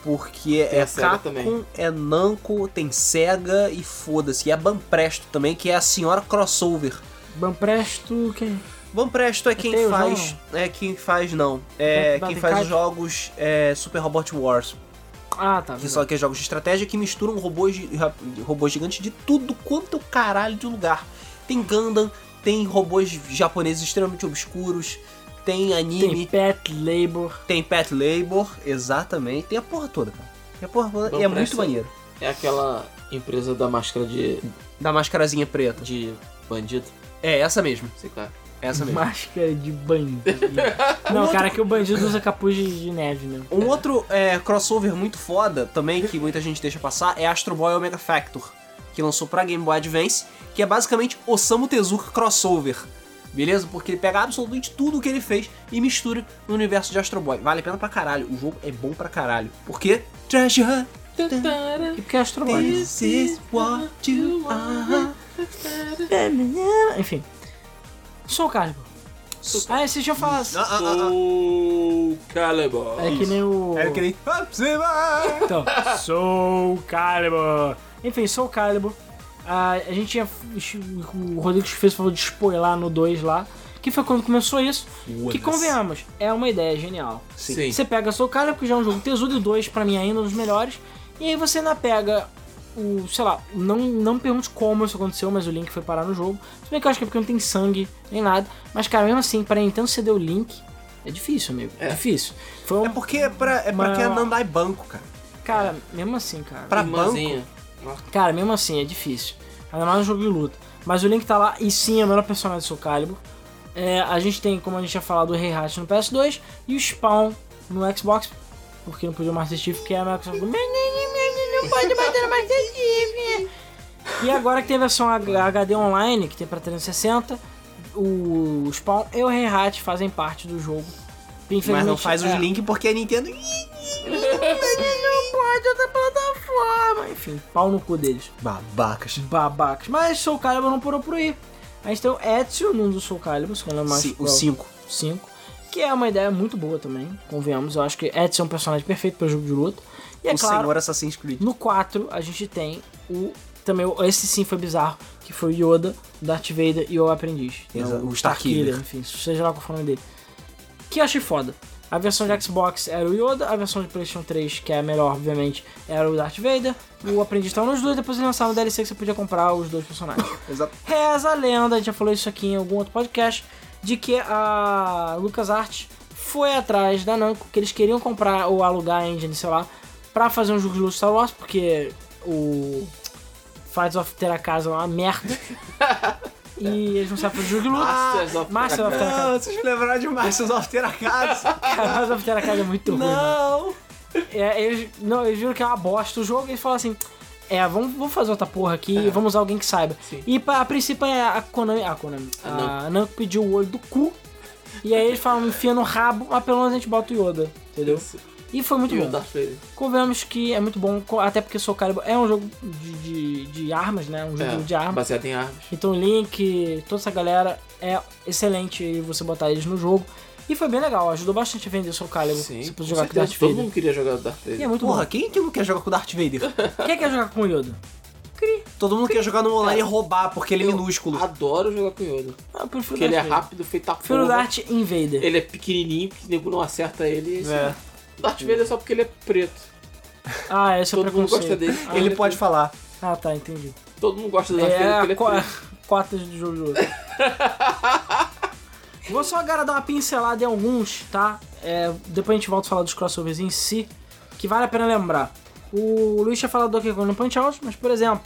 Speaker 1: Porque
Speaker 3: Tem
Speaker 1: é
Speaker 3: a Sega
Speaker 1: Capcom,
Speaker 3: também.
Speaker 1: é Namco, tem Sega e foda-se. E é Banpresto também, que é a senhora crossover.
Speaker 2: Banpresto, quem?
Speaker 1: Vanpresto é quem
Speaker 2: tenho,
Speaker 1: faz. É quem faz, não. É
Speaker 2: Bandecoot?
Speaker 1: quem faz os jogos é, Super Robot Wars.
Speaker 2: Ah, tá.
Speaker 1: Que são aqueles jogos de estratégia que misturam robôs, gi- ra- robôs gigantes de tudo quanto é o caralho de lugar. Tem Gundam, tem robôs japoneses extremamente obscuros, tem
Speaker 2: Tem
Speaker 1: anime,
Speaker 2: Pet Labor.
Speaker 1: tem, Pet Labor, exatamente. Tem a porra toda, cara. Tem a porra toda, e é
Speaker 3: Banpresto.
Speaker 1: muito maneiro.
Speaker 3: É aquela empresa da máscara de,
Speaker 1: Da mascarazinha preta.
Speaker 3: de bandido.
Speaker 1: É, essa mesmo.
Speaker 3: Sei lá.
Speaker 1: é Essa mesmo.
Speaker 2: Máscara de bandido. Não,
Speaker 1: Um outro-
Speaker 2: cara, que o bandido usa capuz de, de neve, né?
Speaker 1: Um outro é, crossover muito foda também, que muita gente deixa passar, é Astro Boy Omega Factor, que lançou pra Game Boy Advance, que é basicamente Osamu Tezuka crossover. Beleza? Porque ele pega absolutamente tudo o que ele fez e mistura no universo de Astro Boy. Vale a pena pra caralho. O jogo é bom pra caralho. Por quê? Treasure,
Speaker 2: E porque é astrológico.
Speaker 1: this is what you are.
Speaker 2: Enfim. Sou Calibur.
Speaker 3: Soul
Speaker 2: Ah, esse deixa eu falar.
Speaker 1: Ah, ah, ah, ah.
Speaker 3: Soul Calibur.
Speaker 2: É que nem o.
Speaker 1: É aquele...
Speaker 2: Então, Soul Calibur. Enfim, Soul Calibur. Ah, a gente tinha. O Rodrigo fez falou de spoiler no 2 lá. Que foi quando começou isso. Que convenhamos, é uma ideia genial.
Speaker 3: Sim.
Speaker 2: Você pega Soul Calibur, que já é um jogo tesudo, e o 2 pra mim ainda é um dos melhores. E aí você ainda pega o. Sei lá, não, não me pergunte como isso aconteceu, mas o Link foi parar no jogo. Se bem que eu acho que é porque não tem sangue, nem nada. Mas, cara, mesmo assim, pra Nintendo você deu o Link. É difícil, amigo. É difícil. Foi
Speaker 1: É
Speaker 2: um.
Speaker 1: porque é pra, é pra
Speaker 2: Mas-
Speaker 1: quem não dá banco, cara.
Speaker 2: Cara, mesmo assim, cara.
Speaker 1: Pra banco.
Speaker 3: Irmãzinha.
Speaker 2: Cara, mesmo assim é difícil. Ainda mais um jogo de luta. Mas o Link tá lá e sim é o melhor personagem do Soul Calibur. É, a gente tem, como a gente já falou, o Rei Hatch no PS2 e o Spawn no Xbox. Porque não podia o Master Chief, porque é a Microsoft falou, "Menino, menino, não pode bater no Master Chief. E agora que tem a versão H- HD online, que tem pra 360, o Spawn e o Rei Hatch fazem parte do jogo.
Speaker 1: Mas
Speaker 2: Infelizmente,
Speaker 1: não faz os
Speaker 2: é.
Speaker 1: links porque a Nintendo...
Speaker 2: Não pode, outra plataforma. Ah, Enfim, pau no cu deles.
Speaker 1: Babacas.
Speaker 2: babacas. Mas Soul Calibur não parou por aí. A gente tem o Ezio num dos Soul Calibur, se não é mais
Speaker 1: Ci- O 5.
Speaker 2: 5, que é uma ideia muito boa também, convenhamos. Eu acho que Ezio é um personagem perfeito para jogo de luta. E é
Speaker 1: o
Speaker 2: claro,
Speaker 1: Senhor é Assassin's Creed.
Speaker 2: no 4 a gente tem o também o- esse sim foi bizarro, que foi o Yoda, o Darth Vader e o aprendiz.
Speaker 1: Exa-
Speaker 2: Não,
Speaker 1: o Starkiller.
Speaker 2: enfim, seja lá qual for o nome dele. Que eu achei foda. A versão de Xbox era o Yoda, a versão de PlayStation 3, que é a melhor, obviamente, era o Darth Vader. O aprendiz estava nos dois, depois eles lançaram o DLC que você podia comprar os dois personagens.
Speaker 1: Exato.
Speaker 2: Reza a lenda, a gente já falou isso aqui em algum outro podcast, de que a LucasArts foi atrás da Namco, que eles queriam comprar ou alugar a engine, sei lá, pra fazer um jogo de luta Star Wars, porque o Fights of Terracasa é uma merda. e eles não sabem fazer jogo de luta.
Speaker 3: Masters of
Speaker 2: Ah, Masters of
Speaker 3: Terra.
Speaker 1: Não, Tá, vocês me lembraram de Masters of Terracasa.
Speaker 2: Cara, Fights of Terracasa é muito ruim. né?
Speaker 1: Não.
Speaker 2: É, eles, não, eles viram que é uma bosta o jogo e eles falaram assim: é, vamos, vamos fazer outra porra aqui e vamos usar alguém que saiba.
Speaker 3: É. Sim.
Speaker 2: E pra, a princípio é a Konami. A Konami.
Speaker 3: A
Speaker 2: A Namco pediu o olho do cu. E aí eles falam: enfia no rabo, mas pelo menos a gente bota o Yoda. Entendeu?
Speaker 3: Isso.
Speaker 2: E foi muito
Speaker 3: E o
Speaker 2: bom.
Speaker 3: Darth Vader.
Speaker 2: Convenhamos que é muito bom, co- até porque Soul Calibur é um jogo de, de, de armas, né? Um jogo
Speaker 3: É,
Speaker 2: de armas.
Speaker 3: Baseado em armas.
Speaker 2: Então Link, toda essa galera é excelente e você botar eles no jogo. E foi bem legal, ajudou bastante a vender Soul Calibur.
Speaker 3: Sim.
Speaker 2: você
Speaker 3: com
Speaker 2: pôde jogar com
Speaker 3: certeza.
Speaker 2: Darth
Speaker 3: Todo
Speaker 2: Vader.
Speaker 3: mundo queria jogar o Darth Vader.
Speaker 2: E é muito
Speaker 1: Porra, quem que não quer jogar com o Darth Vader?
Speaker 2: bom. Quem quer jogar com o Yoda?
Speaker 1: Todo mundo quer jogar no online e roubar porque ele é
Speaker 3: Eu
Speaker 1: minúsculo.
Speaker 3: Adoro jogar com o Yoda.
Speaker 2: Ah, eu prefiro
Speaker 3: Porque ele é
Speaker 2: Darth Vader.
Speaker 3: rápido, feito a
Speaker 2: Prefiro
Speaker 3: porra.
Speaker 2: o Darth Invader.
Speaker 3: Ele é pequenininho, que o nego não acerta ele. e
Speaker 1: É.
Speaker 3: assim. Darth Vader é só porque ele é preto.
Speaker 2: Ah, esse é o
Speaker 3: Todo mundo
Speaker 2: preconceito.
Speaker 3: gosta dele. Ah,
Speaker 1: Ele é pode falar.
Speaker 2: Ah, tá, entendi.
Speaker 3: Todo mundo gosta do Darth
Speaker 2: É
Speaker 3: Vader porque
Speaker 2: a
Speaker 3: ele é
Speaker 2: co-
Speaker 3: preto.
Speaker 2: cotas do jogo de luta. Vou só agora dar uma pincelada em alguns, tá? É, depois a gente volta a falar dos crossovers em si, que vale a pena lembrar. O Luiz tinha falado do Donkey Kong no Punch Out, mas por exemplo,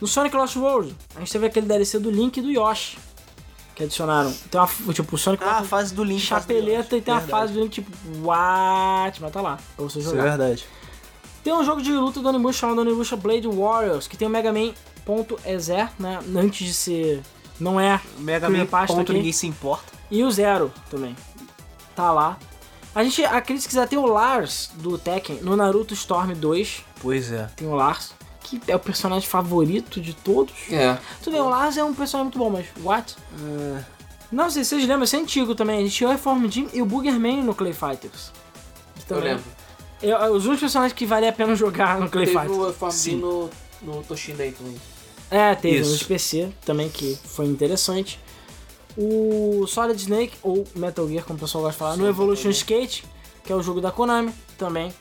Speaker 2: no Sonic Lost World, a gente teve aquele DLC do Link e do Yoshi, que adicionaram. Tem uma, f- tipo, o Sonic
Speaker 1: Ah, a fase do Link.
Speaker 2: chapeleta e tem uma
Speaker 1: Verdade.
Speaker 2: fase do Link, tipo, what? Mas tá lá, pra você
Speaker 1: Isso é
Speaker 2: jogar.
Speaker 1: verdade.
Speaker 2: Tem um jogo de luta do Onimusha chamado Onimusha Blade Warriors, que tem o Mega Man.exe, né? Antes de ser... Não é.
Speaker 1: Mega
Speaker 2: Primeira
Speaker 1: Man
Speaker 2: pasta
Speaker 1: ponto,
Speaker 2: aqui.
Speaker 1: ninguém se importa.
Speaker 2: E o Zero também. Tá lá. A gente, a crítica já tem o Lars do Tekken no Naruto Storm 2.
Speaker 1: Pois é.
Speaker 2: Tem o Lars, que é o personagem favorito de todos.
Speaker 3: É.
Speaker 2: Tudo bem, o Lars é um personagem muito bom, mas what?
Speaker 1: É.
Speaker 2: Não sei se vocês lembram, esse é antigo também. A gente tinha o Reform Jim e o Boogerman no Clay Fighters. Que
Speaker 3: Eu
Speaker 2: também-
Speaker 3: lembro.
Speaker 2: Eu- os únicos personagens que valia a pena jogar no Clay
Speaker 3: Teve
Speaker 2: Fighters.
Speaker 3: o Fabinho
Speaker 1: Sim.
Speaker 3: no, no Toshinden também.
Speaker 2: É, teve
Speaker 1: Isso.
Speaker 2: um de PC também que foi interessante. o Solid Snake, ou Metal Gear, como o pessoal gosta de falar, no Evolution Skate, que é o jogo da Konami também.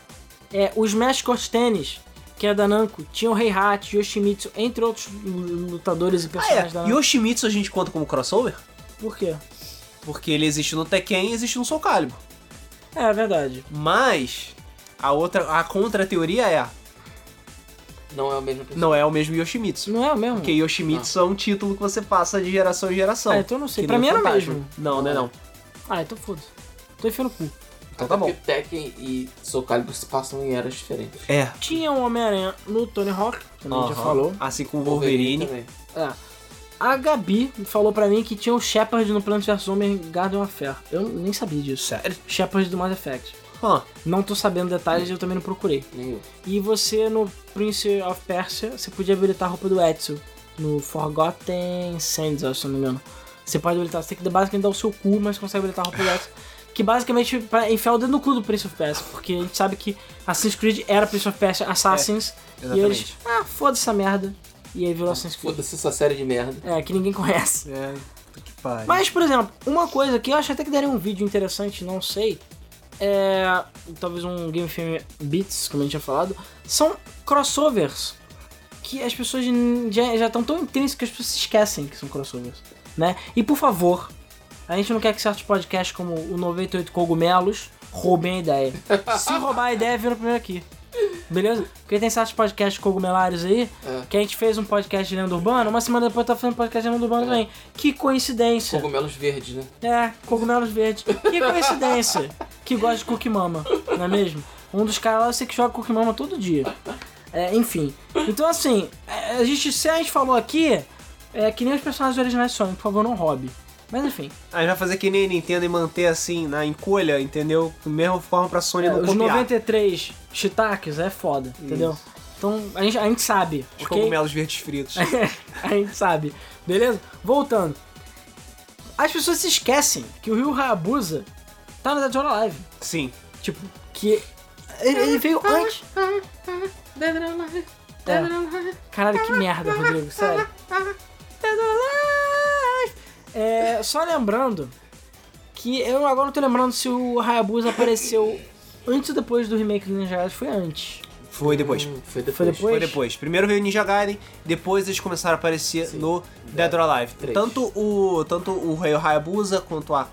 Speaker 2: É, o Smash Court Tennis, que é da Namco, tinha o Heihachi, Yoshimitsu, entre outros lutadores e
Speaker 1: Ah,
Speaker 2: personagens da
Speaker 1: é.
Speaker 2: Namco.
Speaker 1: Yoshimitsu a gente conta como crossover?
Speaker 2: Por quê?
Speaker 1: Porque ele existe no Tekken e existe no Soul Calibur.
Speaker 2: É, é verdade.
Speaker 1: Mas a outra, a contra-teoria é,
Speaker 3: Não é o mesmo pessoa.
Speaker 1: não é o mesmo Yoshimitsu.
Speaker 2: Não é o mesmo?
Speaker 1: Porque Yoshimitsu é um título que você passa de geração em geração.
Speaker 2: Ah, então eu não sei.
Speaker 1: Que
Speaker 2: Pra
Speaker 1: nem
Speaker 2: mim era o
Speaker 1: Fantasma.
Speaker 2: mesmo.
Speaker 1: Não, não é não.
Speaker 2: Ah, então foda-se. Tô enfiando o cu.
Speaker 1: Então tá bom.
Speaker 3: Porque Tekken e Soul Calibur se passam em eras diferentes.
Speaker 1: É.
Speaker 2: Tinha um Homem-Aranha no Tony Hawk, que a gente já
Speaker 1: Aham.
Speaker 2: falou.
Speaker 1: Assim como o Wolverine.
Speaker 3: também.
Speaker 2: É. A Gabi falou pra mim que tinha o Shepard no Plants vs. Homem Garden of Fair. Eu nem sabia disso. Sério? Shepard do Mass Effect.
Speaker 1: Hã,
Speaker 2: Não tô sabendo detalhes e eu também não procurei.
Speaker 3: Nem eu.
Speaker 2: E você, no Prince of Persia, você podia habilitar a roupa do Edson. No Forgotten Sands, eu acho, se eu não me engano. Você pode habilitar, você tem que basicamente dar o seu cu, mas consegue habilitar a roupa do Edson. Que basicamente pra enfiar o dedo no cu do Prince of Persia, porque a gente sabe que Assassin's Creed era Prince of Persia, Assassins, e eles,
Speaker 1: exatamente.
Speaker 2: ah, foda essa merda. E aí virou Assassin's Creed.
Speaker 3: Foda-se essa série de merda.
Speaker 2: É, que ninguém conhece.
Speaker 1: É, puta que pariu.
Speaker 2: Mas, por exemplo, uma coisa que eu acho até que daria um vídeo interessante, não sei. É. Talvez um Game Film Beats, como a gente tinha falado. São crossovers. Que as pessoas n- já já estão tão intensas que as pessoas se esquecem que são crossovers. Né? E por favor, a gente não quer que certos podcasts como o 98 Cogumelos roubem a ideia. Se roubar a ideia, vira o primeiro aqui. Beleza? Porque tem certos podcasts cogumelários aí
Speaker 3: É.
Speaker 2: que a gente fez um podcast de lenda urbana, uma semana depois tá fazendo podcast de lenda urbana também. Que
Speaker 1: É.
Speaker 2: coincidência.
Speaker 3: Cogumelos verdes, né?
Speaker 2: É, cogumelos verdes. Que coincidência. que gosta de cookie mama, não é mesmo? Um dos caras lá, eu sei que joga cookie mama todo dia. É, enfim. Então, assim, é, a gente, se a gente falou aqui, é que nem os personagens originais são, por favor, não roube. Mas, enfim,
Speaker 1: Aí vai fazer que nem a Nintendo e manter assim na encolha, entendeu? Da mesma forma pra Sony
Speaker 2: é,
Speaker 1: não
Speaker 2: os
Speaker 1: copiar.
Speaker 2: 93 shiitakes é foda, entendeu? Então, a gente, a gente sabe,
Speaker 1: Os
Speaker 2: ok? É.
Speaker 1: cogumelos verdes fritos.
Speaker 2: a gente sabe. Beleza? Voltando. As pessoas se esquecem que o Ryu Hayabusa tá no Dead or Alive.
Speaker 1: Sim.
Speaker 2: Tipo, que ele, ele veio antes. É. Caralho, que merda, Rodrigo, sério. Dead or Alive! É, só lembrando que eu agora não tô lembrando se o Hayabusa apareceu antes ou depois do remake do Ninja Gaiden. Foi antes.
Speaker 1: Foi depois.
Speaker 3: Hum, Foi depois.
Speaker 2: Foi depois?
Speaker 1: Foi depois. Primeiro veio Ninja Gaiden, depois eles começaram a aparecer no Dead or Alive.
Speaker 3: Três.
Speaker 1: Tanto o tanto o Rei Hayabusa quanto a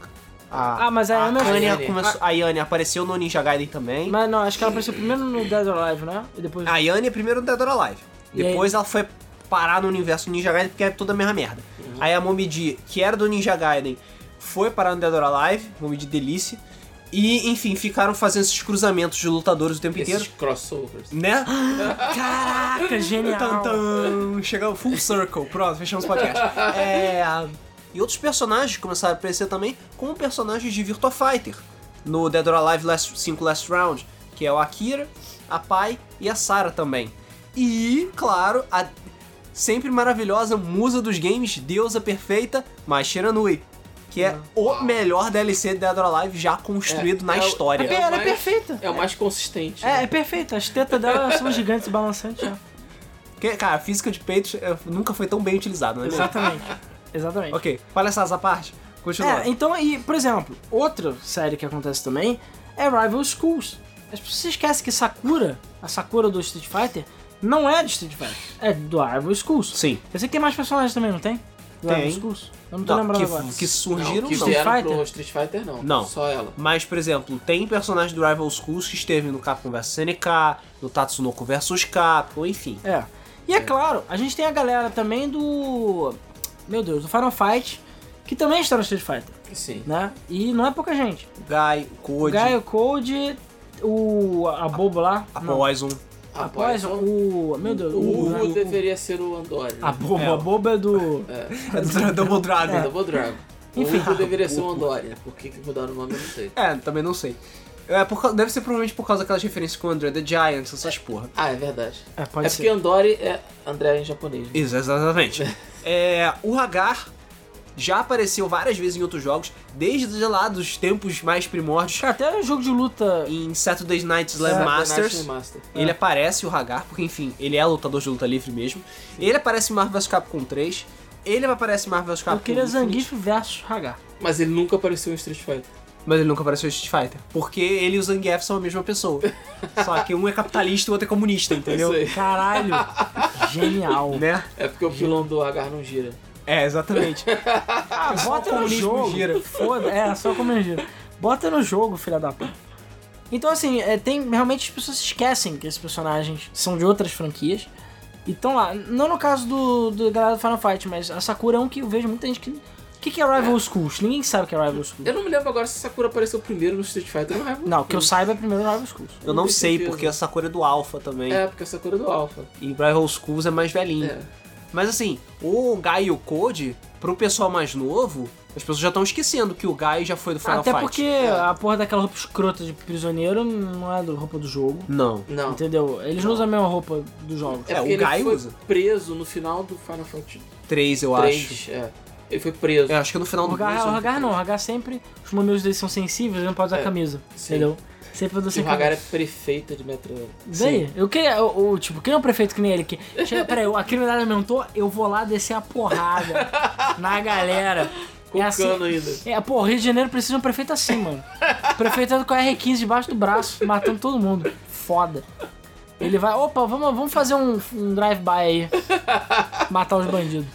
Speaker 1: a
Speaker 2: Ah, mas aí
Speaker 1: a
Speaker 2: é a mesma
Speaker 1: Anya
Speaker 3: Anya.
Speaker 1: começou, a Yane apareceu no Ninja Gaiden também.
Speaker 2: Mas não, acho que ela apareceu primeiro no Dead or Alive, né? E depois.
Speaker 1: A Yane é primeiro no Dead or Alive.
Speaker 2: E
Speaker 1: Depois ela foi parar no universo Ninja Gaiden porque é toda a mesma merda.
Speaker 2: Uhum.
Speaker 1: Aí a Momiji, que era do Ninja Gaiden, foi parar no Dead or Alive, Momiji Delícia. E, enfim, ficaram fazendo esses cruzamentos de lutadores o tempo
Speaker 3: Esses
Speaker 1: inteiro.
Speaker 3: crossovers.
Speaker 1: Né?
Speaker 2: Caraca, Ah, genial!
Speaker 1: Tan, tan. Chegamos full circle. Pronto, fechamos o podcast. É, E outros personagens começaram a aparecer também, como personagens de Virtua Fighter. No Dead or Alive Last, 5 Last Round, que é o Akira, a Pai e a Sarah também. E, claro, a sempre maravilhosa musa dos games, deusa perfeita, Mashira Nui. Que é o melhor DLC de Dead or Alive já construído
Speaker 3: É,
Speaker 1: na
Speaker 3: é o-
Speaker 1: história.
Speaker 2: É, ela é perfeita.
Speaker 3: É o mais consistente.
Speaker 2: É,
Speaker 3: né?
Speaker 2: é perfeito. As tetas dela são gigantes e balançantes. né?
Speaker 1: Porque, cara, a física de peitos eh, nunca foi tão bem utilizada, né? mesmo?
Speaker 2: Exatamente. Exatamente.
Speaker 1: Ok, palhaçadas à parte, continua.
Speaker 2: É, então, e, por exemplo, outra série que acontece também é Rival Schools. As pessoas esquecem que Sakura, a Sakura do Street Fighter, não é de Street Fighter, é do Rival Schools.
Speaker 1: Sim.
Speaker 2: Eu sei que tem mais personagens também, não tem? Do
Speaker 1: Tem.
Speaker 2: Rival Schools? Eu não tô
Speaker 1: Não,
Speaker 2: lembrando
Speaker 1: Tá, que,
Speaker 2: agora.
Speaker 1: que
Speaker 3: Não,
Speaker 1: surgiram,
Speaker 3: que
Speaker 1: não.
Speaker 3: vieram
Speaker 2: Fighter?
Speaker 3: pro Street Fighter, não.
Speaker 1: Não.
Speaker 3: Só ela.
Speaker 1: Mas, por exemplo, tem personagem do Rival Schools que esteve no Capcom vs SNK, no Tatsunoko vs Capcom, enfim.
Speaker 2: É. E é, claro, a gente tem a galera também do. Meu Deus, do Final Fight, que também está no Street Fighter,
Speaker 3: Sim.
Speaker 2: né? E não é pouca gente.
Speaker 1: Guy,
Speaker 2: O
Speaker 1: Code,
Speaker 2: Gaio Code, o. A a Bobo lá.
Speaker 1: a
Speaker 2: não.
Speaker 1: Poison.
Speaker 2: A Poison, o. Meu Deus,
Speaker 3: O Hugo
Speaker 2: o.
Speaker 3: deveria ser o Andori. Né?
Speaker 2: A Bobo,
Speaker 1: É.
Speaker 2: a Bobo é do.
Speaker 1: É do Dra- Double
Speaker 3: O
Speaker 1: Dragon.
Speaker 3: Double Dragon.
Speaker 2: Enfim.
Speaker 3: O Hugo deveria ser o Andori. Por que, que mudaram o nome? Eu não sei.
Speaker 1: É, também não sei. É, por causa- deve ser provavelmente por causa daquelas referências com André the Giants, essas porra.
Speaker 3: Ah, é verdade.
Speaker 2: É, pode
Speaker 3: é
Speaker 2: ser.
Speaker 3: porque Andori é André em japonês. Né?
Speaker 1: Isso, exatamente. É, o Hagar já apareceu várias vezes em outros jogos, desde lá dos tempos mais primórdios,
Speaker 2: Cara, até no jogo de luta.
Speaker 1: em Saturday Night Slam
Speaker 2: Saturday
Speaker 1: Masters.
Speaker 3: National né, Master.
Speaker 1: Ele aparece o Hagar, porque enfim, ele é lutador de luta livre mesmo. Ele aparece em Marvel vs Capcom 3. Ele aparece em Marvel vs. Capcom.
Speaker 2: Eu queria
Speaker 1: Infinite,
Speaker 2: Zangief versus Hagar.
Speaker 3: Mas ele nunca apareceu em Street Fighter.
Speaker 1: Mas ele nunca apareceu em Street Fighter. Porque ele e o Zangief são a mesma pessoa. Só que um é capitalista e o outro é comunista, entendeu?
Speaker 3: É isso
Speaker 2: Caralho. Genial.
Speaker 1: Né?
Speaker 3: aí. É porque o pilão do Agar não gira.
Speaker 1: É, exatamente.
Speaker 2: Ah, bota no
Speaker 1: comunismo
Speaker 2: jogo.
Speaker 1: gira.
Speaker 2: Foda, é, só como gira. Bota no jogo, filha da puta. Então, assim, é, tem, realmente as pessoas esquecem que esses personagens são de outras franquias. E estão lá. Não no caso do, do galera do Final Fight, mas a Sakura é um que eu vejo muita gente que. O que, que é Rival Schools? Ninguém sabe o que é Rival Schools.
Speaker 3: Eu não me lembro agora se Sakura apareceu primeiro no Street Fighter ou não.
Speaker 2: Não, o que eu saiba é primeiro Rival Schools.
Speaker 1: Eu não
Speaker 3: tenho
Speaker 1: sei,
Speaker 3: certeza.
Speaker 1: porque essa cor é do Alpha também.
Speaker 3: É, porque a Sakura é do Alpha.
Speaker 1: E Rival Schools é mais velhinho.
Speaker 3: É.
Speaker 1: Mas assim, o Guy e o Code, pro pessoal mais novo, as pessoas já estão esquecendo que o Guy já foi do Final
Speaker 2: Até
Speaker 1: Fight.
Speaker 2: porque a porra daquela roupa escrota de prisioneiro não é do- roupa do jogo.
Speaker 1: Não.
Speaker 3: Não.
Speaker 2: Entendeu? Eles não usam a mesma roupa dos jogos.
Speaker 1: É, o
Speaker 3: porque ele
Speaker 1: Guy
Speaker 3: foi
Speaker 1: usa.
Speaker 3: preso no final do Final Fantasy
Speaker 1: Três, eu acho.
Speaker 3: 3. É. Ele foi preso.
Speaker 1: Eu acho que no final
Speaker 2: O
Speaker 1: do dois
Speaker 2: Hagar, é
Speaker 1: ou
Speaker 2: o
Speaker 1: no
Speaker 2: Hagar
Speaker 1: três.
Speaker 2: não, o Hagar sempre. Os mamilos dele são sensíveis, ele não pode usar
Speaker 3: É,
Speaker 2: camisa.
Speaker 3: sim.
Speaker 2: Entendeu? Sempre usa
Speaker 3: E
Speaker 2: sem
Speaker 3: o Hagar
Speaker 2: camisa.
Speaker 3: é prefeito de Metroid.
Speaker 2: Daí, eu queria. Eu, eu, tipo, queria um prefeito que nem ele que. Chega, peraí, a criminalidade aumentou, eu vou lá descer a porrada na galera.
Speaker 3: Com cano ainda.
Speaker 2: É, pô, o Rio de Janeiro precisa de um prefeito assim, mano. O prefeito anda com a R15 debaixo do braço, matando todo mundo. Foda. Ele vai, opa, vamos, vamos fazer um, um drive-by aí. Matar os bandidos.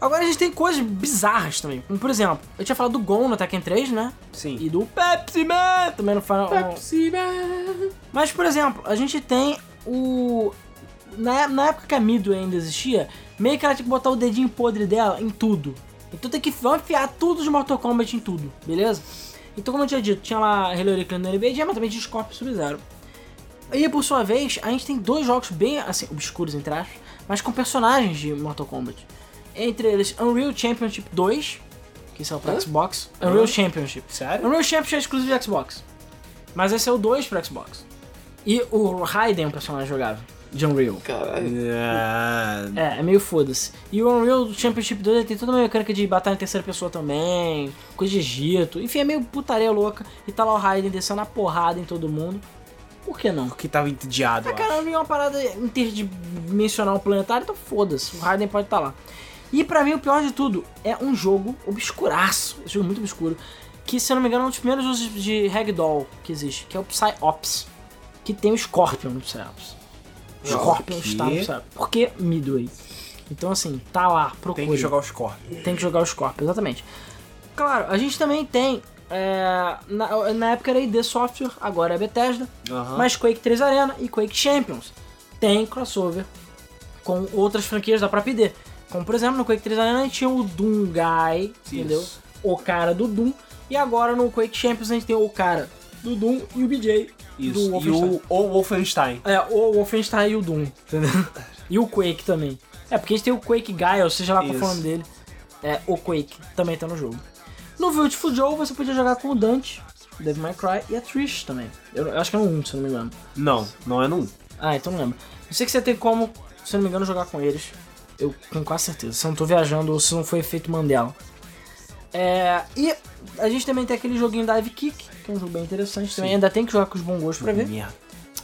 Speaker 2: Agora a gente tem coisas bizarras também. Como, por exemplo, eu tinha falado do Gon no Tekken 3, né?
Speaker 1: Sim.
Speaker 2: E do Pepsi Man também no Final...
Speaker 3: Pepsi Man.
Speaker 2: Mas, por exemplo, a gente tem o... Na, é- na época que a Midway ainda existia, meio que ela tinha que botar o dedinho podre dela em tudo. Então tem que vamos enfiar tudo de Mortal Kombat em tudo, beleza? Então, como eu tinha dito, tinha lá Hillary Clinton no NBA, mas também tinha Scorpio e Sub-Zero. E, por sua vez, a gente tem dois jogos bem, assim, obscuros, entre aspas, mas com personagens de Mortal Kombat. Entre eles, Unreal Championship 2, que saiu pra
Speaker 3: Hã?
Speaker 2: Xbox. Unreal Championship.
Speaker 1: Sério?
Speaker 2: Unreal Championship é exclusivo de Xbox. Mas esse é o 2 pro Xbox. E o Raiden é um personagem jogável. De Unreal.
Speaker 3: Caralho.
Speaker 1: Ah,
Speaker 2: É, é meio foda-se. E o Unreal Championship 2 ele tem toda uma mecânica de batalha em terceira pessoa também, coisa de Egito. Enfim, é meio putaria louca. E tá lá o Raiden descendo a porrada em todo mundo. Por que não?
Speaker 1: Porque tava entediado.
Speaker 2: Ah,
Speaker 1: eu acho.
Speaker 2: cara, Unreal é uma parada interdimensional planetária, então foda-se. O Raiden pode estar lá. E pra mim, o pior de tudo, é um jogo obscuraço. Um jogo muito obscuro. Que, se eu não me engano, é um dos primeiros usos de Ragdoll que existe. Que é o Psyops. Que tem o Scorpion no Psyops. Scorpion
Speaker 1: Ok.
Speaker 2: está no Psyops. Por que Midway? Então, assim, tá lá, procura.
Speaker 1: Tem que jogar os corpos.
Speaker 2: Tem que jogar o Scorpion, exatamente. Claro, a gente também tem... é, na, na época era ID Software, agora é Bethesda.
Speaker 1: Aham.
Speaker 2: Mas Quake 3 Arena e Quake Champions tem crossover com outras franquias da própria ID. Como por exemplo, no Quake 3 Arena a gente tinha o Doom Guy, entendeu? O cara do Doom. E agora no Quake Champions a gente tem o cara do Doom e o BJ
Speaker 1: Isso.
Speaker 2: do
Speaker 1: e
Speaker 2: Wolfenstein.
Speaker 1: o, o Wolfenstein.
Speaker 2: É, o Wolfenstein e o Doom, entendeu? E o Quake também. É, porque a gente tem o Quake Guy, ou seja lá qual
Speaker 1: Isso.
Speaker 2: falando dele. É, o Quake também tá no jogo. No Beautiful Joe você podia jogar com o Dante, Devil May Cry e a Trish também. Eu, eu acho que é no 1, se eu não me engano.
Speaker 1: Não, não é num.
Speaker 2: Ah, então não lembro. Eu sei que você tem como, se eu não me engano, jogar com eles. Eu tenho quase certeza. Se eu não tô viajando ou se não foi efeito Mandela. É, e a gente também tem aquele joguinho Dive Kick, que é um jogo bem interessante também. Ainda tem que jogar com os bons gostos pra ver.
Speaker 1: Merda.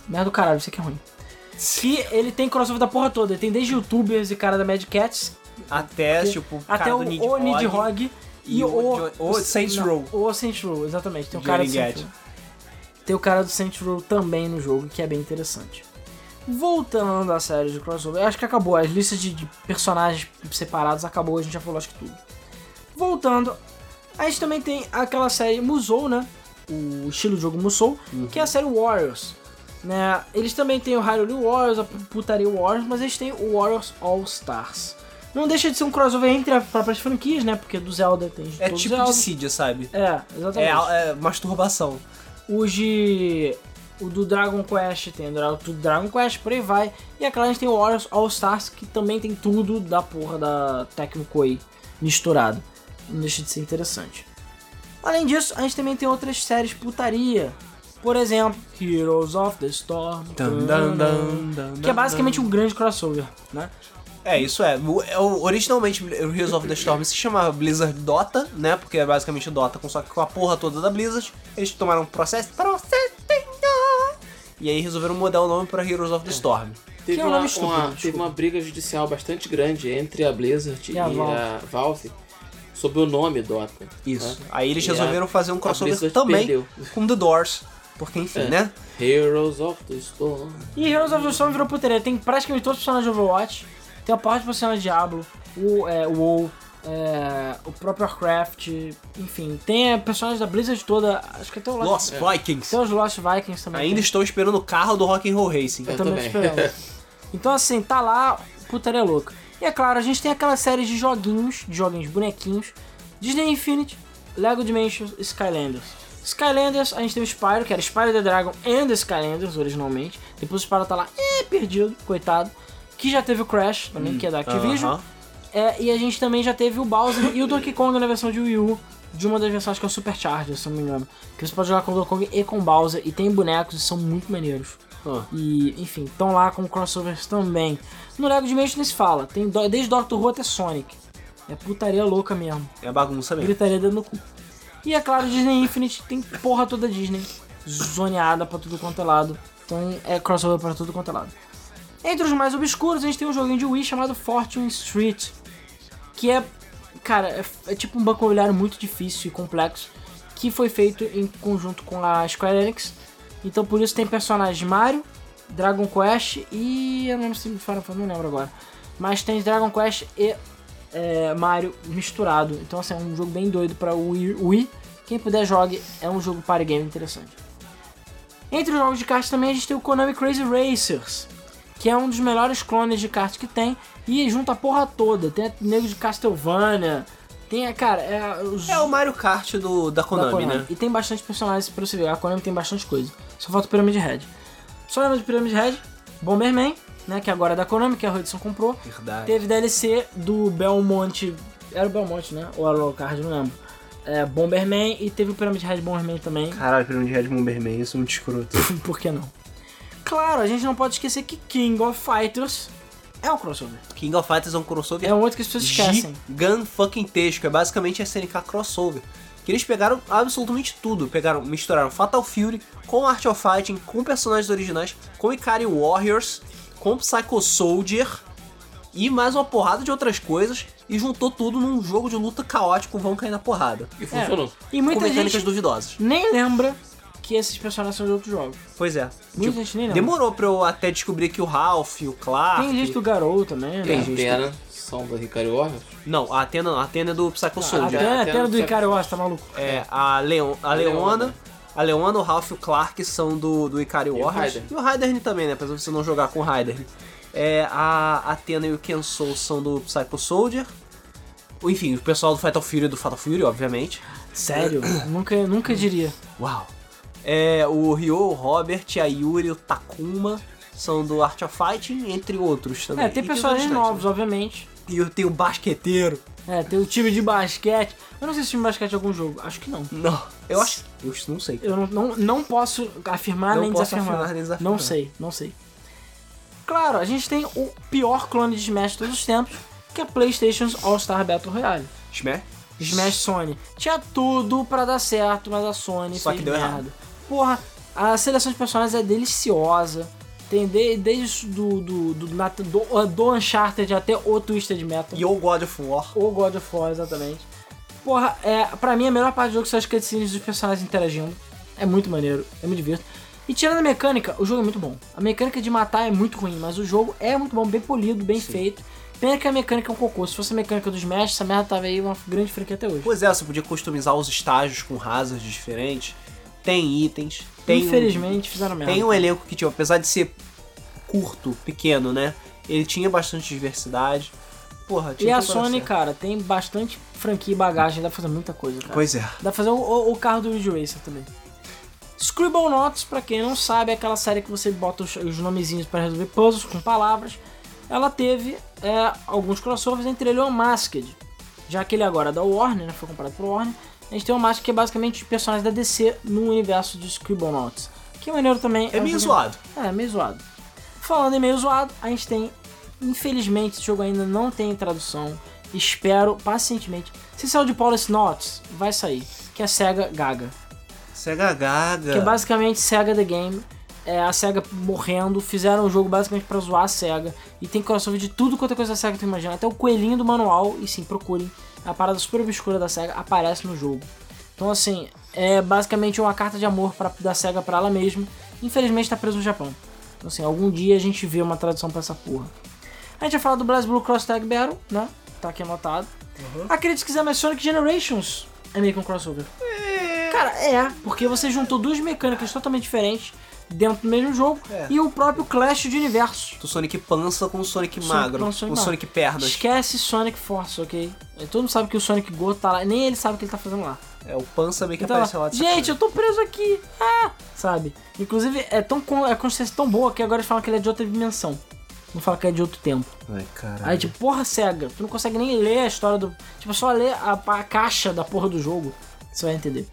Speaker 2: Merda do caralho, isso aqui é ruim. Que ele tem crossover da porra toda. Ele tem desde youtubers e cara da Mad Cats,
Speaker 1: Até, tipo, o
Speaker 2: até
Speaker 1: cara
Speaker 2: o
Speaker 1: do Need
Speaker 2: o Nid Hog
Speaker 1: e
Speaker 2: e
Speaker 1: o
Speaker 2: o.
Speaker 1: Jo- o Saints
Speaker 2: não,
Speaker 1: Row.
Speaker 2: O Saints Row, exatamente. Tem o
Speaker 1: de
Speaker 2: cara do
Speaker 1: Johnny
Speaker 2: Saints
Speaker 1: Gat.
Speaker 2: Row. Tem o cara do Saints Row também no jogo, que é bem interessante. Voltando à série de crossover, eu acho que acabou. As listas de, de personagens separados acabou, a gente já falou acho que tudo. Voltando, a gente também tem aquela série Musou, né? O estilo de jogo Musou, que é a série Warriors. Né? Eles também têm o Hyrule Warriors, a putaria Warriors, mas eles têm o Warriors All Stars. Não deixa de ser um crossover entre as próprias franquias, né? Porque do Zelda tem de
Speaker 1: É
Speaker 2: todo
Speaker 1: tipo
Speaker 2: Zelda.
Speaker 1: dissídia, sabe?
Speaker 2: É,
Speaker 1: É,
Speaker 2: exatamente.
Speaker 1: é masturbação.
Speaker 2: Os de. O do Dragon Quest, tem o dra- do Dragon Quest, por aí vai. E é claro, a gente tem o Warriors All Stars, que também tem tudo da porra da Tecmo Koei misturado. Não deixa de ser interessante. Além disso, a gente também tem outras séries putaria. Por exemplo, Heroes of the Storm.
Speaker 1: Dun, dun, dun, dun,
Speaker 2: que é
Speaker 1: dun,
Speaker 2: basicamente um grande crossover, né?
Speaker 1: É, isso é. O- é o- Originalmente, o Heroes of the Storm se chamava Blizzard Dota, né? Porque é basicamente Dota, com- só que com a porra toda da Blizzard. Eles tomaram um processo. processo, E aí resolveram mudar o nome pra Heroes of the Storm.
Speaker 3: Teve,
Speaker 2: é um
Speaker 3: uma,
Speaker 2: nome estúpido,
Speaker 3: uma-
Speaker 2: desculpa.
Speaker 3: teve uma briga judicial bastante grande entre a Blizzard
Speaker 2: E
Speaker 3: e
Speaker 2: a
Speaker 3: a, Valve sobre o nome Dota.
Speaker 1: Isso.
Speaker 3: né?
Speaker 1: Aí eles
Speaker 3: E a-
Speaker 1: resolveram fazer um crossover
Speaker 3: Blizzard
Speaker 1: também
Speaker 3: perdeu.
Speaker 1: com The Doors. Porque, enfim,
Speaker 3: É.
Speaker 1: né?
Speaker 3: Heroes of the Storm.
Speaker 2: E Heroes of the Storm virou putaria. Tem praticamente todos os personagens de Overwatch. Tem a parte de personagem de Diablo, o, é, o WoW, é, o próprio Warcraft, enfim. Tem é, personagens da Blizzard toda, acho que até o
Speaker 1: Lost
Speaker 2: Lost,
Speaker 3: é.
Speaker 1: Vikings.
Speaker 2: Tem os Lost Vikings também.
Speaker 1: Ainda
Speaker 2: tem.
Speaker 1: estou esperando o carro do Rock and Roll Racing.
Speaker 2: Eu
Speaker 3: Eu
Speaker 2: também tô
Speaker 3: também.
Speaker 2: esperando. Então assim, tá lá, putaria louca. E é claro, a gente tem aquela série de joguinhos, de joguinhos bonequinhos, Disney Infinity, Lego Dimensions e Skylanders. Skylanders, a gente teve o Spyro, que era Spyro the Dragon and the Skylanders originalmente. Depois o Spyro tá lá, é, perdido, coitado. Que já teve o Crash também, que é da
Speaker 1: Então,
Speaker 2: Activision.
Speaker 1: Hum, aham.
Speaker 2: É, e a gente também já teve o Bowser e o Donkey Kong na versão de Wii U, de uma das versões que é o Super Charger, se eu não me engano. Que você pode jogar com o Donkey Kong e com o Bowser, e tem bonecos e são muito maneiros.
Speaker 1: Ah.
Speaker 2: E, enfim, estão lá com crossovers também. No Lego Dimension nem se fala, tem do- desde Doctor Who até Sonic. É putaria louca mesmo.
Speaker 1: É bagunça mesmo.
Speaker 2: Gritaria dando no cu. E é claro, Disney Infinite tem porra toda Disney. Zoneada pra tudo quanto é lado. Então é crossover pra tudo quanto é lado. Entre os mais obscuros, a gente tem um joguinho de Wii chamado Fortune Street. Que é, cara, é, f- é tipo um banco imobiliário muito difícil e complexo. Que foi feito em conjunto com a Square Enix. Então por isso tem personagens de Mario, Dragon Quest e. Eu não lembro se me falaram, não lembro agora. Mas tem Dragon Quest e é, Mario misturado. Então, assim, é um jogo bem doido pra Wii. Wii. Quem puder jogue, é um jogo party game interessante. Entre os jogos de kart também a gente tem o Konami Crazy Racers, que é um dos melhores clones de kart que tem e junta a porra toda. Tem nego de Castlevania, tem, a- cara, é os
Speaker 1: É o Mario Kart do, da,
Speaker 2: da
Speaker 1: Konami, né?
Speaker 2: E tem bastante personagens pra você ver. A Konami tem bastante coisa. Só falta o Pyramid Head. Só lembra de Pyramid Head, Bomberman, né, que agora é da Konami, que a Hudson comprou.
Speaker 1: Verdade.
Speaker 2: Teve DLC do Belmonte. Era o Belmonte, né? Ou era o Card, não lembro. É, Bomberman e teve o Pyramid Head Bomberman também.
Speaker 1: Caralho, primo de Red Bomberman, isso é muito escroto.
Speaker 2: Por que não? Claro, a gente não pode esquecer que King of Fighters é um crossover.
Speaker 1: King of Fighters é um crossover
Speaker 2: É um outro que as pessoas esquecem.
Speaker 1: gigantesco. É basicamente SNK crossover. Que eles pegaram absolutamente tudo. Pegaram, misturaram Fatal Fury com Art of Fighting, com personagens originais, com Ikari Warriors, com Psycho Soldier e mais uma porrada de outras coisas. E juntou tudo num jogo de luta caótico, vão cair na porrada.
Speaker 2: É.
Speaker 3: E funcionou.
Speaker 2: E
Speaker 1: com
Speaker 2: muita
Speaker 1: mecânicas
Speaker 2: gente
Speaker 1: duvidosas.
Speaker 2: nem lembra que esses personagens são de outros jogos.
Speaker 1: Pois é.
Speaker 2: Muita gente nem lembra.
Speaker 1: demorou pra eu até descobrir que o Ralph, o Clark.
Speaker 2: Tem gente do Garou também,
Speaker 1: Tem
Speaker 2: né?
Speaker 1: gente.
Speaker 3: Pena, são da Ricardo Warriors.
Speaker 1: Não, a Atena não. A Atena é do Psycho Soldier.
Speaker 2: Até,
Speaker 3: já-
Speaker 2: até
Speaker 3: já-
Speaker 2: do Icaro, eu acho, tá maluco.
Speaker 1: É, a, Leon, a, Leona.
Speaker 3: Leona.
Speaker 1: A Leona, o Ralph e o Clark são do, do Ikari
Speaker 3: o
Speaker 1: Warriors.
Speaker 3: Raiden.
Speaker 1: E o Raiden também, né? Apesar de você não jogar com o Raiden. É, a Athena e o Kenso são do Psycho Soldier. Enfim, o pessoal do Fatal Fury é do Fatal Fury, obviamente.
Speaker 2: Sério? nunca, nunca diria.
Speaker 1: Uau! É, o Ryo, o Robert, a Yuri, o Takuma são do Art of Fighting, entre outros também.
Speaker 2: É, tem
Speaker 1: E
Speaker 2: personagens
Speaker 1: outros, né?
Speaker 2: novos, obviamente.
Speaker 1: E eu tenho o Basqueteiro.
Speaker 2: É, tem o time de basquete. Eu não sei se o time de basquete é algum jogo. Acho que não.
Speaker 1: Não, eu acho. Eu não sei.
Speaker 2: Eu não, não, não posso afirmar
Speaker 1: Não
Speaker 2: nem
Speaker 1: posso
Speaker 2: desafirmar.
Speaker 1: afirmar nem desafirmar.
Speaker 2: Não sei, não sei. Claro, a gente tem o pior clone de Smash de todos os tempos, que é PlayStation's All-Star Battle Royale.
Speaker 1: Smash?
Speaker 2: Smash Sony. Tinha tudo pra dar certo, mas a Sony
Speaker 1: Só
Speaker 2: fez
Speaker 1: que deu
Speaker 2: merda.
Speaker 1: errado.
Speaker 2: Porra, a seleção de personagens é deliciosa. Tem de- desde do, do, do, Nat- do, do Uncharted até o Twisted Metal.
Speaker 1: E o God of War.
Speaker 2: Ou God of War, exatamente. Porra, é, pra mim a melhor parte do jogo são as cutscenes dos personagens interagindo. É muito maneiro, eu me divirto. E tirando a mecânica, o jogo é muito bom. A mecânica de matar é muito ruim, mas o jogo é muito bom, bem polido, bem feito. Pena que a mecânica é um cocô. Se fosse a mecânica dos mestres, essa merda tava aí uma grande franquia até hoje.
Speaker 1: Pois é, você podia customizar os estágios com hazards diferentes. Tem itens. Tem um-
Speaker 2: Infelizmente fizeram merda.
Speaker 1: tem um elenco que, tipo, apesar de ser curto, pequeno, né? Ele tinha bastante diversidade. Porra, tinha
Speaker 2: E a
Speaker 1: tudo pra
Speaker 2: Sony,
Speaker 1: dar certo.
Speaker 2: cara, tem bastante franquia e bagagem, dá pra fazer muita coisa, cara.
Speaker 1: Pois é.
Speaker 2: Dá pra fazer o, o- o carro do Ridge Racer também. Scribble Notes, pra quem não sabe, é aquela série que você bota os, os nomezinhos pra resolver puzzles com palavras. Ela teve é, alguns crossovers, entre eles o Masked. Já que ele agora é da Warner, né, foi comprado por Warner. A gente tem o Masked, que é basicamente os personagens da DC no universo de Scribble Notes. Que é maneiro também.
Speaker 1: É
Speaker 2: um
Speaker 1: meio
Speaker 2: jogo-
Speaker 1: zoado.
Speaker 2: é, meio zoado. Falando em meio zoado, a gente tem. Infelizmente, esse jogo ainda não tem tradução. Espero pacientemente. Se saiu de Paulus Notes, vai sair. Que é Sega Gaga.
Speaker 1: Sega Gaga.
Speaker 2: Que é basicamente Sega The Game. é, a SEGA morrendo, fizeram o jogo basicamente pra zoar a SEGA. E tem crossover de tudo quanto é coisa da SEGA que tu imagina. Até o coelhinho do manual, e sim, procurem. A parada super obscura da SEGA aparece no jogo. Então, assim, é basicamente uma carta de amor pra, da SEGA pra ela mesma. Infelizmente tá preso no Japão. Então, assim, algum dia a gente vê uma tradução pra essa porra. A gente vai falar do Brasil Blue Cross Tag Battle, né? Tá aqui anotado. Aquele que quiser mais Sonic Generations é meio que um crossover. Cara, é, porque você juntou duas mecânicas totalmente diferentes dentro do mesmo jogo
Speaker 1: É.
Speaker 2: e o próprio Clash de Universos.
Speaker 1: Do Sonic Pança com o Sonic
Speaker 2: Sonic
Speaker 1: Magro,
Speaker 2: Pança, Sonic
Speaker 1: com o
Speaker 2: Magro.
Speaker 1: Sonic Pernas.
Speaker 2: Esquece Sonic Force, ok? Todo mundo sabe que o Sonic Go tá lá, nem ele sabe o que ele tá fazendo lá.
Speaker 1: É, o Pança meio que
Speaker 2: Então,
Speaker 1: aparece lá. de
Speaker 2: gente, eu tô preso aqui, ah! sabe? Inclusive, é tão con- é consciência tão boa que agora eles falam que ele é de outra dimensão. Não fala que é de outro tempo.
Speaker 1: sacanagem. Ai, caralho.
Speaker 2: Aí, tipo, porra cega, tu não consegue nem ler a história do. Tipo, só ler a, pa- a caixa da porra do jogo. Você vai entender.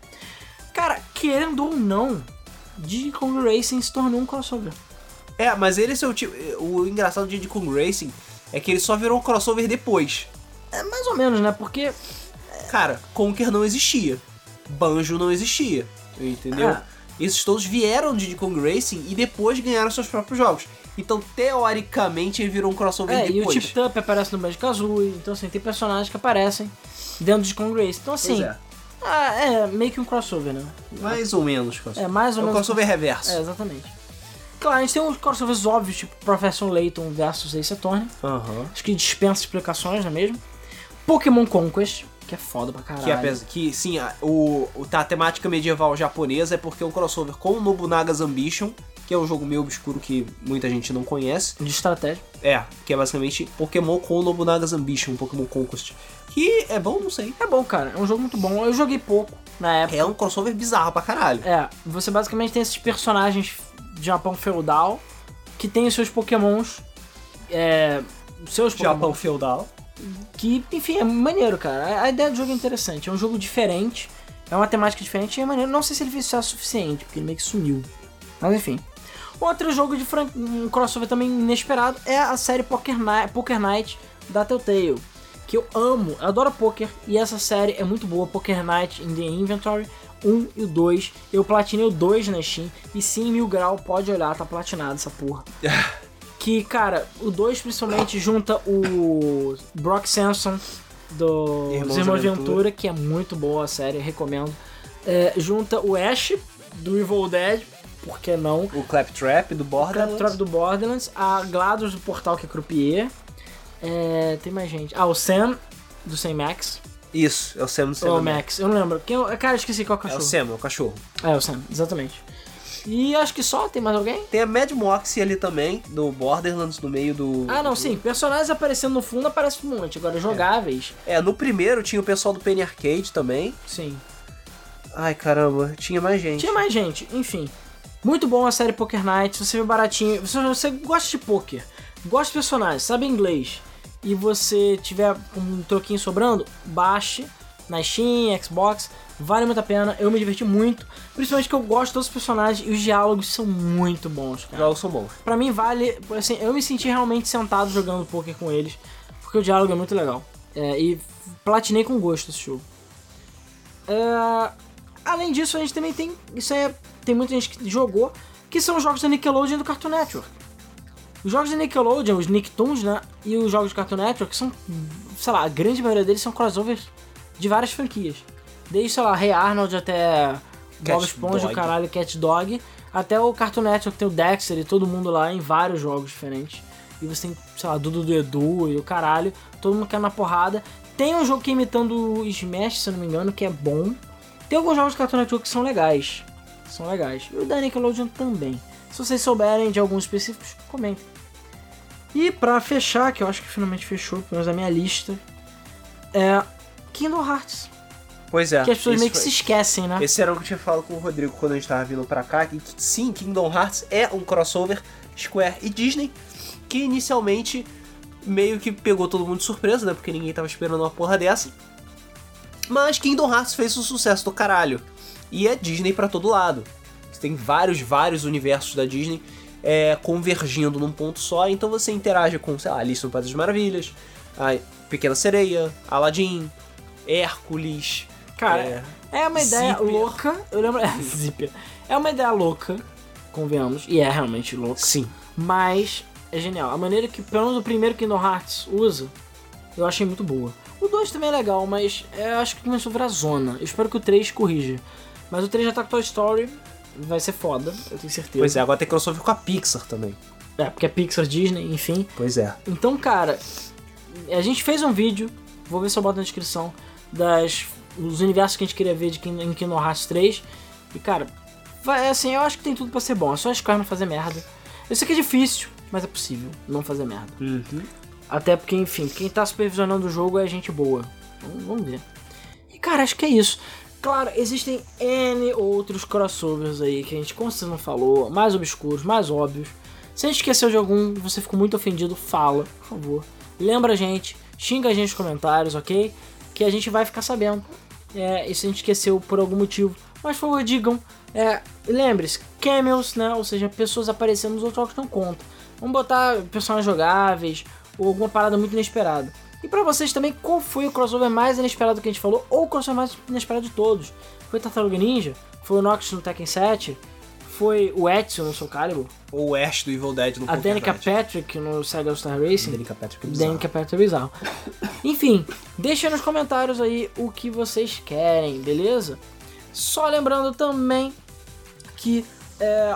Speaker 2: Cara, querendo ou não, Diddy Kong Racing se tornou um crossover.
Speaker 1: É, mas ele é o tipo. O engraçado de Diddy Kong Racing é que ele só virou um crossover depois.
Speaker 2: É mais ou menos, né? Porque
Speaker 1: Cara, Conker não existia. Banjo não existia. Entendeu?
Speaker 2: Ah.
Speaker 1: Esses todos vieram de Diddy Kong Racing e depois ganharam seus próprios jogos. Então, teoricamente, ele virou um crossover
Speaker 2: É, e o
Speaker 1: depois.
Speaker 2: Tip Tup aparece no Banjo Kazooie, então assim, tem personagens que aparecem dentro de Kong Race. Então
Speaker 1: Pois
Speaker 2: assim,
Speaker 1: é,
Speaker 2: ah, é meio que um crossover, né?
Speaker 1: mais ou menos. crossover.
Speaker 2: É mais ou
Speaker 1: É um
Speaker 2: menos.
Speaker 1: crossover reverso.
Speaker 2: É, exatamente. Claro, a gente tem uns crossovers óbvios, tipo Professor Layton versus Ace Attorney,
Speaker 1: Aham.
Speaker 2: acho que dispensa explicações, não é mesmo? Pokémon Conquest, que é foda pra caralho.
Speaker 1: Que, apesar, que sim, a, o, o- tá, a temática medieval japonesa é porque é um crossover com o Nobunaga's Ambition, que é um jogo meio obscuro que muita gente não conhece.
Speaker 2: De estratégia.
Speaker 1: É, que é basicamente Pokémon com o Nobunaga's Ambition, Pokémon Conquest. Que é bom, não sei.
Speaker 2: É bom, cara, é um jogo muito bom. Eu joguei pouco na época.
Speaker 1: É um crossover bizarro pra caralho.
Speaker 2: É, você basicamente tem esses personagens de Japão feudal que tem os seus pokémons. É. os Seus
Speaker 1: Japão
Speaker 2: pokémons.
Speaker 1: feudal.
Speaker 2: Que, enfim, é maneiro, cara. A- A ideia do jogo é interessante. É um jogo diferente. É uma temática diferente e é maneiro. Não sei se ele fez sucesso o suficiente, porque ele meio que sumiu. Mas enfim. Outro jogo de fran... um crossover também inesperado é a série Poker Night, Poker Night da Telltale. Que eu amo, eu adoro poker e essa série é muito boa. Poker Night in the Inventory 1 e o 2. Eu platinei o 2 na Steam e sim, Mil Grau, pode olhar, tá platinado essa porra. que, cara, o 2 principalmente junta o Brock Samson do
Speaker 1: Irmãos
Speaker 2: Irmãos Irmãos
Speaker 1: Ventura.
Speaker 2: Ventura, que é muito boa a série, recomendo. É, junta o Ash do Evil Dead, por que não?
Speaker 1: O Claptrap do Borderlands.
Speaker 2: Trap do Borderlands, a GLaDOS do Portal que é Croupier. É, tem mais gente. Ah, o Sam do Sam Max.
Speaker 1: Isso, é o Sam do Sam.
Speaker 2: Ou
Speaker 1: do Max.
Speaker 2: Max, eu não lembro. Quem, eu- cara, eu esqueci qual é
Speaker 1: É
Speaker 2: o
Speaker 1: o
Speaker 2: cachorro.
Speaker 1: Sam, é o cachorro.
Speaker 2: É, o Sam, exatamente. E acho que só, tem mais alguém?
Speaker 1: Tem a Mad Moxie ali também, do Borderlands, no meio do...
Speaker 2: Ah, não, sim. Personagens aparecendo no fundo aparece um monte. Agora, jogáveis,
Speaker 1: É, no primeiro tinha o pessoal do Penny Arcade também.
Speaker 2: sim.
Speaker 1: Ai, caramba, tinha mais gente.
Speaker 2: Tinha mais gente, enfim. Muito bom a série Poker Night, se você vê baratinho, se você gosta de poker, gosta de personagens, sabe inglês, e você tiver um troquinho sobrando, baixe na Steam, Xbox, vale muito a pena, eu me diverti muito, principalmente que eu gosto de todos os personagens e os diálogos são muito bons,
Speaker 1: Os
Speaker 2: cara.
Speaker 1: Jogos são bons.
Speaker 2: Pra mim vale, assim, eu me senti realmente sentado jogando poker com eles, porque o diálogo é muito legal. É, e platinei com gosto esse jogo. É, além disso, a gente também tem, isso é, tem muita gente que jogou, que são os jogos da Nickelodeon e do Cartoon Network. Os jogos da Nickelodeon, os Nicktoons, né, e os jogos do Cartoon Network são, sei lá, a grande maioria deles são crossovers de várias franquias. Desde, sei lá, Rei Arnold até Bob
Speaker 1: Cat
Speaker 2: Esponja, o
Speaker 1: Dog.
Speaker 2: caralho, Cat Dog, até o Cartoon Network tem o Dexter e todo mundo lá em vários jogos diferentes. E você tem, sei lá, Dudu do Edu e o caralho, todo mundo cai na porrada. Tem um jogo que é imitando o Smash, se eu não me engano, que é bom. Tem alguns jogos do Cartoon Network que são legais. São legais. E o da Nickelodeon também. Se vocês souberem de alguns específicos, comentem. E pra fechar, que eu acho que finalmente fechou, pelo menos a minha lista, é Kingdom Hearts.
Speaker 1: Pois é.
Speaker 2: Que as pessoas
Speaker 1: esse
Speaker 2: meio que
Speaker 1: foi-
Speaker 2: se esquecem, né?
Speaker 1: Esse era o que eu tinha falado com o Rodrigo quando a gente tava vindo pra cá. Que, que sim, Kingdom Hearts é um crossover Square e Disney, que inicialmente meio que pegou todo mundo de surpresa, né? Porque ninguém tava esperando uma porra dessa. Mas Kingdom Hearts fez um sucesso do caralho. E é Disney pra todo lado. Você tem vários, vários universos da Disney é, convergindo num ponto só. Então você interage com, sei lá, Alice no País das Maravilhas, a Pequena Sereia, Aladdin, Hércules.
Speaker 2: Cara,
Speaker 1: é,
Speaker 2: É uma ideia
Speaker 1: Zíper.
Speaker 2: louca. Eu lembro. É, zíper. É uma ideia louca. convenhamos, e é realmente louco.
Speaker 1: Sim.
Speaker 2: Mas é genial. A maneira que, pelo menos, o primeiro Kingdom Hearts usa, eu achei muito boa. O 2 também é legal, mas é, eu acho que começou a virar zona. Eu espero que o 3 corrija. Mas o 3 já tá com Toy Story, vai ser foda, eu tenho certeza.
Speaker 1: Pois é, agora tem crossover com a Pixar também.
Speaker 2: É, porque é Pixar, Disney, enfim.
Speaker 1: Pois é.
Speaker 2: Então, cara, a gente fez um vídeo, vou ver se eu boto na descrição, das, dos universos que a gente queria ver de Kingdom, em Kingdom Hearts 3. E, cara, vai, assim, eu acho que tem tudo pra ser bom. É só a Square não fazer merda. Eu sei que é difícil, mas é possível não fazer merda. Até porque, enfim, quem tá supervisionando o jogo é gente boa. Então, vamos ver. E, cara, acho que é isso. Claro, existem N outros crossovers aí que a gente com certeza não falou, mais obscuros, mais óbvios. Se a gente esqueceu de algum, você ficou muito ofendido, fala, por favor. Lembra a gente, xinga a gente nos comentários, ok? Que a gente vai ficar sabendo. É, e se a gente esqueceu por algum motivo, mas por favor, digam. É, Lembre-se, cameos, né? Ou seja, pessoas aparecendo nos outros jogos não conta. Vamos botar personagens jogáveis ou alguma parada muito inesperada. E pra vocês também, qual foi o crossover mais inesperado que a gente falou? Ou o crossover mais inesperado de todos? Foi Tartaruga Ninja? Foi o Nox no Tekken 7? Foi o Edson no Soul Calibur?
Speaker 1: Ou o Ash do Evil Dead no
Speaker 2: A Danica
Speaker 1: Patrick.
Speaker 2: Patrick no Sega All Star Racing?
Speaker 1: Danica Patrick. é bizarro.
Speaker 2: Danica Patrick é bizarro. Enfim, deixa nos comentários aí o que vocês querem, beleza? Só lembrando também que é,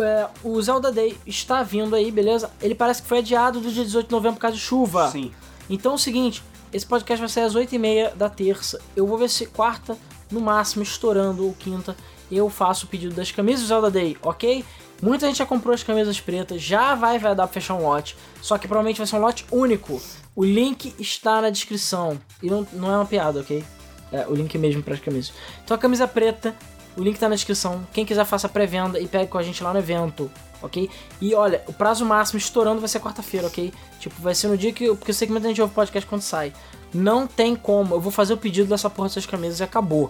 Speaker 2: é, o Zelda Day está vindo aí, beleza? Ele parece que foi adiado do dia 18 de novembro por causa de chuva.
Speaker 1: Sim.
Speaker 2: Então é o seguinte, esse podcast vai ser às 8h30 da terça. Eu vou ver se quarta, no máximo, estourando ou quinta, eu faço o pedido das camisas do Zelda Day, ok? Muita gente já comprou as camisas pretas, já vai, vai dar pra fechar um lote. Só que provavelmente vai ser um lote único. O link está na descrição. E não, não é uma piada, ok? É, o link mesmo para as camisas. Então a camisa preta, o link tá na descrição. Quem quiser faça pré-venda e pegue com a gente lá no evento, ok? E olha, o prazo máximo estourando vai ser quarta-feira, ok? Tipo, vai ser no dia que. Porque eu sei que muita gente ouve o podcast quando sai. Não tem como. Eu vou fazer o pedido dessa porra dessas camisas e acabou.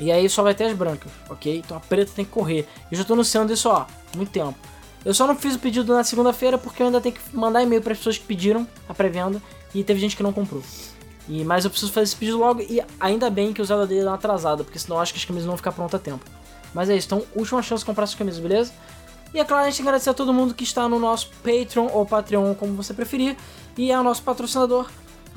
Speaker 2: E aí só vai ter as brancas, ok? Então a preta tem que correr. Eu já tô anunciando isso, ó, há muito tempo. Eu só não fiz o pedido na segunda-feira porque eu ainda tenho que mandar e-mail para pessoas que pediram a pré-venda e teve gente que não comprou. E, mas eu preciso fazer esse pedido logo e ainda bem que o Zelda dele dá uma atrasada, porque senão eu acho que as camisas não vão ficar prontas a tempo. Mas é isso, então última chance de comprar essas camisas, beleza? E é claro, a gente tem que agradecer a todo mundo que está no nosso Patreon ou Patreon, como você preferir, e é o nosso patrocinador.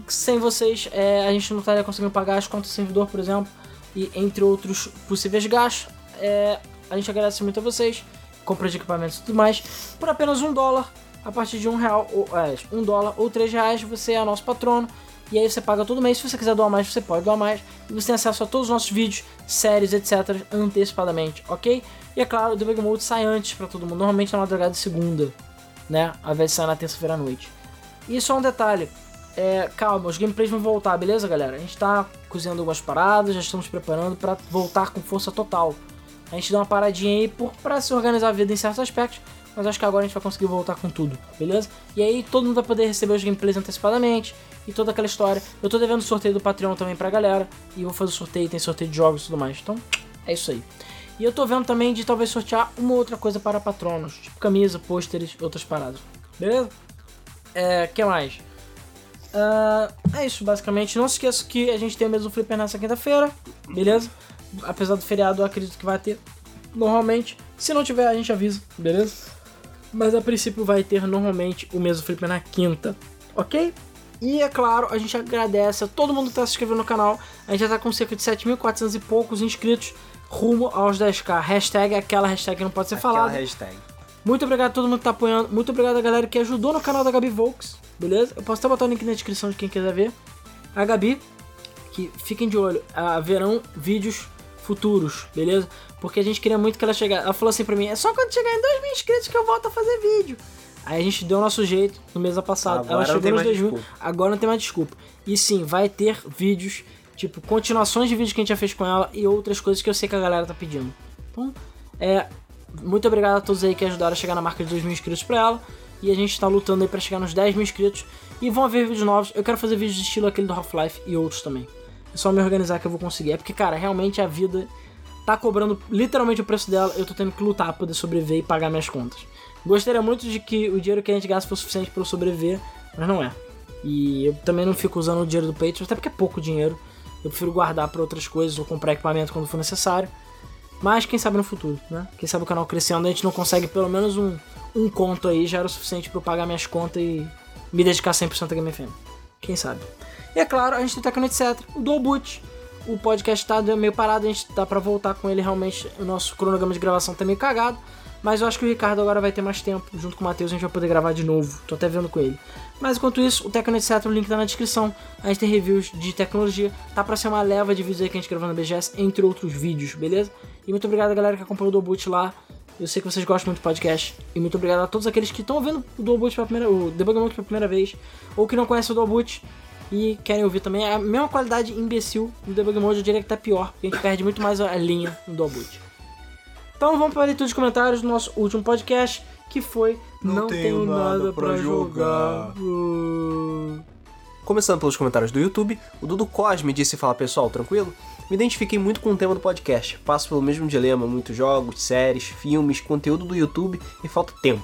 Speaker 2: Sem vocês, é, a gente não estaria conseguindo pagar as contas do servidor, por exemplo, e entre outros possíveis gastos. É, a gente agradece muito a vocês, compra de equipamentos e tudo mais, por apenas um dólar. A partir de um real, ou, é, um dólar ou três reais, você é nosso patrono. E aí você paga todo mês. Se você quiser doar mais, você pode doar mais. E você tem acesso a todos os nossos vídeos, séries, etc. antecipadamente, ok? E é claro, o Debug Mode sai antes pra todo mundo. Normalmente na madrugada de segunda, né? Ao invés de sair na terça-feira à noite. E só um detalhe. É, calma, os gameplays vão voltar, beleza, galera? A gente tá cozinhando algumas paradas, já estamos preparando pra voltar com força total. A gente deu uma paradinha aí por, pra se organizar a vida em certos aspectos, mas acho que agora a gente vai conseguir voltar com tudo, beleza? E aí todo mundo vai poder receber os gameplays antecipadamente e toda aquela história. Eu tô devendo sorteio do Patreon também pra galera, e vou fazer o sorteio, tem sorteio de jogos e tudo mais, então é isso aí. E eu tô vendo também de talvez sortear uma outra coisa para patronos, tipo camisa, pôsteres, outras paradas, beleza? É, que mais? Ah, é isso, basicamente. Não se esqueça que a gente tem o mesmo Flipper nessa quinta-feira, beleza? Apesar do feriado, eu acredito que vai ter normalmente. Se não tiver, a gente avisa, beleza? Mas a princípio vai ter normalmente o mesmo Flipper na quinta, ok? E é claro, a gente agradece a todo mundo que está se inscrevendo no canal. A gente já tá com cerca de 7.400 e poucos inscritos rumo aos 10k. Hashtag aquela hashtag que não pode ser
Speaker 1: Aquela
Speaker 2: falada.
Speaker 1: hashtag.
Speaker 2: Muito obrigado a todo mundo que tá apoiando. Muito obrigado a galera que ajudou no canal da Gabi Volks, beleza? Eu posso até botar o link na descrição de quem quiser ver. A Gabi, que fiquem de olho, ah, verão vídeos futuros, beleza? Porque a gente queria muito que ela chegasse. Ela falou assim pra mim: é só quando chegar em 2 mil inscritos que eu volto a fazer vídeo. Aí a gente deu o nosso jeito no mês passado.
Speaker 1: Agora
Speaker 2: ela
Speaker 1: não
Speaker 2: chegou
Speaker 1: tem
Speaker 2: nos
Speaker 1: mais
Speaker 2: 2 mil.
Speaker 1: desculpa.
Speaker 2: Agora não tem mais desculpa. E sim, vai ter vídeos, tipo, continuações de vídeos que a gente já fez com ela e outras coisas que eu sei que a galera tá pedindo. Então, é. Muito obrigado a todos aí que ajudaram a chegar na marca de 2 mil inscritos pra ela. E a gente tá lutando aí pra chegar nos 10 mil inscritos. E vão haver vídeos novos. Eu quero fazer vídeos de estilo aquele do Half-Life e outros também. É só me organizar que eu vou conseguir. É porque, cara, realmente a vida tá cobrando literalmente o preço dela. Eu tô tendo que lutar pra poder sobreviver e pagar minhas contas. Gostaria muito de que o dinheiro que a gente gasta fosse suficiente pra eu sobreviver, mas não é. E eu também não fico usando o dinheiro do Patreon, até porque é pouco dinheiro. Eu prefiro guardar pra outras coisas ou comprar equipamento quando for necessário. Mas quem sabe no futuro, né? Quem sabe o canal crescendo, a gente não consegue pelo menos um, um conto aí, já era o suficiente pra eu pagar minhas contas e me dedicar 100% a Game FM. Quem sabe? E é claro, a gente tem o Tecno Etc, o Dual Boot, o podcast tá meio parado, a gente tá pra voltar com ele realmente, o nosso cronograma de gravação tá meio cagado, mas eu acho que o Ricardo agora vai ter mais tempo, junto com o Matheus a gente vai poder gravar de novo, tô até vendo com ele. Mas enquanto isso, o Tecno Etc, o link tá na descrição, a gente tem reviews de tecnologia, tá pra ser uma leva de vídeos aí que a gente gravou na BGS, entre outros vídeos, beleza? E muito obrigado a galera que acompanhou o Dual Boot lá, eu sei que vocês gostam muito do podcast. E muito obrigado a todos aqueles que estão ouvindo o Dual Boot pela primeira, o Debug Mode pela primeira vez, ou que não conhecem o Dual Boot e querem ouvir também. É a mesma qualidade imbecil do Debug Mode, eu diria que tá pior, porque a gente perde muito mais a linha no Dual Boot. Então vamos para a leitura de comentários do nosso último podcast, que foi Não, tenho, nada, pra jogar. Uh.
Speaker 1: Começando pelos comentários do YouTube, o Dudu Cosme disse fala pessoal, tranquilo? Me identifiquei muito com o tema do podcast. Passo pelo mesmo dilema, muitos jogos, séries, filmes, conteúdo do YouTube e falta tempo.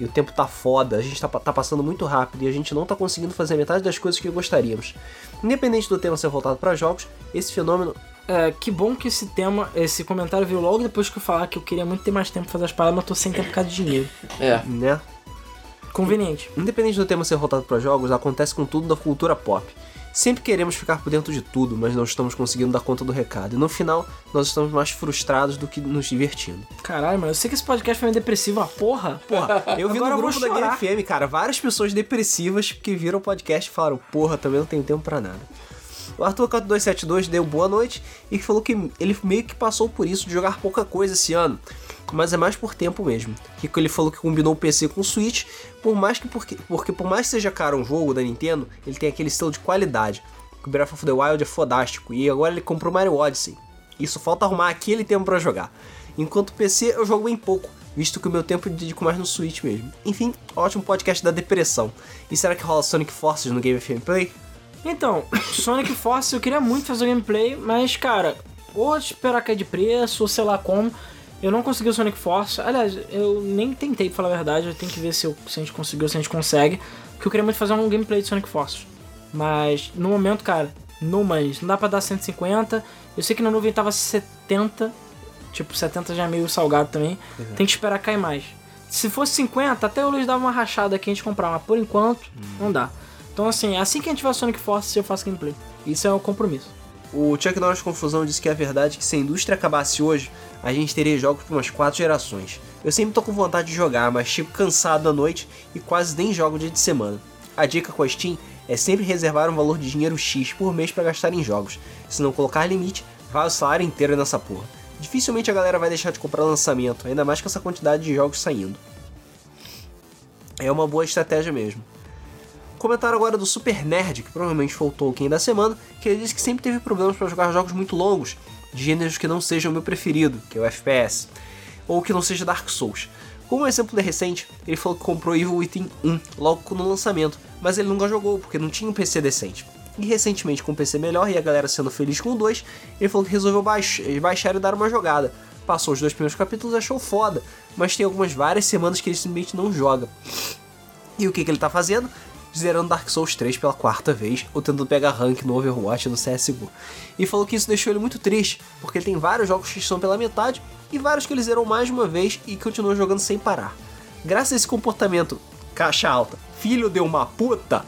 Speaker 1: E o tempo tá foda, a gente tá, pa- tá passando muito rápido e a gente não tá conseguindo fazer metade das coisas que gostaríamos. Independente do tema ser voltado pra jogos, esse fenômeno
Speaker 2: É, que bom que esse tema, esse comentário veio logo depois que eu falar que eu queria muito ter mais tempo pra fazer as paradas, mas tô sem tempo por causa de dinheiro.
Speaker 3: É.
Speaker 1: né,
Speaker 2: Conveniente.
Speaker 1: Independente do tema ser voltado para jogos, acontece com tudo da cultura pop. Sempre queremos ficar por dentro de tudo, mas não estamos conseguindo dar conta do recado. E no final, nós estamos mais frustrados do que nos divertindo.
Speaker 2: Caralho, mano, eu sei que esse podcast foi meio depressivo, uma porra.
Speaker 1: Porra, eu vi
Speaker 2: Agora eu
Speaker 1: no
Speaker 2: vou
Speaker 1: grupo da
Speaker 2: chorar.
Speaker 1: Game FM, cara, várias pessoas depressivas que viram o podcast e falaram: Porra, também não tenho tempo pra nada. O Arthur4272 deu boa noite e falou que ele meio que passou por isso de jogar pouca coisa esse ano. Mas é mais por tempo mesmo. Que ele falou que combinou o PC com o Switch, por mais que porque, porque por mais que seja caro um jogo da Nintendo, ele tem aquele estilo de qualidade. O Breath of the Wild é fodástico. E agora ele comprou Mario Odyssey. Isso falta arrumar aquele tempo um pra jogar. Enquanto o PC eu jogo bem pouco, visto que o meu tempo eu dedico mais no Switch mesmo. Enfim, ótimo podcast da depressão. E será que rola Sonic Forces no Game FM Play?
Speaker 2: Então, Sonic Force eu queria muito fazer o gameplay, mas cara, ou esperar cair de preço, ou sei lá como. Eu não consegui o Sonic Force. Aliás, eu nem tentei, pra falar a verdade. Eu tenho que ver se, eu- se a gente conseguiu, se a gente consegue. Porque eu queria muito fazer um gameplay de Sonic Force. Mas, no momento, cara, não mais. Não dá pra dar 150. Eu sei que na nuvem tava 70. Tipo, 70 já é meio salgado também. Tem que esperar cair mais. Se fosse 50, até o Luiz dava uma rachada aqui a gente comprar, mas por enquanto, não dá. Então, assim, assim que a gente tiver Sonic Force, eu faço gameplay. Isso é um compromisso.
Speaker 1: O Chuck Norris Confusão disse que é verdade que se a indústria acabasse hoje, a gente teria jogos para umas 4 gerações. Eu sempre tô com vontade de jogar, mas fico cansado à noite e quase nem jogo dia de semana. A dica com a Steam é sempre reservar um valor de dinheiro X por mês para gastar em jogos. Se não colocar limite, vai o salário inteiro nessa porra. Dificilmente a galera vai deixar de comprar lançamento, ainda mais com essa quantidade de jogos saindo. É uma boa estratégia mesmo. Comentário agora do Super Nerd, que provavelmente foi o Tolkien da semana, que ele disse que sempre teve problemas para jogar jogos muito longos, de gêneros que não sejam o meu preferido, que é o FPS, ou que não seja Dark Souls. Como um exemplo de recente, ele falou que comprou Evil Within 1 logo no lançamento, mas ele nunca jogou porque não tinha um PC decente. E recentemente, com um PC melhor e a galera sendo feliz com o 2, ele falou que resolveu baix- baixar e dar uma jogada. Passou os dois primeiros capítulos e achou foda, mas tem algumas várias semanas que ele simplesmente não joga. E o que, que ele tá fazendo? Zerando Dark Souls 3 pela quarta vez, ou tentando pegar rank no Overwatch e no CSGO. E falou que isso deixou ele muito triste, porque ele tem vários jogos que estão pela metade e vários que ele zerou mais de uma vez e continuou jogando sem parar. Graças a esse comportamento, caixa alta, filho de uma puta,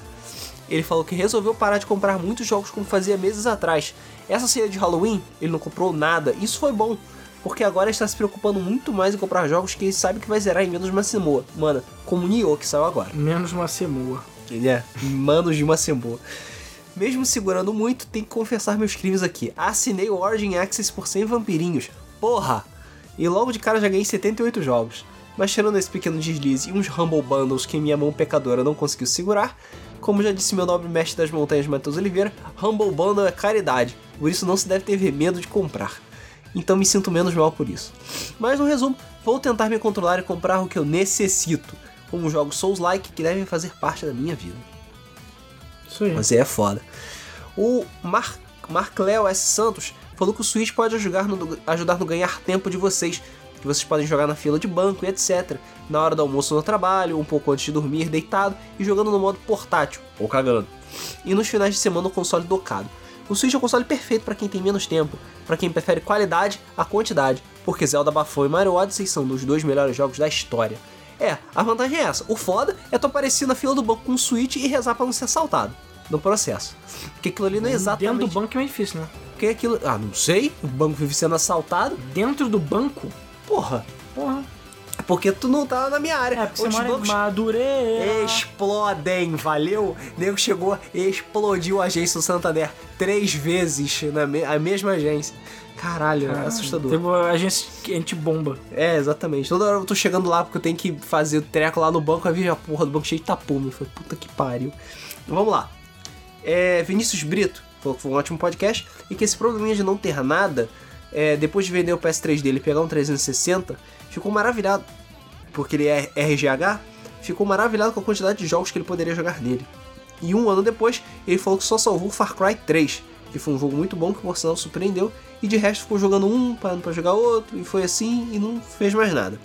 Speaker 1: ele falou que resolveu parar de comprar muitos jogos como fazia meses atrás. Essa ceia de Halloween, ele não comprou nada. Isso foi bom, porque agora está se preocupando muito mais em comprar jogos que ele sabe que vai zerar em menos de uma semana. Mano, como o Nioh que saiu agora.
Speaker 2: Menos uma semoa.
Speaker 1: Ele é manos de uma cebola. Mesmo segurando muito, tem que confessar meus crimes aqui. Assinei o Origin Access por 100 vampirinhos. Porra! E logo de cara já ganhei 78 jogos. Mas tirando esse pequeno deslize e uns Humble Bundles que minha mão pecadora não conseguiu segurar, como já disse meu nobre mestre das montanhas Matheus Oliveira, Humble Bundle é caridade, por isso não se deve ter medo de comprar então me sinto menos mal por isso. Mas no resumo, vou tentar me controlar e comprar o que eu necessito, como jogos Souls-like que devem fazer parte da minha vida.
Speaker 2: Isso aí.
Speaker 1: Mas aí é foda. O Mar Marcleo S. Santos falou que o Switch pode ajudar no, ajudar no ganhar tempo de vocês, que vocês podem jogar na fila de banco e etc. Na hora do almoço no trabalho, um pouco antes de dormir, deitado e jogando no modo portátil, ou cagando. E nos finais de semana no console docado. O Switch é o console perfeito para quem tem menos tempo, para quem prefere qualidade à quantidade, porque Zelda Bafou e Mario Odyssey são dos dois melhores jogos da história. É, a vantagem é essa. O foda é tu aparecer na fila do banco com um Switch e rezar pra não ser assaltado no processo. Porque aquilo ali não é exatamente.
Speaker 2: Dentro do banco é meio difícil, né?
Speaker 1: Porque aquilo. Ah, não sei. O banco vive sendo assaltado.
Speaker 2: Dentro do banco?
Speaker 1: Porra,
Speaker 2: Porra.
Speaker 1: é porque tu não tá na minha área.
Speaker 2: É, porque você
Speaker 1: Outros
Speaker 2: mora em
Speaker 1: bancos
Speaker 2: Madureira.
Speaker 1: explodem, valeu? Nego chegou, explodiu a agência do Santander três vezes na me- a mesma agência. Caralho, é assustador.
Speaker 2: Tem uma agência que a gente bomba.
Speaker 1: É, exatamente. Toda hora eu tô chegando lá porque eu tenho que fazer o treco lá no banco, aí vejo a porra do banco cheio de tapume. Eu falei, puta que pariu. Então, Vamos lá. É, Vinícius Brito falou que foi um ótimo podcast e que esse probleminha de não ter nada, é, depois de vender o PS3 dele e pegar um 360, ficou maravilhado, porque ele é RGH, ficou maravilhado com a quantidade de jogos que ele poderia jogar nele. E um ano depois, ele falou que só salvou Far Cry 3, que foi um jogo muito bom que por sinal surpreendeu, e de resto ficou jogando um, parando pra jogar outro, e foi assim, e não fez mais nada.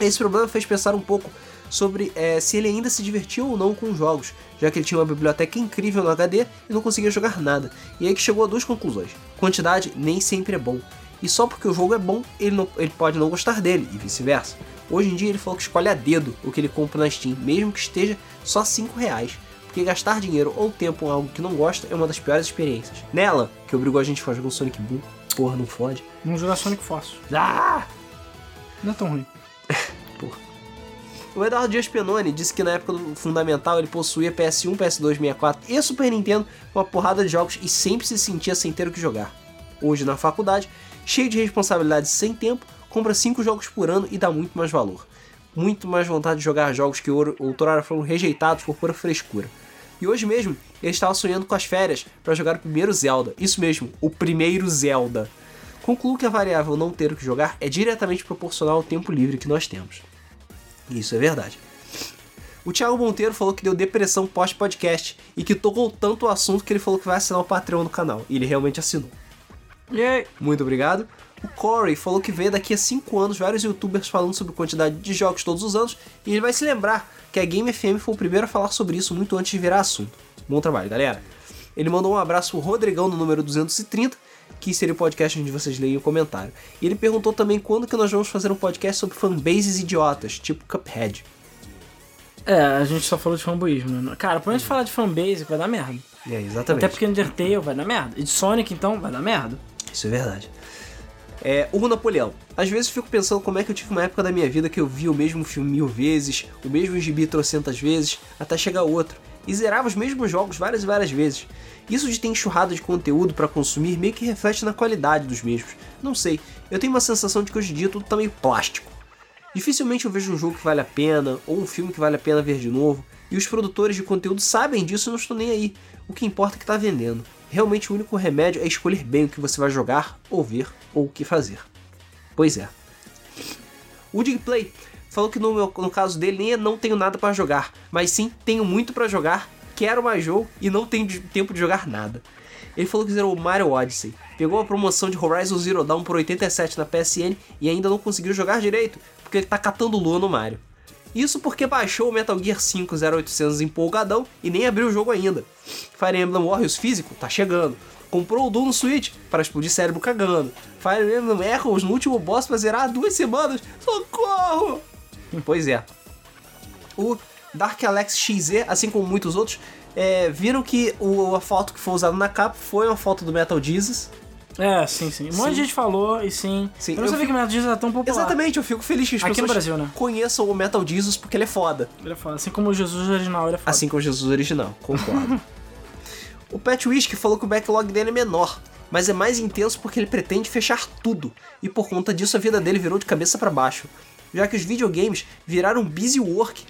Speaker 1: Esse problema fez pensar um pouco sobre eh, se ele ainda se divertia ou não com os jogos, já que ele tinha uma biblioteca incrível no HD e não conseguia jogar nada. E aí que chegou a duas conclusões: quantidade nem sempre é bom, e só porque o jogo é bom, ele, não- ele pode não gostar dele, e vice-versa. Hoje em dia ele falou que escolhe a dedo o que ele compra na Steam, mesmo que esteja só 5 reais. Porque gastar dinheiro ou tempo em algo que não gosta é uma das piores experiências. Nela, que obrigou a gente a fazer um Sonic Boom, porra, não fode.
Speaker 2: Vamos jogar Sonic Force.
Speaker 1: Ah!
Speaker 2: Não é tão ruim.
Speaker 1: O Eduardo Dias Penoni disse que na época do Fundamental ele possuía PS1, PS2, 64 e Super Nintendo com uma porrada de jogos e sempre se sentia sem ter o que jogar. Hoje, na faculdade, cheio de responsabilidades e sem tempo, compra 5 jogos por ano e dá muito mais valor. Muito mais vontade de jogar jogos que ouro- outrora foram rejeitados por pura frescura. E hoje mesmo, ele estava sonhando com as férias para jogar o primeiro Zelda. Isso mesmo, o primeiro Zelda. Concluo que a variável não ter o que jogar é diretamente proporcional ao tempo livre que nós temos. Isso é verdade. O Thiago Monteiro falou que deu depressão pós-podcast e que tocou tanto o assunto que ele falou que vai assinar o Patreon do canal. E ele realmente assinou.
Speaker 2: E aí?
Speaker 1: Muito obrigado. O Corey falou que vê daqui a 5 anos vários youtubers falando sobre quantidade de jogos todos os anos e ele vai se lembrar que a Game FM foi o primeiro a falar sobre isso muito antes de virar assunto. Bom trabalho, galera. Ele mandou um abraço pro Rodrigão no número 230, que seria o podcast onde vocês leem o comentário. E ele perguntou também quando que nós vamos fazer um podcast sobre fanbases idiotas, tipo Cuphead.
Speaker 2: É, a gente só falou de fanboísmo, né? Cara, pra gente falar de fanbase vai dar merda.
Speaker 1: É, exatamente.
Speaker 2: Até porque Undertale vai dar merda. E de Sonic, então, vai dar merda.
Speaker 1: Isso é verdade. É, o Napoleão. Às vezes eu fico pensando como é que eu tive uma época da minha vida que eu vi o mesmo filme mil vezes, o mesmo gibi trocentas vezes, até chegar outro. E zerava os mesmos jogos várias e várias vezes. Isso de ter enxurrada de conteúdo pra consumir meio que reflete na qualidade dos mesmos. Não sei, eu tenho uma sensação de que hoje em dia tudo tá meio plástico. Dificilmente eu vejo um jogo que vale a pena, ou um filme que vale a pena ver de novo, e os produtores de conteúdo sabem disso e não estão nem aí. O que importa é que tá vendendo. Realmente o único remédio é escolher bem o que você vai jogar, ou ver, ou o que fazer. Pois é. O Digplay falou que no, meu- no caso dele nem é não tenho nada pra jogar, mas sim tenho muito pra jogar, quero mais jogo e não tenho de- tempo de jogar nada. Ele falou que zerou o Mario Odyssey, pegou a promoção de Horizon Zero Dawn por 87 na PSN e ainda não conseguiu jogar direito, porque ele tá catando lua no Mario. Isso porque baixou o Metal Gear 5 0800 empolgadão e nem abriu o jogo ainda. Fire Emblem Warriors físico tá chegando. Comprou o Doom no Switch para explodir cérebro cagando. Fire Emblem Echoes no último boss pra zerar há duas semanas. Socorro! pois é. O Dark Alex XZ, assim como muitos outros, é, viram que o- a foto que foi usada na capa foi uma foto do Metal Jesus.
Speaker 2: É, sim, sim. Um monte de gente falou, e sim.
Speaker 1: Sim,
Speaker 2: eu não
Speaker 1: eu
Speaker 2: sabia
Speaker 1: fico-
Speaker 2: que Metal Gear era tão popular.
Speaker 1: Exatamente, eu fico feliz que as
Speaker 2: Aqui no
Speaker 1: pessoas
Speaker 2: Brasil, né?
Speaker 1: conheçam o Metal Jesus porque ele é foda.
Speaker 2: Ele é foda. Assim como o Jesus original, ele é foda.
Speaker 1: Assim como Jesus original, concordo. o Pat Whisky falou que o backlog dele é menor, mas é mais intenso porque ele pretende fechar tudo, e por conta disso a vida dele virou de cabeça pra baixo, já que os videogames viraram busy work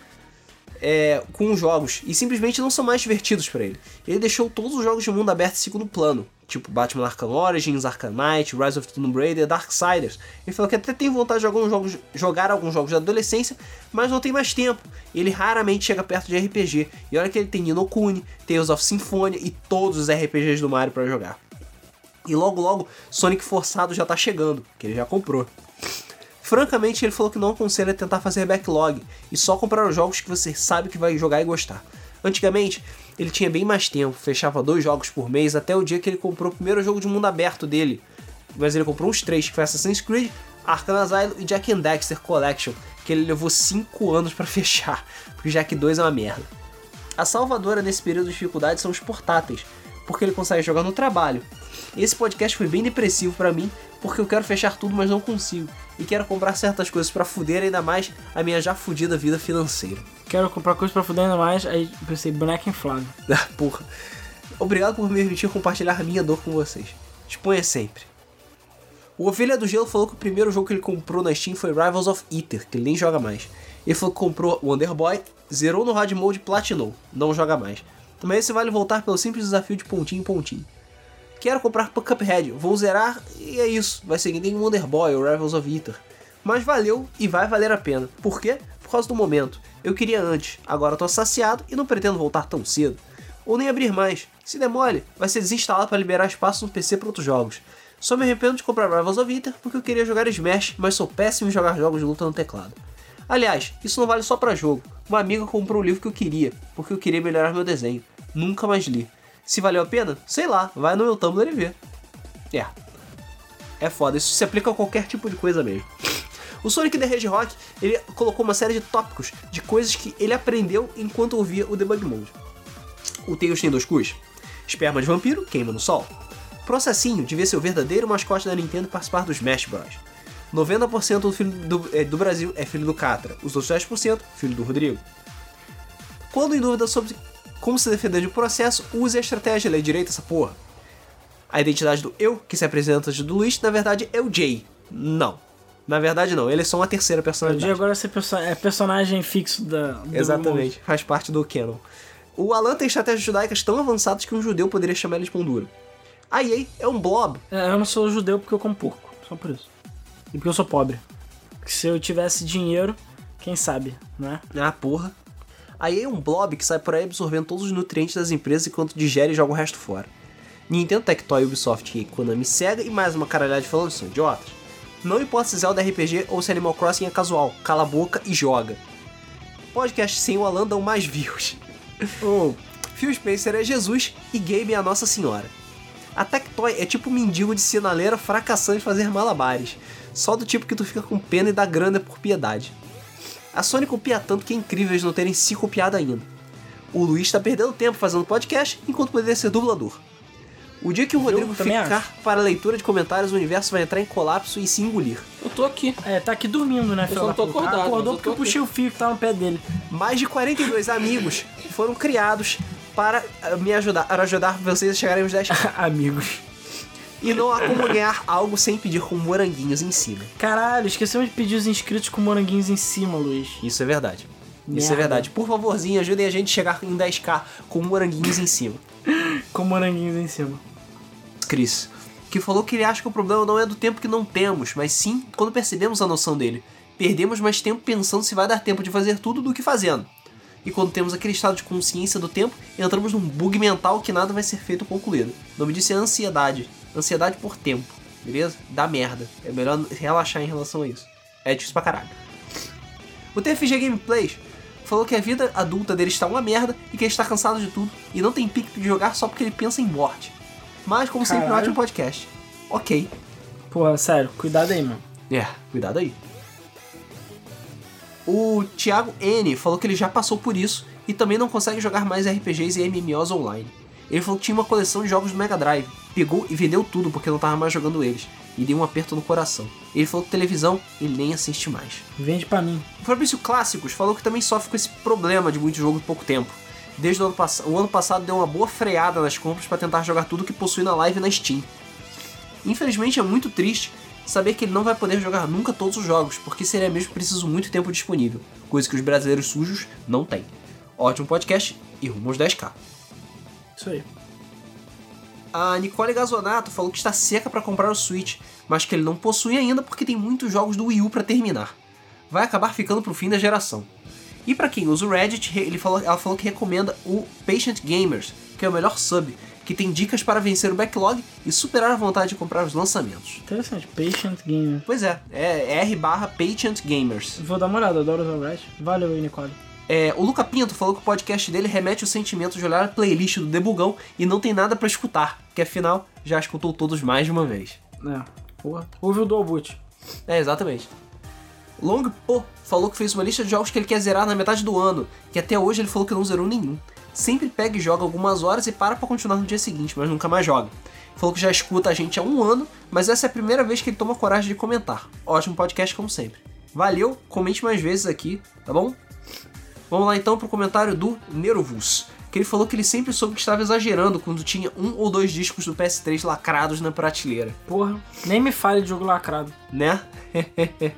Speaker 1: é, com os jogos e simplesmente não são mais divertidos pra ele. Ele deixou todos os jogos de mundo aberto em segundo plano, tipo Batman Arkham Origins, Arkham Knight, Rise of the Tomb Raider, Darksiders. Ele falou que até tem vontade de alguns jogos- jogar alguns jogos da adolescência, mas não tem mais tempo. Ele raramente chega perto de RPG. E olha que ele tem Nino Kuni, Tales of Symphonia e todos os RPGs do Mario pra jogar. E logo logo, Sonic Forçado já tá chegando, que ele já comprou. Francamente, ele falou que não aconselha tentar fazer backlog e só comprar os jogos que você sabe que vai jogar e gostar. Antigamente, ele tinha bem mais tempo, fechava dois jogos por mês até o dia que ele comprou o primeiro jogo de mundo aberto dele. Mas ele comprou uns três, que foi Assassin's Creed, Arkham Asylum e Jack and Dexter Collection, que ele levou cinco anos pra fechar, porque Jack 2 é uma merda. A salvadora nesse período de dificuldade são os portáteis, porque ele consegue jogar no trabalho. Esse podcast foi bem depressivo pra mim, porque eu quero fechar tudo, mas não consigo, e quero comprar certas coisas pra fuder ainda mais a minha já fudida vida financeira.
Speaker 2: Quero comprar coisa pra fuder ainda mais, aí pensei, boneca inflável.
Speaker 1: Ah, Porra. Obrigado por me permitir compartilhar minha dor com vocês. Disponha sempre. O Ovelha do Gelo falou que o primeiro jogo que ele comprou na Steam foi Rivals of Ether, que ele nem joga mais. Ele falou que comprou Wonder Boy, zerou no hard mode e platinou, não joga mais. Mas esse vale voltar pelo simples desafio de pontinho em pontinho. Quero comprar Cuphead, vou zerar e é isso. Vai seguir em Wonder Boy ou Rivals of Ether. Mas valeu e vai valer a pena. Por quê? Por causa do momento. Eu queria antes, agora tô saciado e não pretendo voltar tão cedo. Ou nem abrir mais. Se der mole, vai ser desinstalado para liberar espaço no PC para outros jogos. Só me arrependo de comprar Rivals of Ether porque eu queria jogar Smash, mas sou péssimo em jogar jogos de luta no teclado. Aliás, isso não vale só pra jogo. Uma amiga comprou o livro que eu queria, porque eu queria melhorar meu desenho. Nunca mais li. Se valeu a pena? Sei lá, vai no meu Tumblr e vê. É. É foda, isso se aplica a qualquer tipo de coisa mesmo. O Sonic the Hedgehog, ele colocou uma série de tópicos de coisas que ele aprendeu enquanto ouvia o Debug Mode. O Tails tem dois cus. Esperma de vampiro queima no sol. Processinho devia ser o verdadeiro mascote da Nintendo e participar dos Smash Bros. 90% do, filho do, eh, do Brasil é filho do Catra, os outros 10% filho do Rodrigo. Quando em dúvida sobre como se defender de um processo, use a estratégia, lê direito essa porra. A identidade do eu, que se apresenta de do Luiz, na verdade é o Jay. Não. Na verdade não, ele é só uma terceira
Speaker 2: O dia
Speaker 1: personalidade.
Speaker 2: agora você é perso- é personagem fixo da. do mundo.
Speaker 1: Exatamente, faz parte do canon. O Alan tem estratégias judaicas tão avançadas que um judeu poderia chamar ele de pão duro. A EA é um blob.
Speaker 2: É, eu não sou judeu porque eu como porco. Só por isso. E porque eu sou pobre. Porque se eu tivesse dinheiro, quem sabe, né?
Speaker 1: Ah, porra. A EA é um blob que sai por aí absorvendo todos os nutrientes das empresas enquanto digere e joga o resto fora. Nintendo, Tectoy, Ubisoft e Konami cega e mais uma caralhada de falando são idiotas. Não importa se Zelda é RPG ou se Animal Crossing é casual, cala a boca e joga. Podcast sem o Alan dão mais views.
Speaker 2: Oh,
Speaker 1: Phil Spencer é Jesus e Gabe é a Nossa Senhora. A Tectoy é tipo um mendigo de sinaleira fracassando em fazer malabares, só do tipo que tu fica com pena e dá grana por piedade. A Sony copia tanto que é incrível eles não terem se copiado ainda. O Luiz tá perdendo tempo fazendo podcast enquanto poderia ser dublador. O dia que o Rodrigo
Speaker 2: também
Speaker 1: ficar para a leitura de comentários, o universo vai entrar em colapso e se engolir.
Speaker 3: Eu tô aqui.
Speaker 2: é, tá aqui dormindo, né, filho?
Speaker 3: só não
Speaker 2: da
Speaker 3: tô
Speaker 2: puta?
Speaker 3: acordado, mas eu
Speaker 2: Acordou
Speaker 3: tô
Speaker 2: porque eu
Speaker 3: aqui.
Speaker 2: puxei o fio que tá no pé dele.
Speaker 1: mais de 42 amigos foram criados para eh, me ajudar, para ajudar vocês a chegarem aos 10
Speaker 2: Amigos.
Speaker 1: e não há como ganhar algo sem pedir com moranguinhos em cima.
Speaker 2: Caralho, esquecemos de pedir os inscritos com moranguinhos em cima, Luiz.
Speaker 1: Isso é verdade. Isso é
Speaker 2: Merda.
Speaker 1: verdade. Por favorzinho, ajudem a gente a chegar em 10k com moranguinhos em cima.
Speaker 2: Com moranguinhos em cima.
Speaker 1: Chris, que falou que ele acha que o problema não é do tempo que não temos, mas sim quando percebemos a noção dele. Perdemos mais tempo pensando se vai dar tempo de fazer tudo do que fazendo. E quando temos aquele estado de consciência do tempo, entramos num bug mental que nada vai ser feito ou concluído. O nome disso é ansiedade. Ansiedade por tempo, beleza? Dá merda. É melhor relaxar em relação a isso. É difícil pra caralho. O TFG Gameplays falou que a vida adulta dele está uma merda e que ele está cansado de tudo e não tem pique de jogar só porque ele pensa em morte. Mas, como sempre, um
Speaker 2: Caralho.
Speaker 1: ótimo podcast. Ok.
Speaker 2: Porra, sério, cuidado aí, mano.
Speaker 1: É, cuidado aí. O Thiago N falou que ele já passou por isso e também não consegue jogar mais RPGs e MMOs online. Ele falou que tinha uma coleção de jogos do Mega Drive, pegou e vendeu tudo porque não tava mais jogando eles, e deu um aperto no coração. Ele falou que televisão ele nem assiste mais.
Speaker 2: Vende pra mim.
Speaker 1: O Fabrício Clássicos falou que também sofre com esse problema de muito jogo em pouco tempo. Desde o ano, pass- o ano passado deu uma boa freada nas compras para tentar jogar tudo que possui na live e na Steam. Infelizmente é muito triste saber que ele não vai poder jogar nunca todos os jogos, porque seria mesmo preciso muito tempo disponível, coisa que os brasileiros sujos não têm. Ótimo podcast e rumo aos 10k.
Speaker 2: Isso aí.
Speaker 1: A Nicole Gazonato falou que está seca para comprar o Switch, mas que ele não possui ainda porque tem muitos jogos do Wii U para terminar. Vai acabar ficando pro fim da geração. E para quem usa o Reddit, re- ele falou- ela falou que recomenda o Patient Gamers, que é o melhor sub, que tem dicas para vencer o backlog e superar a vontade de comprar os lançamentos.
Speaker 2: Interessante. Patient Gamer.
Speaker 1: Pois é, é r barra Patient Gamers.
Speaker 2: Vou dar uma olhada, adoro os Overwatch. Valeu aí, Nicole.
Speaker 1: É, o Luca Pinto falou que o podcast dele remete o sentimento de olhar a playlist do Debugão e não tem nada pra escutar, que afinal já escutou todos mais de uma vez.
Speaker 2: É, porra. Ouve o Dolboot.
Speaker 1: É, exatamente. Long Po falou que fez uma lista de jogos que ele quer zerar na metade do ano, que até hoje ele falou que não zerou nenhum. Sempre pega e joga algumas horas e para pra continuar no dia seguinte, mas nunca mais joga. Falou que já escuta a gente há um ano, mas essa é a primeira vez que ele toma coragem de comentar. Ótimo podcast, como sempre. Valeu, comente mais vezes aqui, tá bom? Vamos lá então pro comentário do Nervus, que ele falou que ele sempre soube que estava exagerando quando tinha um ou dois discos do PS3 lacrados na prateleira,
Speaker 2: Porra, nem me fale de jogo lacrado.
Speaker 1: né?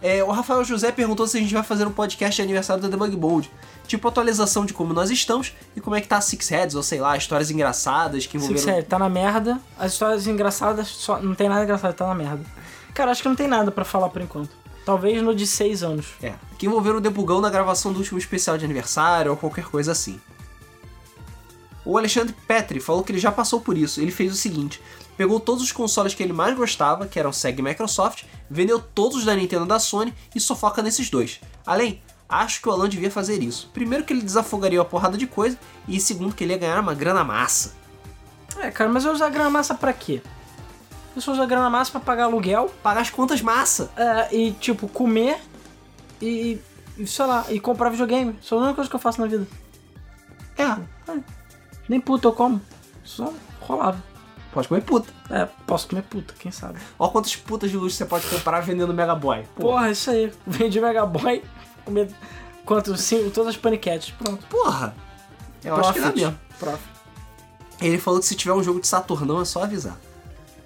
Speaker 1: É, o Rafael José perguntou se a gente vai fazer um podcast de aniversário da Debug Bold, tipo atualização de como nós estamos e como é que tá a Six Heads, ou sei lá, histórias engraçadas que
Speaker 2: Sim,
Speaker 1: envolveram...
Speaker 2: sério, tá na merda. As histórias engraçadas, só, não tem nada engraçado, tá na merda. Cara, acho que não tem nada pra falar por enquanto. Talvez no de seis anos.
Speaker 1: É, que envolveram o Debugão na gravação do último especial de aniversário ou qualquer coisa assim. O Alexandre Petri falou que ele já passou por isso. Ele fez o seguinte: pegou todos os consoles que ele mais gostava, que eram Sega e Microsoft, vendeu todos os da Nintendo e da Sony e só foca nesses dois. Além, acho que o Alan devia fazer isso. Primeiro, que ele desafogaria uma porrada de coisa, e segundo, que ele ia ganhar uma grana massa.
Speaker 2: É, cara, mas eu usar grana massa pra quê? Eu só uso a grana massa pra pagar aluguel
Speaker 1: Pagar as contas massa.
Speaker 2: é, e, tipo, comer e, e, sei lá, e comprar videogame. Só a única coisa que eu faço na vida.
Speaker 1: É,
Speaker 2: Nem puta eu como. Só rolava.
Speaker 1: pode comer puta.
Speaker 2: É, posso comer puta, quem sabe.
Speaker 1: Olha quantas putas de luxo você pode comprar vendendo Mega Boy. Porra.
Speaker 2: Porra, é isso aí. Vendi Mega Boy, comer quanto? Cinco, todas as paniquetes. Pronto.
Speaker 1: Porra. Eu acho que dá mesmo.
Speaker 2: Profit.
Speaker 1: Ele falou que se tiver um jogo de Saturnão é só avisar.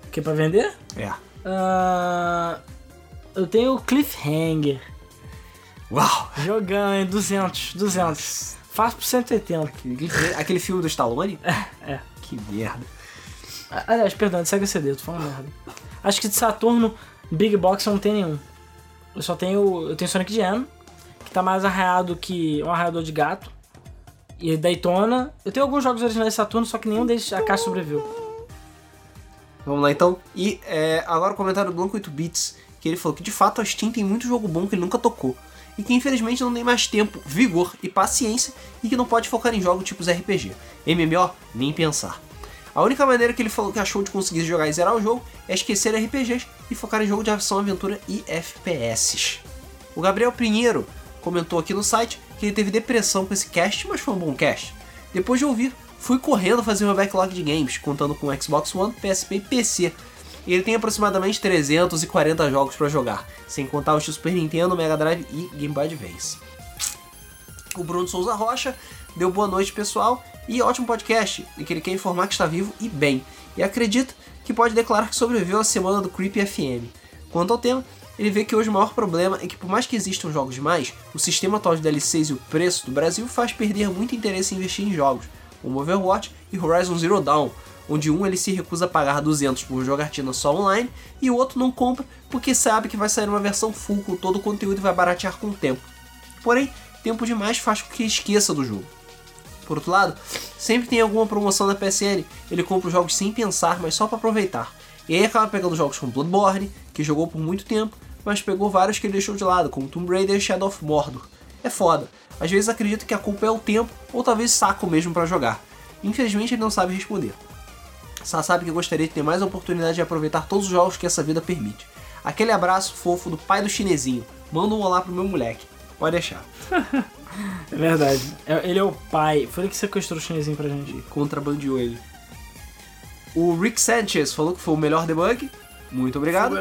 Speaker 2: O que pra vender?
Speaker 1: É.
Speaker 2: Ah, eu tenho o Cliffhanger.
Speaker 1: Uau!
Speaker 2: Jogão, hein? 200, 200. Faço por 180.
Speaker 1: Aquele, aquele filme do Stallone?
Speaker 2: é.
Speaker 1: Que merda.
Speaker 2: Ah, Aliás, perdão, de Sega CD, eu tô falando merda. Acho que de Saturno, Big Box eu não tenho nenhum. Eu só tenho. Eu tenho Sonic Jam, que tá mais arraiado que um arraiador de gato. E Daytona. Eu tenho alguns jogos originais de Saturno, só que nenhum deles a caixa sobreviveu.
Speaker 1: Vamos lá então. E é, agora o comentário do Blanco 8 Bits, que ele falou que de fato a Steam tem muito jogo bom que ele nunca tocou. E que infelizmente não tem mais tempo, vigor e paciência, e que não pode focar em jogos tipos RPG. MMO, nem pensar. A única maneira que ele falou que achou de conseguir jogar e zerar o jogo é esquecer RPGs e focar em jogo de ação, aventura e FPS. O Gabriel Pinheiro comentou aqui no site que ele teve depressão com esse cast, mas foi um bom cast. Depois de ouvir, fui correndo fazer uma backlog de games, contando com Xbox One, PSP e PC. E ele tem aproximadamente 340 jogos pra jogar, sem contar os de Super Nintendo, Mega Drive e Game Boy Advance. O Bruno Souza Rocha deu boa noite, pessoal, e ótimo podcast, e que ele quer informar que está vivo e bem. E acredito que pode declarar que sobreviveu à semana do Creepy FM. Quanto ao tema, ele vê que hoje o maior problema é que, por mais que existam jogos demais, o sistema atual de DLCs e o preço do Brasil faz perder muito interesse em investir em jogos, como Overwatch e Horizon Zero Dawn, onde um ele se recusa a pagar 200 por jogatina só online e o outro não compra porque sabe que vai sair uma versão full com todo o conteúdo e vai baratear com o tempo. Porém, tempo demais faz com que esqueça do jogo. Por outro lado, sempre tem alguma promoção na PSN, ele compra os jogos sem pensar, mas só para aproveitar. E aí acaba pegando jogos como Bloodborne, que jogou por muito tempo, mas pegou vários que ele deixou de lado, como Tomb Raider e Shadow of Mordor. É foda. Às vezes acredito que a culpa é o tempo, ou talvez saco mesmo para jogar. Infelizmente ele não sabe responder. Só sabe que gostaria de ter mais oportunidade de aproveitar todos os jogos que essa vida permite. Aquele abraço fofo do pai do chinesinho. Manda um olá pro meu moleque. Pode deixar.
Speaker 2: É verdade. É- Ele é o pai. Foi ele que sequestrou o chinesinho pra gente.
Speaker 1: Contrabandeou ele. O Rick Sanchez falou que foi o melhor debug. Muito obrigado.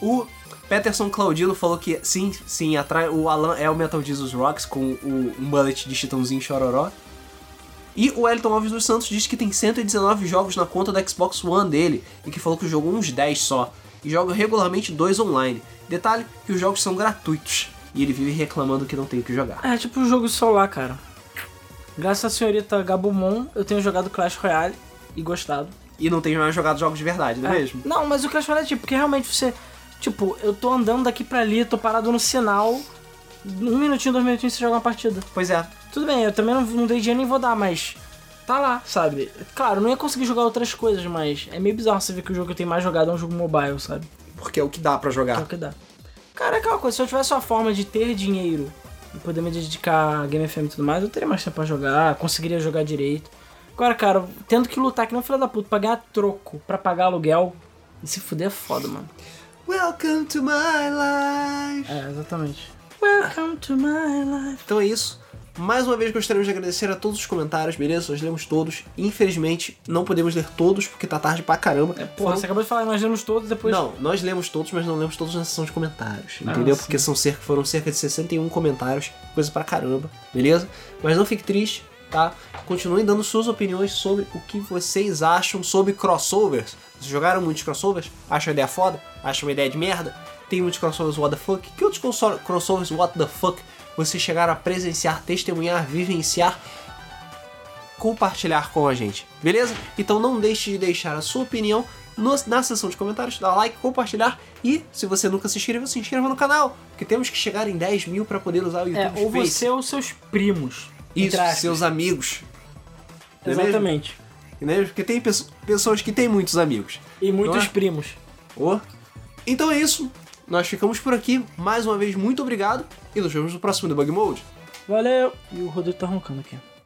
Speaker 1: O Peterson Claudino falou que sim, sim, atrai, o Alan é o Metal Jesus Rocks com o, um bullet de Chitãozinho Chororó. E o Elton Alves dos Santos diz que tem 119 jogos na conta do Xbox One dele e que falou que jogou uns 10 só e joga regularmente dois online. Detalhe que os jogos são gratuitos e ele vive reclamando que não tem o que jogar.
Speaker 2: É tipo um jogo de celular, cara. Graças à senhorita Gabumon, eu tenho jogado Clash Royale e gostado.
Speaker 1: E não tem mais jogado jogos de verdade, não é,
Speaker 2: É.
Speaker 1: mesmo?
Speaker 2: Não, mas o Clash Royale é tipo, porque realmente você. Tipo, eu tô andando daqui pra ali, tô parado no sinal. Um minutinho, dois minutinhos você joga uma partida.
Speaker 1: Pois é.
Speaker 2: Tudo bem, eu também não, não dei dinheiro nem vou dar, mas. Tá lá, sabe? Claro, eu não ia conseguir jogar outras coisas, mas é meio bizarro você ver que o jogo que eu tenho mais jogado é um jogo mobile, sabe?
Speaker 1: Porque é o que dá pra
Speaker 2: É o
Speaker 1: jogar.
Speaker 2: que dá. Cara, é aquela coisa, se eu tivesse uma forma de ter dinheiro e poder me dedicar a Game FM e tudo mais, eu teria mais tempo pra jogar, conseguiria jogar direito. Agora, cara, tendo que lutar que não filha da puta pra ganhar troco, pra pagar aluguel, e se fuder é foda, mano.
Speaker 1: Welcome to my life.
Speaker 2: É, exatamente. Welcome to my life.
Speaker 1: Então é isso. Mais uma vez gostaríamos de agradecer a todos os comentários, beleza? Nós lemos todos. Infelizmente, não podemos ler todos, porque tá tarde pra caramba.
Speaker 2: É, porra, você acabou de falar, nós lemos todos depois.
Speaker 1: Não, nós lemos todos, mas não lemos todos na sessão de comentários,
Speaker 2: Ah,
Speaker 1: entendeu?
Speaker 2: sim.
Speaker 1: Porque são cerca, foram cerca de 61 comentários, coisa pra caramba, beleza? Mas não fique triste, tá? Continuem dando suas opiniões sobre o que vocês acham sobre crossovers. Vocês jogaram muitos crossovers? Acham a ideia foda? Acham uma ideia de merda? Tem muitos crossovers what the fuck? Que outros conso- crossovers what the fuck vocês chegaram a presenciar, testemunhar, vivenciar? compartilhar com a gente, beleza? Então não deixe de deixar a sua opinião no- na seção de comentários, dar like, compartilhar e se você nunca se inscreveu, se inscreva no canal, porque temos que chegar em 10 mil para poder usar o YouTube
Speaker 2: É, ou
Speaker 1: Space.
Speaker 2: você ou seus primos.
Speaker 1: Isso,
Speaker 2: Entre aspas.
Speaker 1: seus amigos, não é mesmo?
Speaker 2: Exatamente.
Speaker 1: né? Porque tem pesso- pessoas que têm muitos amigos.
Speaker 2: E muitos
Speaker 1: Não é?
Speaker 2: primos.
Speaker 1: Ô. Então é isso, nós ficamos por aqui. Mais uma vez, muito obrigado e nos vemos no próximo Debug Mode.
Speaker 2: Valeu! E o Rodrigo tá roncando aqui.